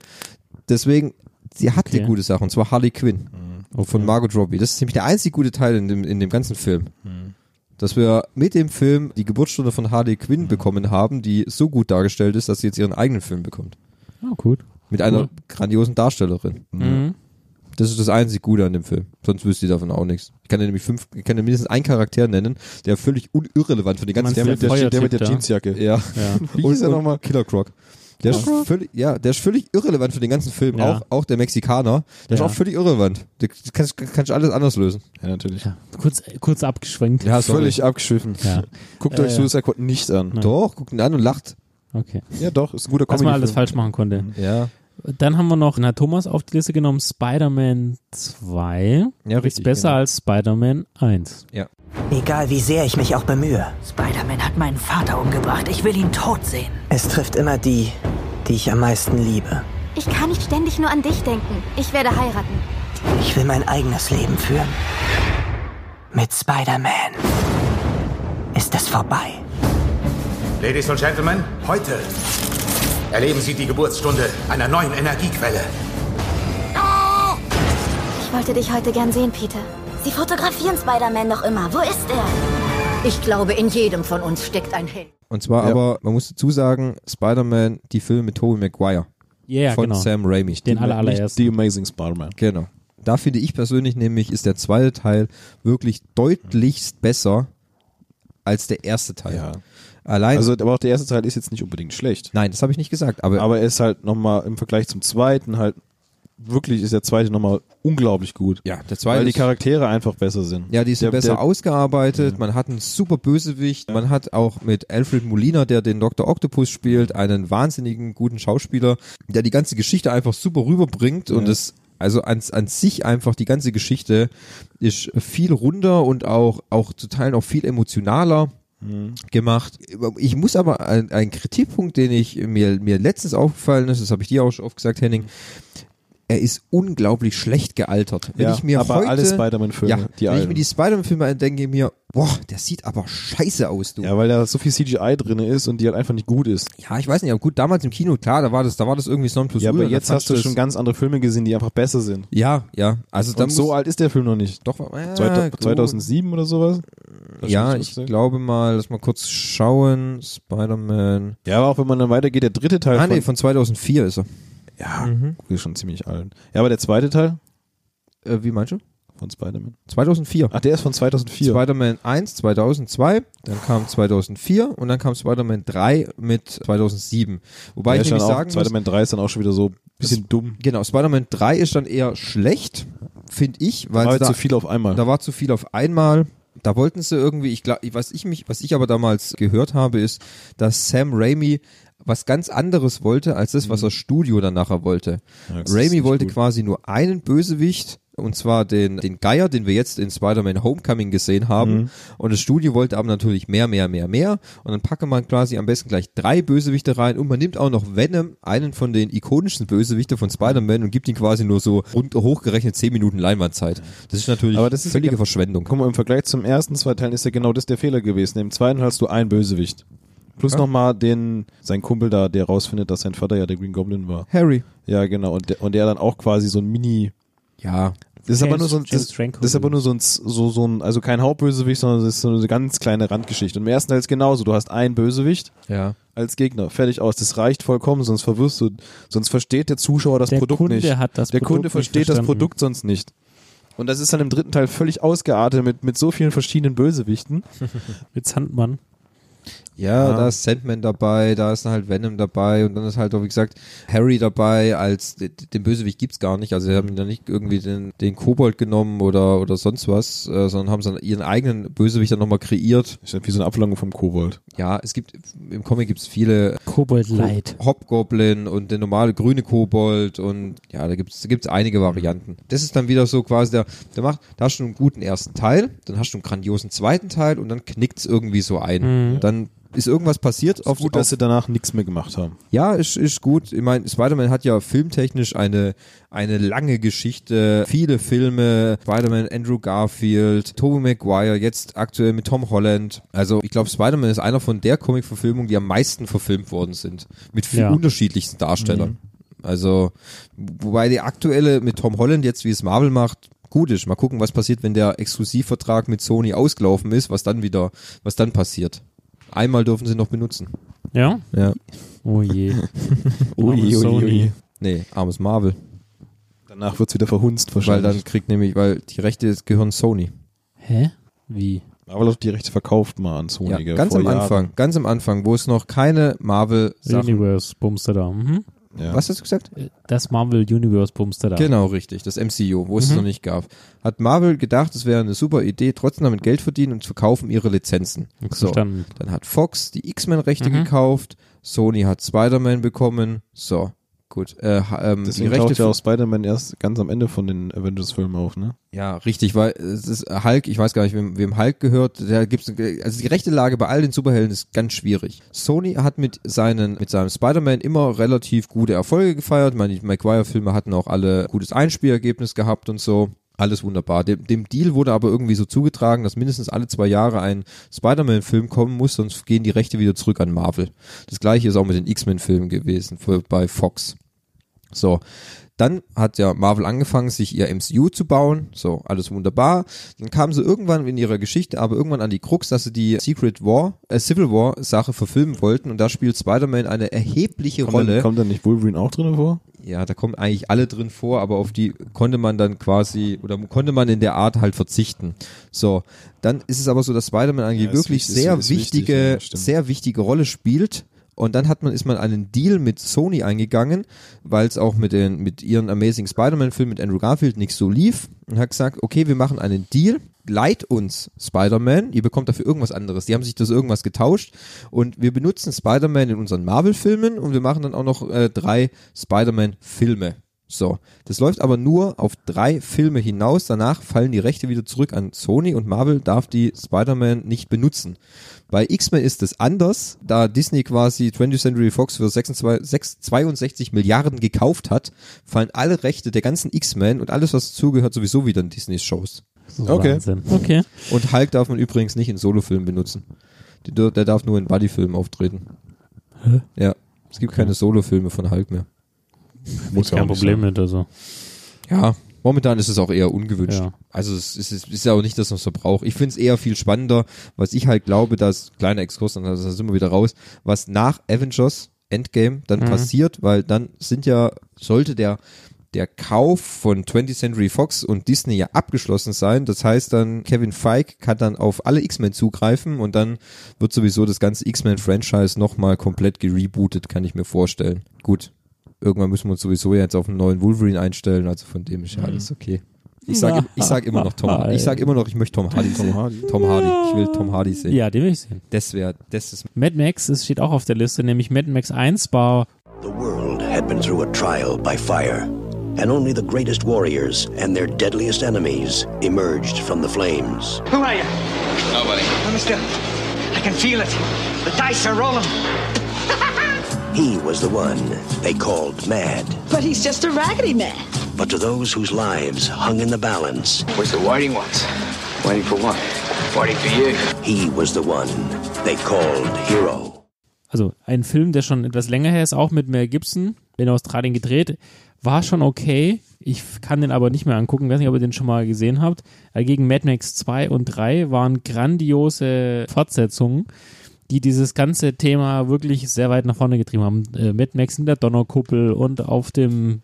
Deswegen, sie hat die
Okay.
gute Sache. Und zwar Harley Quinn
Mhm.
von Margot Robbie. Das ist nämlich der einzige gute Teil in dem, in dem ganzen Film.
Mhm.
Dass wir mit dem Film die Geburtsstunde von Harley
Mhm.
Quinn bekommen haben, die so gut dargestellt ist, dass sie jetzt ihren eigenen Film bekommt.
Oh, gut.
Mit einer
Cool.
grandiosen Darstellerin.
Mhm.
Das ist das einzig Gute an dem Film. Sonst wüsste ich davon auch nichts. Ich kann dir nämlich fünf, ich kann dir mindestens einen Charakter nennen, der völlig un- irrelevant für den ganzen
Meinst du
Der
Film
mit der,
Feuertyp
der, mit der
da.
Jeansjacke.
ist. Ja.
Ja.
Wie hieß er nochmal?
Killer Croc. Der ist, völlig, ja, der ist völlig irrelevant für den ganzen Film.
Ja.
Auch, auch der Mexikaner. Der ist
Ja.
auch völlig irrelevant. Du kannst, kannst alles anders lösen.
Ja, natürlich.
Ja. Kurz, kurz abgeschwenkt.
Ja, sorry.
Völlig abgeschwiffen.
Ja.
Guckt
Äh,
euch Suicide Squad nicht an.
Nein.
Doch, guckt ihn an und lacht.
Okay.
Ja, doch, ist ein guter
Was
Comedy.
man alles falsch machen konnte.
Ja.
Dann haben wir noch, na, Thomas auf die Liste genommen, Spider-Man 2.
Ja,
Ist
richtig,
besser
genau.
als Spider-Man 1.
Egal wie sehr ich mich auch bemühe,
Spider-Man hat meinen Vater umgebracht. Ich will ihn tot sehen.
es trifft immer die, die ich am meisten liebe.
Ich kann nicht ständig nur an dich denken. Ich werde heiraten.
Ich will mein eigenes Leben führen. Mit Spider-Man ist es vorbei.
Ladies und Gentlemen, heute erleben Sie die Geburtsstunde einer neuen Energiequelle.
Ich wollte dich heute gern sehen, Peter. Sie fotografieren Spider-Man noch immer. Wo ist er?
Ich glaube, in jedem von uns steckt ein Held.
Und zwar
Ja.
aber, man muss dazu sagen, Spider-Man, die Filme mit Tobey Maguire.
Ja, ja,
von
genau.
Sam Raimi.
Den aller,
Nicht
allerersten.
The Amazing Spider-Man.
Genau. Da finde ich persönlich nämlich, ist der zweite Teil wirklich deutlichst besser als der erste Teil.
Ja.
Allein.
Also, aber auch der erste Teil ist jetzt nicht unbedingt schlecht.
nein, das habe ich nicht gesagt, aber,
Aber er ist halt nochmal im Vergleich zum zweiten halt, wirklich ist der zweite nochmal unglaublich gut.
ja, der zweite.
Weil die
ist-
Charaktere einfach besser sind.
ja, die sind
Der-
besser
der-
ausgearbeitet. Man hat einen super Bösewicht. Man hat auch mit Alfred Molina, der den Dr. Octopus spielt, einen wahnsinnigen guten Schauspieler, der die ganze Geschichte einfach super rüberbringt und es also an, an sich einfach die ganze Geschichte ist viel runder und auch, auch zu Teilen auch viel emotionaler.
Mhm.
gemacht. Ich muss aber ein- einen Kritikpunkt, den ich mir, mir letztens aufgefallen ist, das habe ich dir auch schon oft gesagt, Henning, er ist unglaublich schlecht gealtert. Wenn
Ja,
ich mir
aber
heute,
alle Spider-Man-Filme,
ja,
die
wenn ich
alten.
mir die Spider-Man-Filme an- denke, ich mir, boah, der sieht aber scheiße aus, du.
Ja, weil da so viel CGI drin ist und die halt einfach nicht gut ist.
Ja, ich weiß nicht, aber gut, damals im Kino, klar, da war das, da war das irgendwie so ein Plus
Ja, aber jetzt hast du schon ganz andere Filme gesehen, die einfach besser sind.
Ja, ja. Also dann
und so
muss-
alt ist der Film noch nicht.
Doch, äh,
Zweita-
gut.
2007 oder sowas?
Ja,
Wahrscheinlich
ich
sowas.
glaube mal, lass mal kurz schauen. Spider-Man.
Ja, aber auch wenn man dann weitergeht, der dritte Teil
Ah,
Äh, von,
nee, Mhm. von 2004 ist er.
Ja, ist schon ziemlich alt. Ja, aber der zweite Teil
Äh, wie meinst du?
von Spider-Man.
2004.
Ach, der ist von 2004.
Spider-Man 1 2002, dann kam 2004 und dann kam Spider-Man 3 mit 2007. Wobei
Der
ich
ist dann
nämlich
auch-
sagen muss,
Spider-Man 3 ist dann auch schon wieder so ein bisschen dumm.
Genau, Spider-Man 3 ist dann eher schlecht, finde ich, weil
War
sie
halt zu viel auf einmal.
Da war zu viel auf einmal. Da wollten sie irgendwie, ich glaube, was ich mich, was ich aber damals gehört habe, ist, dass Sam Raimi was ganz anderes wollte, als das, was das Studio dann nachher wollte.
Mhm. Ja, das ist
Raimi
nicht
wollte
gut.
quasi nur einen Bösewicht, und zwar den, den Geier, den wir jetzt in Spider-Man Homecoming gesehen haben.
Mhm.
Und das Studio wollte aber natürlich mehr, mehr, mehr, mehr. Und dann packe man quasi am besten gleich drei Bösewichte rein und man nimmt auch noch Venom, einen von den ikonischsten Bösewichten von Spider-Man und gibt ihm quasi nur so rund hochgerechnet zehn Minuten Leinwandzeit. Das ist natürlich
Aber das ist
völlige
ja-
Verschwendung.
Guck mal, im Vergleich zum ersten zwei Teilen ist ja genau das der Fehler gewesen. Im zweiten hast du einen Bösewicht. Plus
Ja.
nochmal den, sein Kumpel da, der rausfindet, dass sein Vater ja der Green Goblin war.
Harry.
Ja, genau. Und der, und der dann auch quasi so ein Mini.
Ja.
Das ist aber
James-
nur so ein,
James
das,
Franco.
das ist aber nur so ein, so, so ein, also kein Hauptbösewicht, sondern das ist so eine ganz kleine Randgeschichte. Und im ersten Teil ist genauso. Du hast einen Bösewicht.
Ja.
Als Gegner. Fertig aus. Das reicht vollkommen, sonst verwirrst du, sonst versteht der Zuschauer das
Der
Produkt
Kunde
nicht.
hat das
der
Produkt
Kunde
nicht
versteht das
verstanden.
Produkt sonst nicht. Und das ist dann im dritten Teil völlig ausgeartet mit, mit so vielen verschiedenen Bösewichten.
Mit Sandmann.
Ja,
Ja.
da ist Sandman dabei, da ist dann halt Venom dabei und dann ist halt auch, wie gesagt, Harry dabei, als d- d- den Bösewicht gibt's gar nicht. Also sie haben da nicht irgendwie den, den Kobold genommen oder, oder sonst was, äh, sondern haben dann ihren eigenen Bösewicht dann nochmal kreiert.
Ist ja wie so eine Ablangung vom Kobold.
Ja, es gibt, im Comic gibt's viele
Kobold Light.
Ko- Hobgoblin und der normale grüne Kobold und ja, da gibt's da gibt's einige Varianten. Das ist dann wieder so quasi der, der macht, da hast du einen guten ersten Teil, dann hast du einen grandiosen zweiten Teil und dann knickt's irgendwie so ein.
Mhm.
Dann ist irgendwas passiert auf,
Gut,
auf
dass sie danach nichts mehr gemacht haben.
ja, ist, ist gut. Ich meine, Spider-Man hat ja filmtechnisch eine, eine lange Geschichte. Viele Filme. Spider-Man, Andrew Garfield, Tobey Maguire, jetzt aktuell mit Tom Holland. Also ich glaube, Spider-Man ist einer von der Comic-Verfilmungen, die am meisten verfilmt worden sind. Mit viel
Ja.
unterschiedlichsten Darstellern. Also, wobei die aktuelle mit Tom Holland jetzt, wie es Marvel macht, gut ist. Mal gucken, was passiert, wenn der Exklusivvertrag mit Sony ausgelaufen ist, was dann wieder, was dann passiert. Einmal dürfen sie noch benutzen.
Ja?
Ja.
Oh je.
Ui,
Armes
ui,
Sony.
ui.
Nee, armes Marvel.
Danach wird's wieder verhunzt
Weil
wahrscheinlich.
dann kriegt nämlich, weil die Rechte gehören Sony.
Hä? Wie?
Marvel hat die Rechte verkauft mal an Sony.
Ja,
gell,
ganz
vor
am
Jahren.
Anfang, ganz am Anfang, wo es noch keine Marvel-Sachen.
Universe Bumster da. Mhm.
Ja.
Was hast du gesagt?
Äh, Das Marvel Universe Bumster da.
Genau, richtig. Das MCU, wo es es
Mhm.
noch nicht gab. Hat Marvel gedacht, es wäre eine super Idee, trotzdem damit Geld verdienen und verkaufen ihre Lizenzen. So.
Verstanden.
Dann hat Fox die X-Men-Rechte
Mhm.
gekauft, Sony hat Spider-Man bekommen. So, gut. Äh, ha- ähm, die
Deswegen taucht
Rechte
ja
für-
auch Spider-Man erst ganz am Ende von den Avengers-Filmen auf, ne?
Ja, richtig, weil es ist Hulk, ich weiß gar nicht, wem, wem Hulk gehört, da gibt's also die rechte Lage bei all den Superhelden ist ganz schwierig. Sony hat mit seinen mit seinem Spider-Man immer relativ gute Erfolge gefeiert. Meine die Maguire Filme hatten auch alle gutes Einspielergebnis gehabt und so. Alles wunderbar. Dem, dem Deal wurde aber irgendwie so zugetragen, dass mindestens alle zwei Jahre ein Spider-Man-Film kommen muss, sonst gehen die Rechte wieder zurück an Marvel. Das gleiche ist auch mit den X-Men-Filmen gewesen für, bei Fox. So. Dann hat ja Marvel angefangen, sich ihr MCU zu bauen. So, alles wunderbar. Dann kamen sie irgendwann in ihrer Geschichte, aber irgendwann an die Krux, dass sie die Secret War, äh, Civil War Sache verfilmen wollten. Und da spielt Spider-Man eine erhebliche
Kommt
Rolle.
Dann, kommt dann nicht Wolverine auch drin vor?
Ja, da kommen eigentlich alle drin vor, aber auf die konnte man dann quasi oder konnte man in der Art halt verzichten. So, dann ist es aber so, dass Spider-Man eigentlich
Ja, ist
wirklich
wichtig,
sehr
ist wichtig,
wichtige,
ja, stimmt.
sehr wichtige Rolle spielt. Und dann hat man, ist man einen Deal mit Sony eingegangen, weil es auch mit den, mit ihren Amazing Spider-Man-Film mit Andrew Garfield nicht so lief und hat gesagt, okay, wir machen einen Deal, leiht uns Spider-Man, ihr bekommt dafür irgendwas anderes. Die haben sich das irgendwas getauscht und wir benutzen Spider-Man in unseren Marvel-Filmen und wir machen dann auch noch äh, drei Spider-Man-Filme. So, das läuft aber nur auf drei Filme hinaus. Danach fallen die Rechte wieder zurück an Sony und Marvel darf die Spider-Man nicht benutzen. Bei X-Men ist es anders, da Disney quasi 20th Century Fox für 26, 62 Milliarden gekauft hat, fallen alle Rechte der ganzen X-Men und alles, was dazugehört, sowieso wieder in Disneys Shows.
Okay. Wahnsinn. Okay.
Und Hulk darf man übrigens nicht in Solofilmen benutzen. Die dür- Der darf nur in Buddyfilmen auftreten.
Hä?
Ja, es gibt keine Solofilme von Hulk mehr.
Muss kein Problem mit, also.
Ja, momentan ist es auch eher ungewünscht.
Ja.
Also es ist, es ist ja auch nicht, dass man es so braucht. Ich finde es eher viel spannender, was ich halt glaube, dass, kleiner Exkurs, dann also da sind wir wieder raus, was nach Avengers Endgame dann
Mhm.
passiert, weil dann sind ja, sollte der der Kauf von 20th Century Fox und Disney ja abgeschlossen sein. Das heißt dann, Kevin Feige kann dann auf alle X-Men zugreifen und dann wird sowieso das ganze X-Men-Franchise nochmal komplett gerebootet, kann ich mir vorstellen. Gut, irgendwann müssen wir uns sowieso jetzt auf einen neuen Wolverine einstellen, also von dem
Mhm.
ist ja alles okay. Ich sage ich sag immer noch Tom Hardy. Ich sage immer noch, ich möchte Tom Hardy sehen. Tom Hardy. Ich will Tom Hardy sehen.
Ja, den will ich sehen.
Das wäre, das ist.
Mad Max, es steht auch auf der Liste, nämlich Mad Max 1 war
The world had been through a trial by fire, and only the greatest warriors and their deadliest enemies emerged from the flames.
Who are you?
Nobody.
Let me still. I can feel it. The dice are rolling.
He was the one they called Mad.
But he's just a raggedy man.
But to those whose lives hung in the balance. Where's the waiting ones? Waiting for what? Waiting for you. He was the one they called Hero.
also ein Film, der schon etwas länger her ist, auch mit Mel Gibson, in Australien gedreht, war schon okay. Ich kann den aber nicht mehr angucken, Ich weiß nicht, ob ihr den schon mal gesehen habt. Dagegen Mad Max 2 und 3 waren grandiose Fortsetzungen, die dieses ganze Thema wirklich sehr weit nach vorne getrieben haben. Äh, Mad Max in der Donnerkuppel und auf dem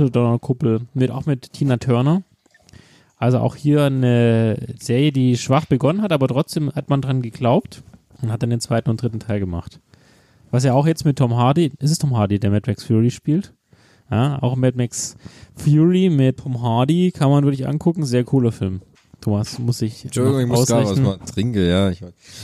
Unterdonnerkuppel, mit, auch mit Tina Turner. Also auch hier eine Serie, die schwach begonnen hat, aber trotzdem hat man dran geglaubt und hat dann den zweiten und dritten Teil gemacht. Was ja auch jetzt mit Tom Hardy, ist es Tom Hardy, der Mad Max Fury spielt? Ja, auch Mad Max Fury mit Tom Hardy kann man wirklich angucken. Sehr cooler Film. Thomas, muss ich.
Entschuldigung, ich
noch
muss gerade was
ausrichten.
mal trinke, ja. Ich,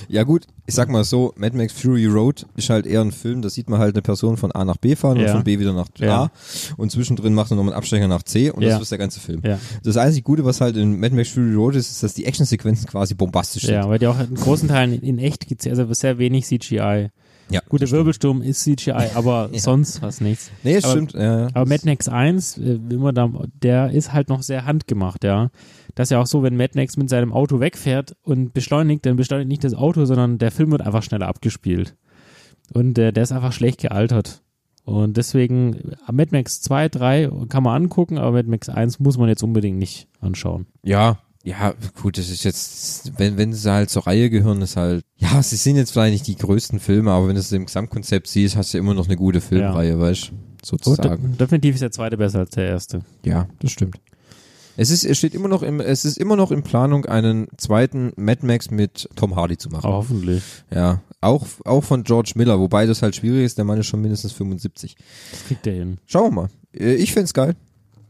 ja gut, ich sag mal so, Mad Max Fury Road ist halt eher ein Film, da sieht man halt eine Person von A nach B fahren und
Ja.
von B wieder nach A
Ja.
und zwischendrin macht man nochmal einen Abstecher nach C und
Ja.
das ist der ganze Film.
Ja.
Das einzige Gute, was halt in Mad Max Fury Road ist, ist, dass die Actionsequenzen quasi bombastisch sind.
Ja, weil die auch in großen Teilen in echt gibt also sehr wenig CGI.
Ja,
Gut, der Wirbelsturm ist CGI, aber
Ja.
sonst was nichts.
Nee, es
aber,
stimmt, ja, ja.
Aber Mad Max 1, äh, wie immer da, der ist halt noch sehr handgemacht, ja. Das ist ja auch so, wenn Mad Max mit seinem Auto wegfährt und beschleunigt, dann beschleunigt nicht das Auto, sondern der Film wird einfach schneller abgespielt. Und äh, der ist einfach schlecht gealtert. Und deswegen, äh, Mad Max 2, 3 kann man angucken, aber Mad Max 1 muss man jetzt unbedingt nicht anschauen.
Ja, ja, gut, das ist jetzt, wenn, wenn sie halt zur Reihe gehören, ist halt, ja, sie sind jetzt vielleicht nicht die größten Filme, aber wenn du es im Gesamtkonzept siehst, hast du immer noch eine gute Filmreihe, weißt du, sozusagen.
Und de- definitiv ist der zweite besser als der erste.
Ja, das stimmt. Es ist, es steht immer noch im, es ist immer noch in Planung, einen zweiten Mad Max mit Tom Hardy zu machen.
Hoffentlich.
Ja, auch, auch von George Miller, wobei das halt schwierig ist, der Mann ist schon mindestens 75.
Das kriegt der hin.
Schauen wir mal. Äh, Ich find's geil.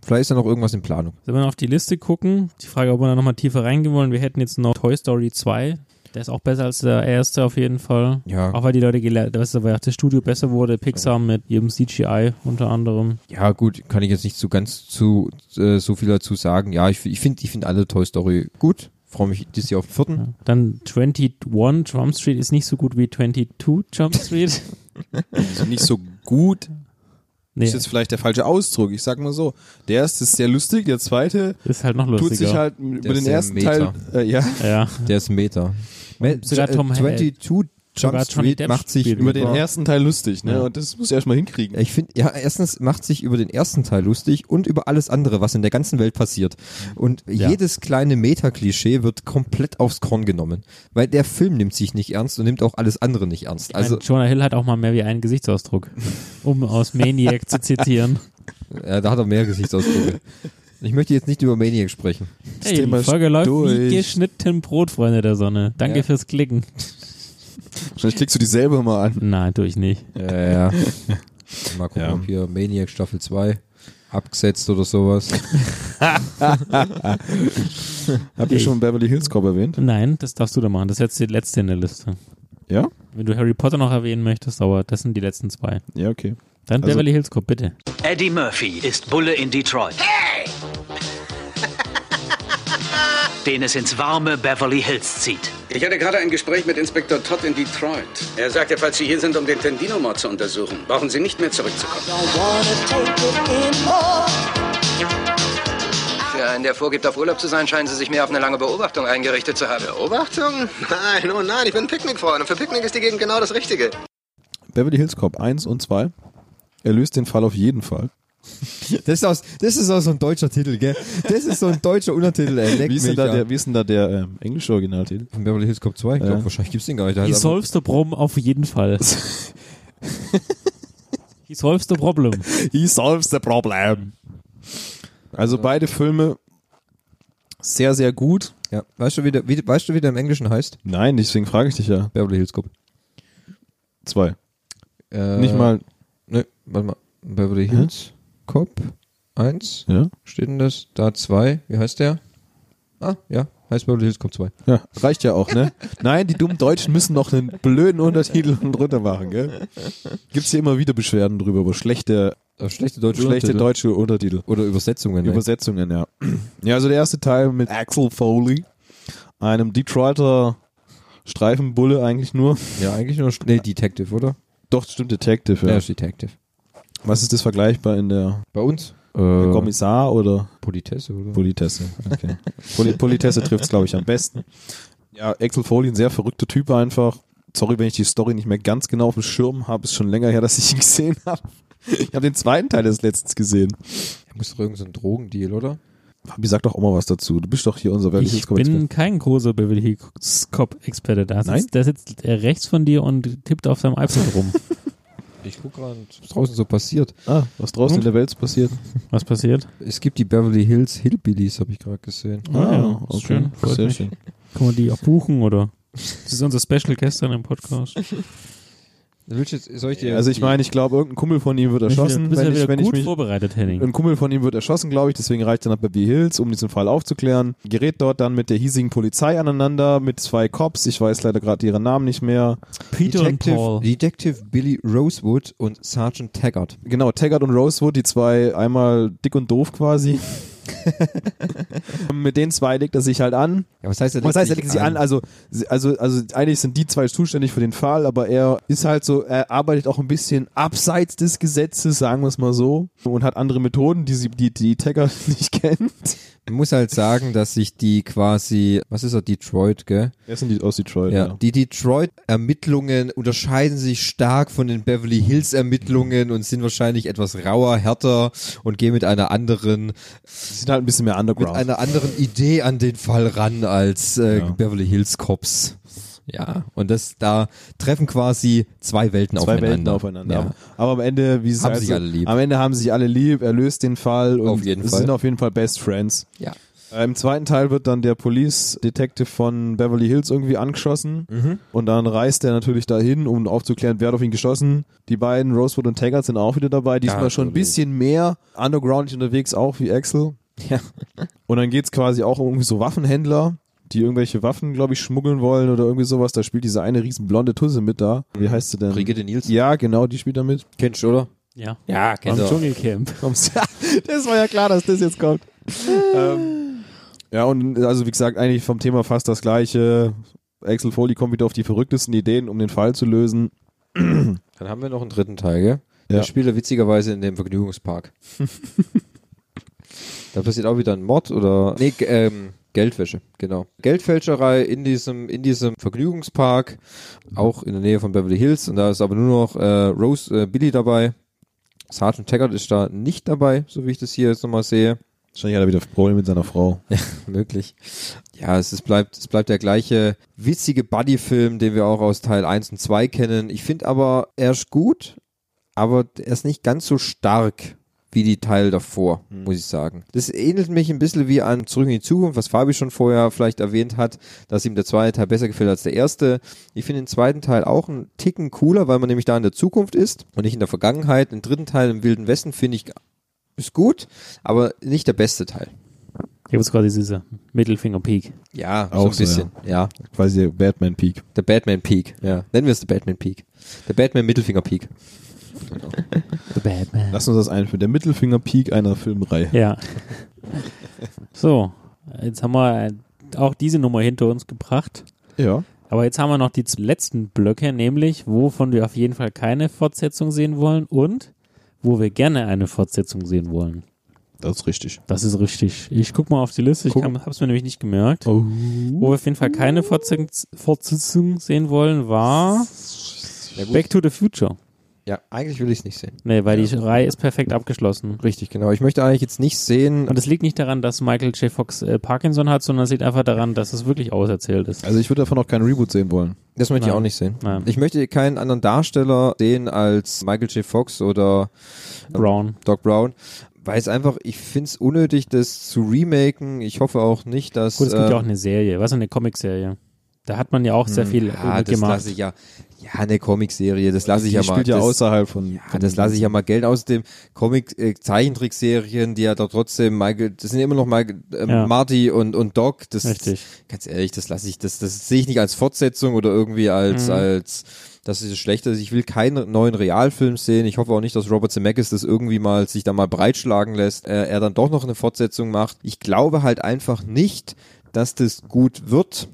Vielleicht ist da noch irgendwas in Planung.
Wenn wir auf die Liste gucken, die Frage, ob wir da nochmal tiefer reingehen wollen, wir hätten jetzt noch Toy Story 2. Der ist auch besser als der erste auf jeden Fall.
Ja.
Auch weil die Leute gelernt, weißt du, weil auch das Studio besser wurde, Pixar mit ihrem CGI unter anderem.
Ja, gut, kann ich jetzt nicht so ganz zu, äh, so viel dazu sagen. Ja, ich, ich finde, ich finde alle Toy Story gut. Freue mich dieses Jahr auf den vierten.
Dann 21 Jump Street ist nicht so gut wie 22 Jump Street.
Also nicht so gut.
Nee.
Ist jetzt vielleicht der falsche Ausdruck. Ich sag mal so, der erste ist sehr lustig, der zweite
Ist halt noch
tut sich
lustiger.
halt
Der
über
ist
den
sehr
ersten
Meta.
Teil. Äh, ja.
ja.
Der ist ein Meter.
Sogar Tom-
22 Jump
sogar Johnny
Street
Depp
macht sich
spielt
Über den ersten Teil lustig, ne?
Ja.
Und das muss er erstmal hinkriegen.
Ich finde, ja, erstens macht sich über den ersten Teil lustig und über alles andere, was in der ganzen Welt passiert. Und
Ja.
jedes kleine Meta-Klischee wird komplett aufs Korn genommen. Weil der Film nimmt sich nicht ernst und nimmt auch alles andere nicht ernst.
Also
Also,
Jonah Hill hat auch mal mehr wie einen Gesichtsausdruck, um aus Maniac zu zitieren.
ja, äh, da hat er mehr Gesichtsausdrücke. ich möchte jetzt nicht über Maniac sprechen.
Hey, die Folge läuft wie geschnitten Brot, Freunde der Sonne. Danke
Ja.
fürs Klicken.
Vielleicht klickst du die selber mal an.
Nein, tue ich nicht.
Ja, ja, ja. Mal gucken, ob hier Maniac Staffel 2 abgesetzt oder sowas.
Habt ihr schon Beverly Hills Cop erwähnt?
Nein, das darfst du da machen. Das ist jetzt die letzte in der Liste.
Ja?
Wenn du Harry Potter noch erwähnen möchtest, aber das sind die letzten zwei.
Ja, okay.
Dann
Also-
Beverly Hills Cop, bitte.
Eddie Murphy ist Bulle in Detroit. Hey! den es ins warme Beverly Hills zieht.
Ich hatte gerade ein Gespräch mit Inspektor Todd in Detroit. Er sagte, falls Sie hier sind, um den Tendino-Mord zu untersuchen, brauchen Sie nicht mehr zurückzukommen.
Für einen, der vorgibt, auf Urlaub zu sein, scheinen Sie sich mehr auf eine lange Beobachtung eingerichtet zu haben. Beobachtung? Nein, oh nein, ich bin Picknickfreund und für Picknick ist die Gegend genau das Richtige.
Beverly Hills Cop 1 und 2. Er löst den Fall auf jeden Fall.
Das ist, aus, das ist auch so ein deutscher Titel, gell? Das ist so ein deutscher Untertitel, ey. Leck
Wie ist, denn
mich
da
am-
der, wie ist denn da der ähm, englische Originaltitel?
Von Beverly Hills Cop 2? Ich glaub, wahrscheinlich gibt's den gar nicht. Der
He
also
heißt einfach-
solves the problem auf jeden Fall. He solves the problem.
He solves the problem. Also beide Filme sehr, sehr gut.
Ja. Weißt du, wie der, wie, weißt du, wie der im Englischen heißt?
Nein, deswegen frage ich dich ja.
Beverly Hills Cop.
Zwei.
Äh,
Nicht mal-
Ne, warte mal. Beverly Hills Cop 1.
Ja.
Steht denn das? Da 2. Wie heißt der? Ah, ja. Heißt Beverly Hills Cop 2.
Ja, reicht ja auch, ne? Nein, die dummen Deutschen müssen noch einen blöden Untertitel drunter machen, gell? Gibt's hier immer wieder Beschwerden drüber, über schlechte,
Äh, schlechte deutsche
schlechte
Untertitel.
deutsche Untertitel.
Oder Übersetzungen. ne?
Übersetzungen, ja. Ja, also der erste Teil mit Axel Foley, einem Detroiter Streifenbulle eigentlich nur.
Ja, eigentlich nur. Nee, Detective, oder?
Doch, stimmt, Detective,
Ja,
ja.
ist Detective.
Was ist das vergleichbar in der.
Bei uns?
Der Kommissar oder?
Äh, Politesse, oder?
Politesse, okay. Poli Politesse trifft es, glaube ich, am besten. Ja, Axel Foley, ein sehr verrückter Typ einfach. Sorry, wenn ich die Story nicht mehr ganz genau auf dem Schirm habe. Ist schon länger her, dass ich ihn gesehen habe. Ich habe den zweiten Teil erst letztens gesehen.
Er muss doch irgendein so ein Drogendeal, oder?
Fabi, sag doch auch mal was dazu. Du bist doch hier unser Beverly
Ich
Hills Cop Experte.
bin kein großer Beverly Hills Cop-Experte. Da
Nein?
sitzt, der sitzt äh, rechts von dir und tippt auf seinem iPhone rum.
Ich guck gerade, was draußen so passiert.
Ah, was
Hm?
draußen in der Welt passiert.
Was passiert?
Es gibt die Beverly Hills Hillbillies, habe ich gerade gesehen.
Ah, ja, ist schön. Freut
Ah, Sehr
mich.
schön.
Kann man die auch buchen, oder? Das ist unser Special gestern im Podcast.
Willst du jetzt, soll ich dir
Also ich meine, ich glaube, irgendein Kumpel von ihm wird
Bist
erschossen.
wieder- bist ja
ich,
wieder
ich
gut vorbereitet, Henning.
Ein Kumpel von ihm wird erschossen, glaube ich. Deswegen reicht er nach Beverly Hills, um diesen Fall aufzuklären. Gerät dort dann mit der hiesigen Polizei aneinander, mit zwei Cops. Ich weiß leider gerade ihren Namen nicht mehr.
Detective, Detective Billy Rosewood und Sergeant Taggart.
Genau, Taggart und Rosewood, die zwei einmal dick und doof quasi. mit den zwei legt er sich halt an.
Ja, was heißt, er
Was
legt
heißt, er
sich
legt sich an?
an?
Also, sie- also, also eigentlich sind die zwei zuständig für den Fall, aber er ist halt so, er arbeitet auch ein bisschen abseits des Gesetzes, sagen wir es mal so, und hat andere Methoden, die sie, die, die Taggart nicht kennt.
Man muss halt sagen, dass sich die quasi, was ist er, Detroit, gell?
Er sind die aus Detroit,
Ja, die Detroit-Ermittlungen unterscheiden sich stark von den Beverly Hills-Ermittlungen und sind wahrscheinlich etwas rauer, härter und gehen mit einer anderen,
Sie sind halt ein bisschen mehr
mit
underground.
einer anderen Idee an den Fall ran als äh,
Ja.
Beverly Hills Cops. Ja, und das da treffen quasi zwei Welten
Zwei
aufeinander.
Welten aufeinander.
Ja.
Aber am Ende, wie es
Haben
heißt,
sich alle lieb.
am Ende haben sich alle lieb, er löst den Fall und
Auf jeden
sie
Fall.
sind auf jeden Fall Best Friends.
Ja.
Äh, Im zweiten Teil wird dann der Police Detective von Beverly Hills irgendwie angeschossen
Mhm.
und dann reist er natürlich dahin, um aufzuklären, wer hat auf ihn geschossen. Die beiden, Rosewood und Taggart, sind auch wieder dabei, diesmal schon ein bisschen mehr underground unterwegs, auch wie Axel.
Ja.
Und dann geht's quasi auch um irgendwie so Waffenhändler, die irgendwelche Waffen, glaube ich, schmuggeln wollen oder irgendwie sowas. Da spielt diese eine riesen blonde Tusse mit da. Wie heißt sie denn?
Brigitte Nielsen.
Ja, genau, die spielt da mit.
Kennst du, oder?
Ja.
Ja,
Am
kennst
Genau.
du.
Dschungelcamp.
das war ja klar, dass das jetzt kommt. ähm, ja, und also wie gesagt, eigentlich vom Thema fast das gleiche. Axel Foley kommt wieder auf die verrücktesten Ideen, um den Fall zu lösen.
Dann haben wir noch einen dritten Teil, gell?
Ja.
Der spielt er witzigerweise in dem Vergnügungspark. da passiert auch wieder ein Mord oder. Nee, g- ähm, Geldwäsche, genau. Geldfälscherei in diesem, in diesem Vergnügungspark, auch in der Nähe von Beverly Hills. Und da ist aber nur noch äh, Rose äh, Billy dabei. Sergeant Taggart ist da nicht dabei, so wie ich das hier jetzt nochmal sehe.
Wahrscheinlich hat er wieder Probleme mit seiner Frau.
Möglich. Ja, es ist, bleibt, es bleibt der gleiche witzige Buddy-Film, den wir auch aus Teil 1 und 2 kennen. Ich finde aber, er ist gut, aber er ist nicht ganz so stark wie die Teil davor, muss ich sagen. Das ähnelt mich ein bisschen wie an Zurück in die Zukunft, was Fabi schon vorher vielleicht erwähnt hat, dass ihm der zweite Teil besser gefällt als der erste. Ich finde den zweiten Teil auch einen Ticken cooler, weil man nämlich da in der Zukunft ist und nicht in der Vergangenheit. Den dritten Teil im Wilden Westen finde ich ist gut, aber nicht der beste Teil.
Ich habe jetzt quasi dieser Mittelfinger Peak.
Ja,
Auch
so
so,
ein bisschen. ja.
Quasi der Batman Peak.
Der Batman Peak, ja. Nennen wir es der Batman Peak. Der Batman Mittelfinger Peak.
The Batman.
Lass uns das einführen. Der Mittelfinger-Peak einer Filmreihe.
Ja. So, jetzt haben wir äh, auch diese Nummer hinter uns gebracht.
Ja.
Aber jetzt haben wir noch die z- letzten Blöcke, nämlich wovon wir auf jeden Fall keine Fortsetzung sehen wollen und wo wir gerne eine Fortsetzung sehen wollen.
Das ist richtig.
Das ist richtig. Ich guck Oh. mal auf die Liste. Ich
Guck.
habe es mir nämlich nicht gemerkt. Wo wir auf jeden Fall keine Fortsetzung, Fortsetzung sehen wollen, war Back to the Future.
Ja, eigentlich will ich es nicht sehen.
Nee, weil die Reihe ist perfekt abgeschlossen.
Richtig, genau. Ich möchte eigentlich jetzt nicht sehen.
Und es liegt nicht daran, dass Michael J. Fox äh, Parkinson hat, sondern es liegt einfach daran, dass es wirklich auserzählt ist.
Also ich würde davon auch keinen Reboot sehen wollen.
Das möchte ich
Nein.
auch nicht sehen.
Nein.
Ich möchte keinen anderen Darsteller sehen als Michael J. Fox oder
Brown.
Doc Brown. Weil es einfach, ich finde es unnötig, das zu remaken. Ich hoffe auch nicht, dass.
Gut, es gibt
ähm,
ja auch eine Serie, was eine Comicserie. Da hat man ja auch sehr
Hm,
viel
ja,
äh,
das
gemacht.
lasse ich ja. Ja, eine Comicserie, das lasse ich
Die
ja mal.
spielt ja
das,
außerhalb von-
Ja,
von-
das lasse ich ja mal Geld aus dem Comic äh, Zeichentrickserien, die ja da trotzdem Michael, das sind immer noch Michael, äh,
Ja.
Marty und und Doc, das
Richtig.
ganz ehrlich, das lasse ich das das sehe ich nicht als Fortsetzung oder irgendwie als
Mhm.
als das ist schlecht, also ich will keinen neuen Realfilm sehen. Ich hoffe auch nicht, dass Robert Zemeckis das irgendwie mal sich da mal breitschlagen lässt, äh, er dann doch noch eine Fortsetzung macht. Ich glaube halt einfach nicht, dass das gut wird.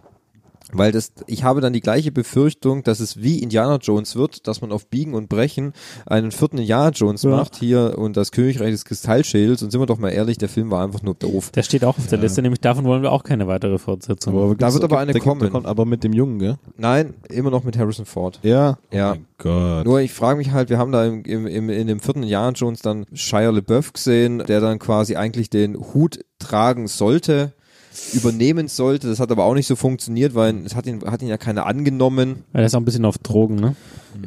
Weil das, ich habe dann die gleiche Befürchtung, dass es wie Indiana Jones wird, dass man auf Biegen und Brechen einen vierten Indiana Jones
Ja.
macht hier und das Königreich des Kristallschädels. Und sind wir doch mal ehrlich, der Film war einfach nur doof.
Der steht auch auf der Liste, nämlich davon wollen wir auch keine weitere Fortsetzung.
Da wird aber eine
der,
kommen.
Der kommt aber mit dem Jungen, gell?
Nein, immer noch mit Harrison Ford.
Ja.
Ja.
Gott.
Nur ich frage mich halt, wir haben da im, im, im, in dem vierten Jahr Jones dann Shia LeBeouf gesehen, der dann quasi eigentlich den Hut tragen sollte, übernehmen sollte. Das hat aber auch nicht so funktioniert, weil es hat ihn, hat ihn ja keiner angenommen.
Weil er ist auch ein bisschen auf Drogen, ne?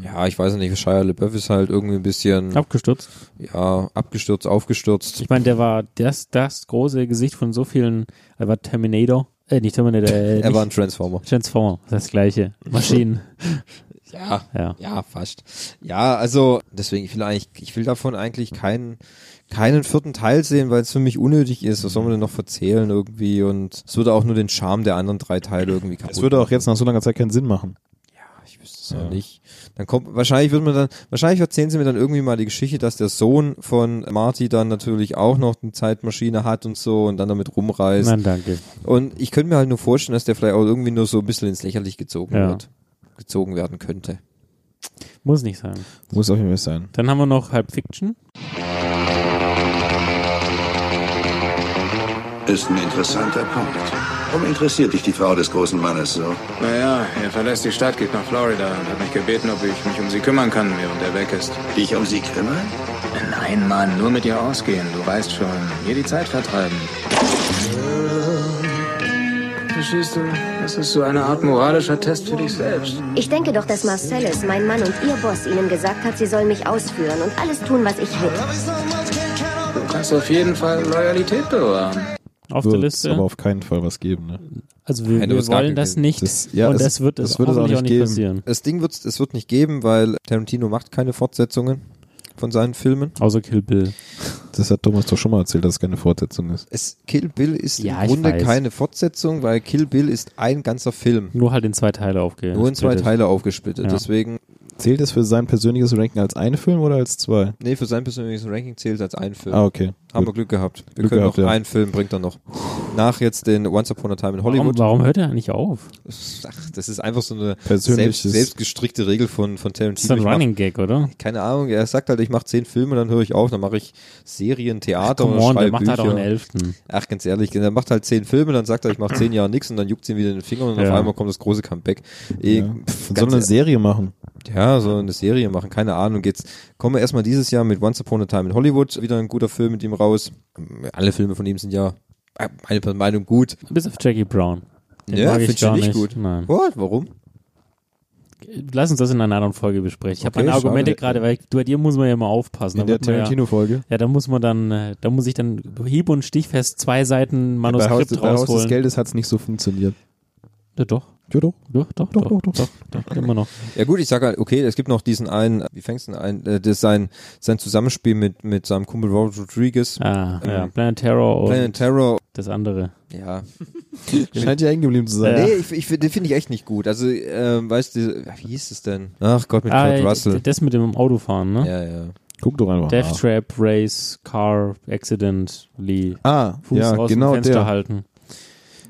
Ja, ich weiß nicht, Shia LeBeouf ist halt irgendwie ein bisschen
Abgestürzt.
ja, abgestürzt, aufgestürzt.
Ich meine, der war das, das große Gesicht von so vielen. Er war Terminator. Äh, nicht Terminator. Äh,
Er
nicht-
war ein Transformer.
Transformer. Das gleiche. Maschinen.
Ja,
Ja.
ja, fast. Ja, also deswegen, ich will eigentlich, ich will davon eigentlich keinen, keinen vierten Teil sehen, weil es für mich unnötig ist. Was soll man denn noch verzählen irgendwie? Und es würde auch nur den Charme der anderen drei Teile irgendwie kaputt.
Es würde auch jetzt nach so langer Zeit keinen Sinn machen.
Ich wüsste es ja nicht. Dann kommt, wahrscheinlich wird man dann, wahrscheinlich erzählen sie mir dann irgendwie mal die Geschichte, dass der Sohn von Marty dann natürlich auch noch eine Zeitmaschine hat und so und dann damit rumreist.
Nein, danke.
Und ich könnte mir halt nur vorstellen, dass der vielleicht auch irgendwie nur so ein bisschen ins Lächerlich gezogen
Ja.
wird. Gezogen werden könnte.
Muss nicht sein.
Muss auf jeden Fall sein.
Dann haben wir noch Halb Fiction.
Ist ein interessanter Punkt. Warum interessiert dich die Frau des großen Mannes so?
Naja, er verlässt die Stadt, geht nach Florida und hat mich gebeten, ob ich mich um sie kümmern kann, während er weg ist.
Dich um sie kümmern?
Nein, Mann, nur mit ihr ausgehen, du weißt schon. Hier die Zeit vertreiben. Verstehst du? Das ist so eine Art moralischer Test für dich selbst.
Ich denke doch, dass Marcellus, mein Mann und ihr Boss ihnen gesagt hat, sie sollen mich ausführen und alles tun, was ich will.
Du kannst auf jeden Fall Loyalität bewahren.
Auf der
Wird
Liste.
aber auf keinen Fall was geben. Ne?
Also wir,
Nein, du
wir
hast gar
wollen
keinen
das
gegeben.
nicht.
ja,
und
es-
das wird, es
das würde es auch
hoffentlich auch
nicht
nicht
geben.
passieren.
Das Ding wird es wird nicht geben, weil Tarantino macht keine Fortsetzungen von seinen Filmen.
Außer Kill Bill.
Das hat Thomas doch schon mal erzählt, dass es keine Fortsetzung ist.
Es, Kill Bill ist
Ja,
im
ich
Grunde
weiß.
keine Fortsetzung, weil Kill Bill ist ein ganzer Film.
Nur halt in zwei Teile aufgehen.
Nur in zwei Teile aufgesplittet.
Ja.
Deswegen,
Zählt es für sein persönliches Ranking als ein Film oder als zwei?
nee, für sein persönliches Ranking zählt es als ein Film.
Ah, okay.
Haben wir
Gut.
Glück gehabt. Wir
Glück
können
gehabt,
noch
ja.
einen Film bringt er noch. Nach jetzt den Once Upon a Time in
Warum,
Hollywood.
warum hört er eigentlich auf?
Ach, das ist einfach so eine
Persönliches-
selbst, selbstgestrickte Regel von, von Tarantino.
Das ist ein
Ich mach-
Running Gag, oder?
keine Ahnung, er sagt halt, ich mache zehn Filme, dann höre ich auf, dann mache ich Serien, Theater
Come
oder
on,
schreibe
der macht
Bücher.
halt auch einen Elften.
Ach, ganz ehrlich, er macht halt zehn Filme, dann sagt er, ich mache zehn Jahre nichts und dann juckt ihn wieder in den Finger und
Ja.
auf einmal kommt das große Comeback. Ich,
Ja.
pff,
Und
ganz
soll eine
ehr-
Serie machen.
ja, so eine Serie machen, keine Ahnung. Jetzt kommen wir erstmal dieses Jahr mit Once Upon a Time in Hollywood, wieder ein guter Film mit ihm raus. Ähm, Alle Filme von ihm sind ja, äh, meine Meinung, gut.
Bis auf Jackie Brown. Den
ja,
mag ich
find
gar
nicht
nicht.
gut.
Nein.
What? Warum?
Lass uns das in einer anderen Folge besprechen. Ich habe
Okay,
meine Argumente
schade.
gerade, weil ich, bei dir muss man ja mal aufpassen.
In
Da
der
wird man
Tarantino-Folge.
Ja, ja, da muss man dann, äh, da muss ich dann hieb- und stichfest zwei Seiten
bei Haus,
Manuskript
bei Haus des
rausholen.
Geldes hat es nicht so funktioniert.
Ja, doch,
Ja, doch.
doch, doch, doch, doch, doch, doch, immer noch.
Ja gut, ich sag halt, okay, es gibt noch diesen einen, wie fängst du denn ein, äh, das sein, sein Zusammenspiel mit, mit seinem Kumpel Robert Rodriguez,
Ah, ja,
Ähm,
Planet Terror und
Planet Terror
Das andere.
Ja.
Scheint ja hängen geblieben zu sein.
Nee, ich, ich, find- den finde ich echt nicht gut. Also, ähm, weißt du, wie hieß es denn? Ach Gott, mit
ah,
Kurt Russell.
Das mit dem Autofahren, ne?
Ja, ja.
Guck doch einfach
Death
nach.
Trap, Race, Car, Accident, Lee.
Ah,
Fuß
ja,
aus
genau
dem Fenster
der.
halten.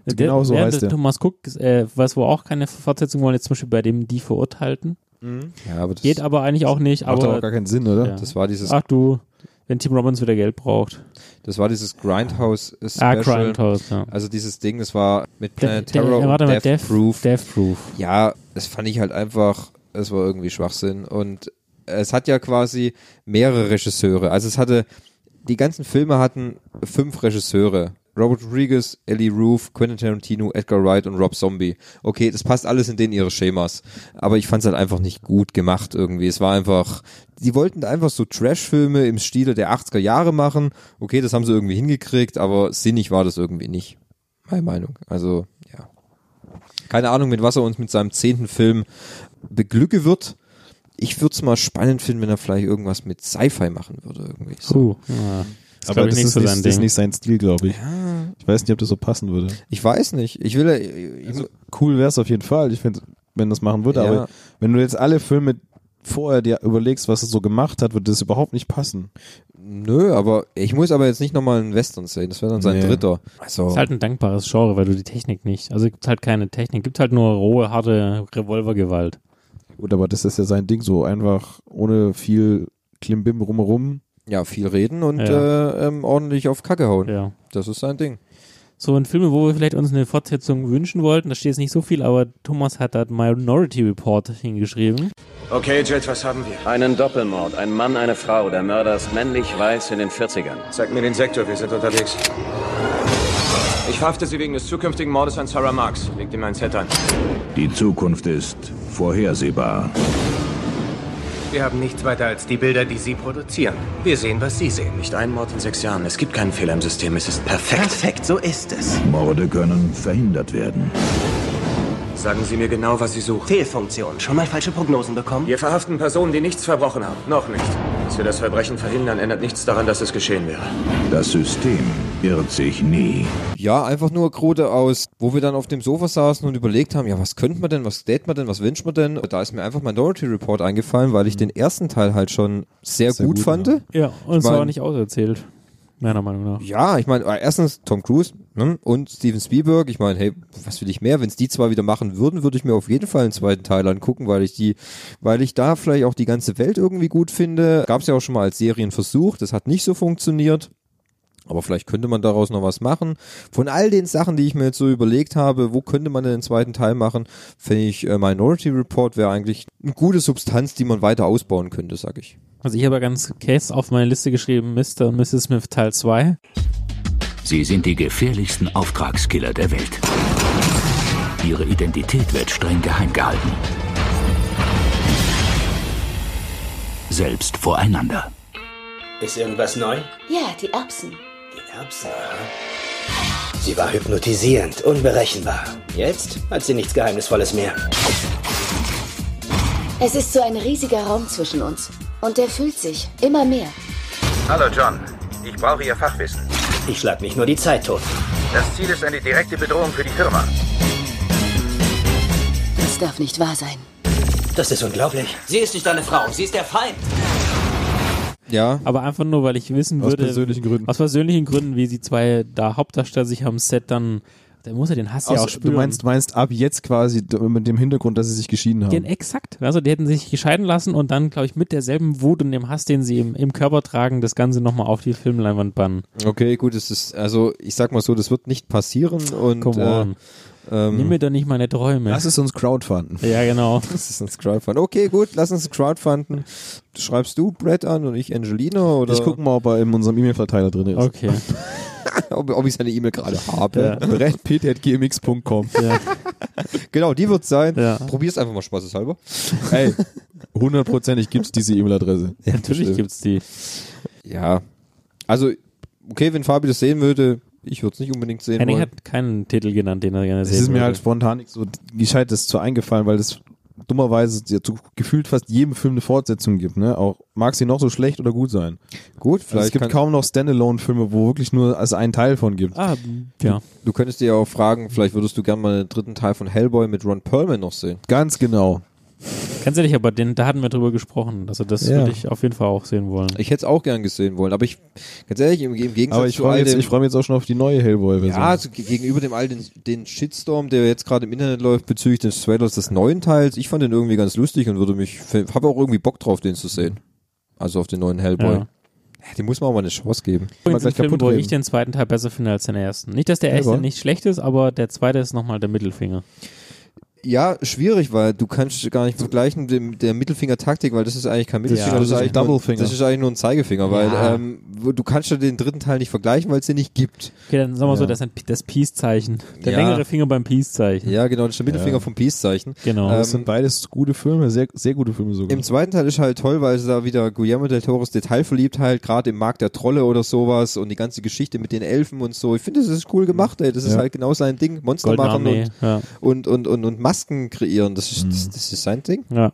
Genau so
der,
heißt der.
Thomas Cook, äh, was wir auch keine Fortsetzung wollen, jetzt zum Beispiel bei dem Die Verurteilten.
Mhm.
Ja, aber das
Geht aber eigentlich auch Ah. nicht.
Macht
aber
doch auch gar keinen Sinn, oder?
Ja.
Das war dieses-
Ach du, wenn Tim Robbins wieder Geld braucht.
Das war dieses Grindhouse Special.
Ah,
äh,
Grindhouse, ja.
Also dieses Ding, das war mit
Der-
Planet
der-
Terror und
warte mal,
Death,
Death-
Proof.
Death Proof.
Ja, das fand ich halt einfach, es war irgendwie Schwachsinn. Und es hat ja quasi mehrere Regisseure. Also es hatte, die ganzen Filme hatten fünf Regisseure. Robert Rodriguez, Ellie Roof, Quentin Tarantino, Edgar Wright und Rob Zombie. Okay, das passt alles in denen ihre Schemas. Aber ich fand es halt einfach nicht gut gemacht irgendwie. Es war einfach, die wollten da einfach so Trash-Filme im Stile der 80er Jahre machen. Okay, das haben sie irgendwie hingekriegt, aber sinnig war das irgendwie nicht. Meine Meinung. Also, ja. Keine Ahnung, mit was er uns mit seinem zehnten Film beglücke wird. Ich würde es mal spannend finden, wenn er vielleicht irgendwas mit Sci-Fi machen würde. Irgendwie.
Puh, ja. Das
Aber
glaub ich
das
nicht
ist,
so
nicht,
sein
das ist
Ding.
nicht sein Stil, glaube ich.
Ja.
Ich weiß nicht, ob das so passen würde.
Ich weiß nicht. Ich will. Ich,
Also,
Cool wäre es auf jeden Fall, ich find, wenn das machen würde.
Ja.
Aber wenn du jetzt alle Filme vorher dir überlegst, was er so gemacht hat, würde das überhaupt nicht passen.
Nö, aber ich muss aber jetzt nicht nochmal einen Western sehen. Das wäre dann sein
Nee.
dritter. Also,
Ist halt ein dankbares Genre, weil du die Technik nicht. Also gibt halt keine Technik, gibt halt nur rohe, harte Revolvergewalt.
Gut, aber das ist ja sein Ding, so einfach ohne viel Klimbim rumherum.
ja, viel reden und
Ja.
äh, ähm, ordentlich auf Kacke hauen.
Ja.
Das ist sein Ding.
So in Filme, wo wir vielleicht uns eine Fortsetzung wünschen wollten, da steht jetzt nicht so viel, aber Thomas hat da Minority Report hingeschrieben.
Okay, Jet, was haben wir? Einen Doppelmord. Ein Mann, eine Frau. Der Mörder ist männlich, weiß, in den 40ern.
Zeig mir den Sektor, wir sind unterwegs. Ich verhafte Sie wegen des zukünftigen Mordes an Sarah Marks. Legt ihm ein Set an.
Die Zukunft ist vorhersehbar.
Wir haben nichts weiter als die Bilder, die Sie produzieren. Wir sehen, was Sie sehen.
Nicht ein Mord in sechs Jahren. Es gibt keinen Fehler im System. Es ist perfekt.
Perfekt, so ist es.
Morde können verhindert werden.
Sagen Sie mir genau, was Sie suchen. Fehlfunktion. Schon mal falsche Prognosen bekommen? Wir verhaften Personen, die nichts verbrochen haben. Noch nicht. Dass wir das Verbrechen verhindern, ändert nichts daran, dass es geschehen wäre.
Das System irrt sich nie.
Ja, einfach nur Krode aus, wo wir dann auf dem Sofa saßen und überlegt haben, ja, was könnte man denn, was date man denn, was wünscht man denn? Da ist mir einfach Minority Report eingefallen, weil ich den ersten Teil halt schon Mhm. sehr, gut, fand.
Ja, und
Ich
es war
mein-
auch nicht auserzählt, meiner Meinung nach.
Ja, ich meine, äh, erstens Tom Cruise ne? und Steven Spielberg. Ich meine, hey, was will ich mehr? Wenn es die zwei wieder machen würden, würde ich mir auf jeden Fall einen zweiten Teil angucken, weil ich die, weil ich da vielleicht auch die ganze Welt irgendwie gut finde. Gab es ja auch schon mal als Serienversuch. Das hat nicht so funktioniert. Aber vielleicht könnte man daraus noch was machen. Von all den Sachen, die ich mir jetzt so überlegt habe, wo könnte man denn den zweiten Teil machen, finde ich äh, Minority Report wäre eigentlich eine gute Substanz, die man weiter ausbauen könnte, sag ich.
Also ich habe ja ganz Case auf meine Liste geschrieben, Mr. und Mrs. Smith Teil 2.
Sie sind die gefährlichsten Auftragskiller der Welt. Ihre Identität wird streng geheim gehalten. Selbst voreinander.
Ist irgendwas neu?
Ja, die Erbsen.
Die Erbsen, Sie war hypnotisierend, unberechenbar. Jetzt hat sie nichts Geheimnisvolles mehr.
Es ist so ein riesiger Raum zwischen uns. Und der füllt sich immer mehr.
Hallo, John. Ich brauche Ihr Fachwissen.
Ich schlag nicht nur die Zeit tot.
Das Ziel ist eine direkte Bedrohung für die Firma.
Das darf nicht wahr sein.
Das ist unglaublich. Sie ist nicht deine Frau, sie ist der Feind.
Ja.
Aber einfach nur, weil ich wissen
Aus
würde.
persönlichen
Gründen. Aus persönlichen Gründen, wie sie zwei da Hauptdarsteller sich am Set dann. Da muss er den Hass ja
Außer-
auch
du
spüren.
meinst, meinst ab jetzt quasi d- mit dem Hintergrund, dass sie sich geschieden haben.
Den exakt. Also die hätten sich gescheiden lassen und dann, glaube ich, mit derselben Wut und dem Hass, den sie im, im Körper tragen, das Ganze nochmal auf die Filmleinwand bannen.
Okay, gut, es ist, also ich sag mal so, das wird nicht passieren und
Come on.
Äh, ähm,
Nimm mir doch nicht meine Träume.
Lass es uns crowdfunden.
Ja, genau.
das ist ein Crowdfund. Okay, gut, lass uns crowdfunden. Schreibst du Brett an und ich Angelina oder
Ich gucke mal, ob er in unserem E-Mail-Verteiler drin ist.
Okay.
ob, ob ich seine E-Mail gerade habe.
Ja. Brettpete.gmx.com.
Ja.
Genau, die wird sein.
Ja.
Probier's einfach mal spaßeshalber.
Ey, hundertprozentig gibt's diese E-Mail-Adresse.
Natürlich gibt's die.
Ja. Also, okay, wenn Fabi das sehen würde, ich würde es nicht unbedingt sehen
Henning
wollen.
hat keinen Titel genannt, den er gerne
Es
halt
sehen
ist mir
würde.
halt spontan nicht so gescheit das zu eingefallen, weil das dummerweise es ja zu gefühlt fast jedem Film eine Fortsetzung gibt, ne? Auch mag sie noch so schlecht oder gut sein.
Gut,
also es
vielleicht
gibt
kann-
kaum noch Standalone-Filme, wo wirklich nur es einen Teil von gibt.
Ah, ja.
Du könntest dir ja auch fragen, vielleicht würdest du gerne mal den dritten Teil von Hellboy mit Ron Perlman noch sehen.
Ganz genau.
Ganz ehrlich, aber den, da hatten wir drüber gesprochen. Also das
Ja.
würde ich auf jeden Fall auch sehen wollen.
Ich hätte es auch gern gesehen wollen, aber ich, ganz ehrlich, im, im Gegensatz
Aber ich
zu
freue
all
mich, jetzt-
dem,
ich freu mich jetzt auch schon auf die neue Hellboy-Version.
ja, also ge- gegenüber dem all den, den Shitstorm, der jetzt gerade im Internet läuft bezüglich des Trailers des neuen Teils, ich fand den irgendwie ganz lustig und würde mich, habe auch irgendwie Bock drauf, den zu sehen. Also auf den neuen Hellboy.
Ja.
Ja, Dem muss man auch mal eine Chance geben.
Übrigens ein Film, wo ich den zweiten Teil besser finde als den ersten. Nicht, dass der erste
Jawohl.
nicht schlecht ist, aber der zweite ist nochmal der Mittelfinger.
Ja, schwierig, weil du kannst gar nicht vergleichen mit der Mittelfinger-Taktik, weil das ist eigentlich kein
Das ist-
Mittelfinger,
das ist ein
eigentlich nur,
Doublefinger.
das ist eigentlich nur ein Zeigefinger, weil
Ja.
ähm, wo- du kannst ja den dritten Teil nicht vergleichen, weil es den nicht gibt.
Okay, dann sagen wir so,
Ja.
das ist ein, P- das Peace-Zeichen. Der
Ja.
längere Finger beim Peace-Zeichen.
Ja, genau, das ist der Mittelfinger vom Peace-Zeichen.
Genau.
das
Ähm,
sind beides gute Filme, sehr, sehr gute Filme sogar.
Im zweiten Teil ist halt toll, weil es da wieder Guillermo del Toros Detailverliebtheit, gerade im Markt der Trolle oder sowas und die ganze Geschichte mit den Elfen und so. Ich finde, das ist cool gemacht, ey. Das ist
Ja.
halt genau sein Ding. Monster
Goldene
machen
Armee,
und,
ja.
und, und, und, und Masken kreieren. Das
Mhm.
ist, das, das ist sein Ding.
Ja.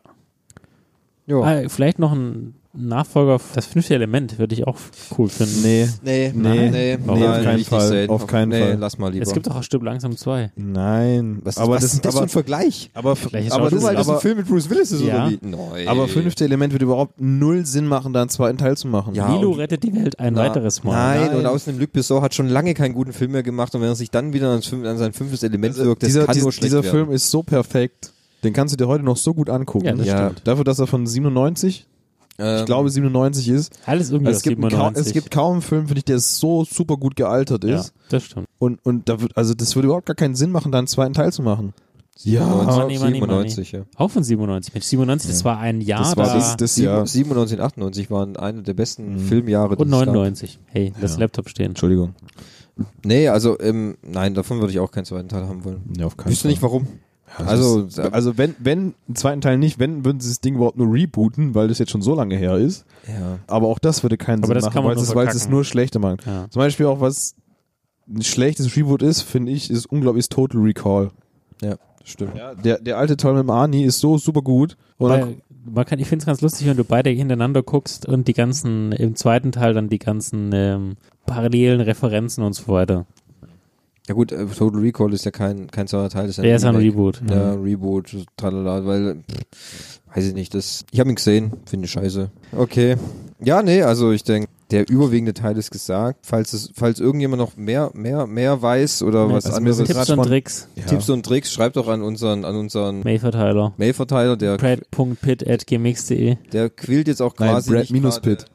Ja.
Ah, vielleicht noch ein Nachfolger. f- Das fünfte Element würde ich auch f- cool finden. Nee.
Nee,
Nee, nee,
Warum?
nee, auf keinen
nicht
Fall.
sehen.
Auf keinen
nee,
Fall.
lass mal lieber.
Es gibt doch auch Stück langsam zwei.
Nein.
Was ist- was ist das für ein Vergleich?
Aber,
Vielleicht ist
aber,
auch
das,
nur, weil
das ein
aber,
Film mit Bruce Willis ist
Ja.
oder wie? Nein.
aber fünfte Element würde überhaupt null Sinn machen, da einen zweiten Teil zu machen.
Ja,
Lilo
und-
rettet die Welt ein
Na,
weiteres Mal.
Nein,
Nein.
und außerdem Luc Besson hat schon lange keinen guten Film mehr gemacht und wenn er sich dann wieder ans fün- an sein fünftes Element wirkt, das
Also dieser
kann
dieser-
nur schlecht
dieser
werden.
Film ist so perfekt. Den kannst du dir heute noch so gut angucken.
Ja, das Ja.
stimmt.
Dafür, dass er von 97, ich
Ähm,
glaube 97 ist.
Alles irgendwie
Also
aus
es, gibt einen kaum,
97.
es gibt kaum einen Film, finde ich, der so super gut gealtert
Ja,
ist.
das stimmt.
Und, und da wird, also das würde überhaupt gar keinen Sinn machen, da einen zweiten Teil zu machen. Ja,
97, 97, ja.
Auch von 97. Mensch, 97, das war ein Jahr
das war
Ah, da.
das, das
Sieben-
Jahr. 97, 98 waren eine der besten
Mhm.
Filmjahre.
und
die es gab.
99. Hey, das Laptop stehen.
Entschuldigung.
Nee, also ähm, nein, davon würde ich auch keinen zweiten Teil haben wollen.
Ja, auf keinen
Wüsste
Fall.
nicht warum.
Also,
also,
also, wenn, wenn, einen zweiten Teil nicht, wenn, würden sie das Ding überhaupt nur rebooten, weil das jetzt schon so lange her ist.
ja.
Aber auch das würde keinen
Aber
Sinn
das
machen,
kann man
weil
nur
es, weil es
verkacken.
nur schlechter machen.
Ja.
Zum Beispiel auch, was ein schlechtes Reboot ist, finde ich, ist unglaublich ist Total Recall.
ja, stimmt.
Ja, der, der alte Teil mit Arnie ist so super gut. Und dann,
Weil, man kann, ich finde es ganz lustig, wenn du beide hintereinander guckst und die ganzen, im zweiten Teil dann die ganzen ähm, parallelen Referenzen und so weiter.
Ja gut, äh, Total Recall ist ja kein, kein zweiter Teil. Ist ja
Ja, ist ein
Remake.
Reboot.
Ja,
Mhm.
Reboot, tralala, weil, pff, weiß ich nicht, das, ich habe ihn gesehen, finde ich scheiße. Okay. Ja, nee, also ich denke, der überwiegende Teil ist gesagt. Falls es, falls irgendjemand noch mehr, mehr, mehr weiß oder
Ja.
was
Also mir
anderes.
sind
Tipps
grad
und
spannend.
Tricks.
Ja.
Tipps und Tricks, schreibt doch an unseren, an unseren
Mail-Verteiler.
Mailverteiler, der,
Brad.pit.gmx.de.
der quillt jetzt auch
nein,
quasi
Brad
nicht,
minus
gerade-
Pitt.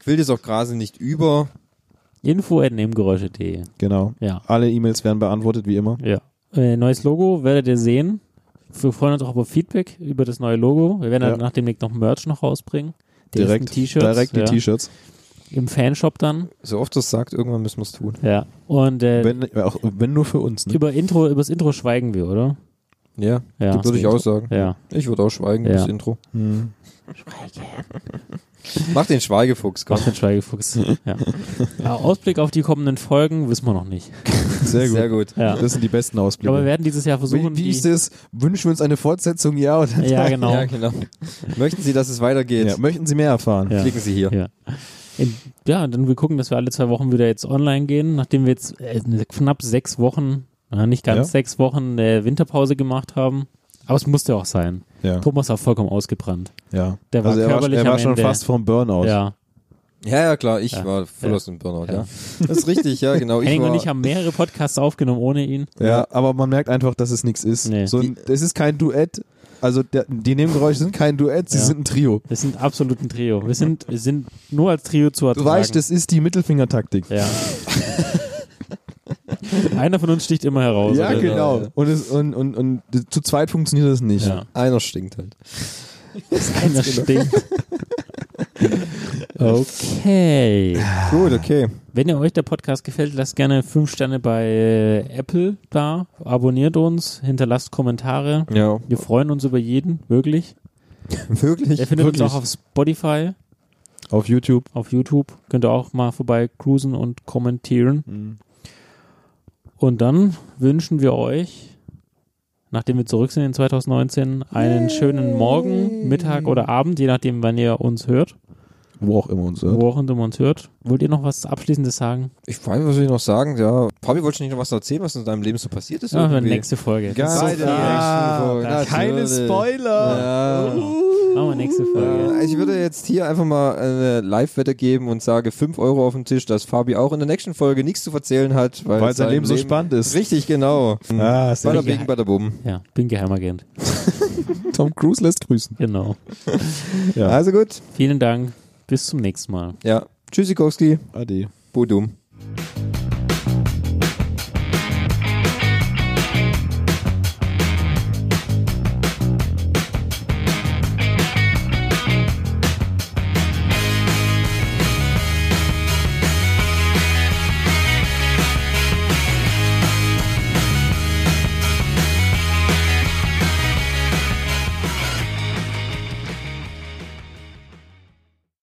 quillt jetzt auch quasi nicht über.
Info at nebengeräusche.de.
Genau.
Ja.
Alle E-Mails werden beantwortet, wie immer.
Ja. Äh, neues Logo werdet ihr sehen. Wir freuen uns auch über Feedback über das neue Logo. Wir werden
Ja.
dann nach dem Link noch Merch noch rausbringen. Die
Direkt,
ersten T-Shirts.
direkt die
ja.
T-Shirts.
Im Fanshop dann.
So oft das sagt, irgendwann müssen wir es tun.
Ja. Und äh,
Wenn, auch, wenn nur für uns. Ne?
über Intro, über das Intro schweigen wir, oder?
Ja,
Ja.
würde ich auch sagen.
Ja.
Ich würde auch schweigen,
Ja. Hm.
das Intro. Mach den Schweigefuchs, komm.
Mach den Schweigefuchs. ja. ja. Ausblick auf die kommenden Folgen wissen wir noch nicht.
Sehr gut.
Sehr gut.
Ja.
Das sind die besten Ausblicke.
Aber wir werden dieses Jahr versuchen,
Genau. wie, wie ist
die,
das? Wünschen wir uns eine Fortsetzung? Ja oder
Ja,
nein?
genau.
Ja, genau. Möchten Sie, dass es weitergeht?
Ja, möchten Sie mehr erfahren?
Ja.
Klicken Sie hier.
Ja. In, ja, und dann wir gucken, dass wir alle zwei Wochen wieder jetzt online gehen, nachdem wir jetzt äh, knapp sechs Wochen, äh, nicht ganz
Ja.
sechs Wochen äh, Winterpause gemacht haben. Aber es musste auch sein.
Ja.
Thomas war vollkommen ausgebrannt.
Ja.
Der war
also er war,
körperlich
er war
am
schon
Ende.
fast vom Burnout.
Ja.
Ja, ja, klar, ich
Ja.
war voll
Ja.
aus dem Burnout, ja.
Ja.
Das ist richtig, ja, genau. Ich
Henning
war,
und ich haben mehrere Podcasts aufgenommen ohne ihn.
Ja, aber man merkt einfach, dass es nichts ist.
Nee.
So, ein- es ist kein Duett. Also der, die Nebengeräusche sind kein Duett, sie
Ja.
sind ein Trio.
Wir sind absolut ein Trio. Wir sind, wir sind nur als Trio zu
Du
ertragen.
weißt, das ist die Mittelfingertaktik.
Ja. Einer von uns sticht immer heraus.
Ja,
oder?
genau. Und, es, und, und, und zu zweit funktioniert das nicht.
Ja.
einer stinkt halt.
genau.
Einer stinkt. Okay.
Gut, okay.
Wenn ihr euch der Podcast gefällt, lasst gerne 5 Sterne bei äh, Apple da. Abonniert uns, hinterlasst Kommentare.
Ja.
Wir freuen uns über jeden, wirklich.
Wirklich?
Ihr findet
wirklich.
uns auch auf Spotify,
Auf YouTube.
auf YouTube. Könnt ihr auch mal vorbei cruisen und kommentieren. Und dann wünschen wir euch nachdem wir zurück sind in 2019, einen schönen Morgen, Mittag oder Abend, je nachdem, wann ihr uns hört.
Wo auch immer uns hört.
Wo auch immer uns hört. Wollt ihr noch was Abschließendes sagen?
Ich weiß, was ich noch sagen, ja. Fabi, wolltest du nicht noch was erzählen, was in deinem Leben so passiert ist?
Ja, für die
irgendwie?
nächste Folge.
Geil,
Das ist so viel.
ja,
Ja, keine
Spoiler. Ja.
Machen wir nächste Folge.
Äh, Ich würde jetzt hier einfach mal eine Live-Wette geben und sage 5 Euro auf den Tisch, dass Fabi auch in der nächsten Folge nichts zu erzählen hat, weil,
Weil sein Leben so spannend ist.
Richtig, genau.
Ah, sehr
bei der
geil.
Bing, bei der Buben.
Ja, bin Geheimagent.
Tom Cruise lässt grüßen.
Genau.
Ja.
Also gut.
Vielen Dank. Bis zum nächsten Mal.
Ja. Tschüssikowski.
Ade.
Budum.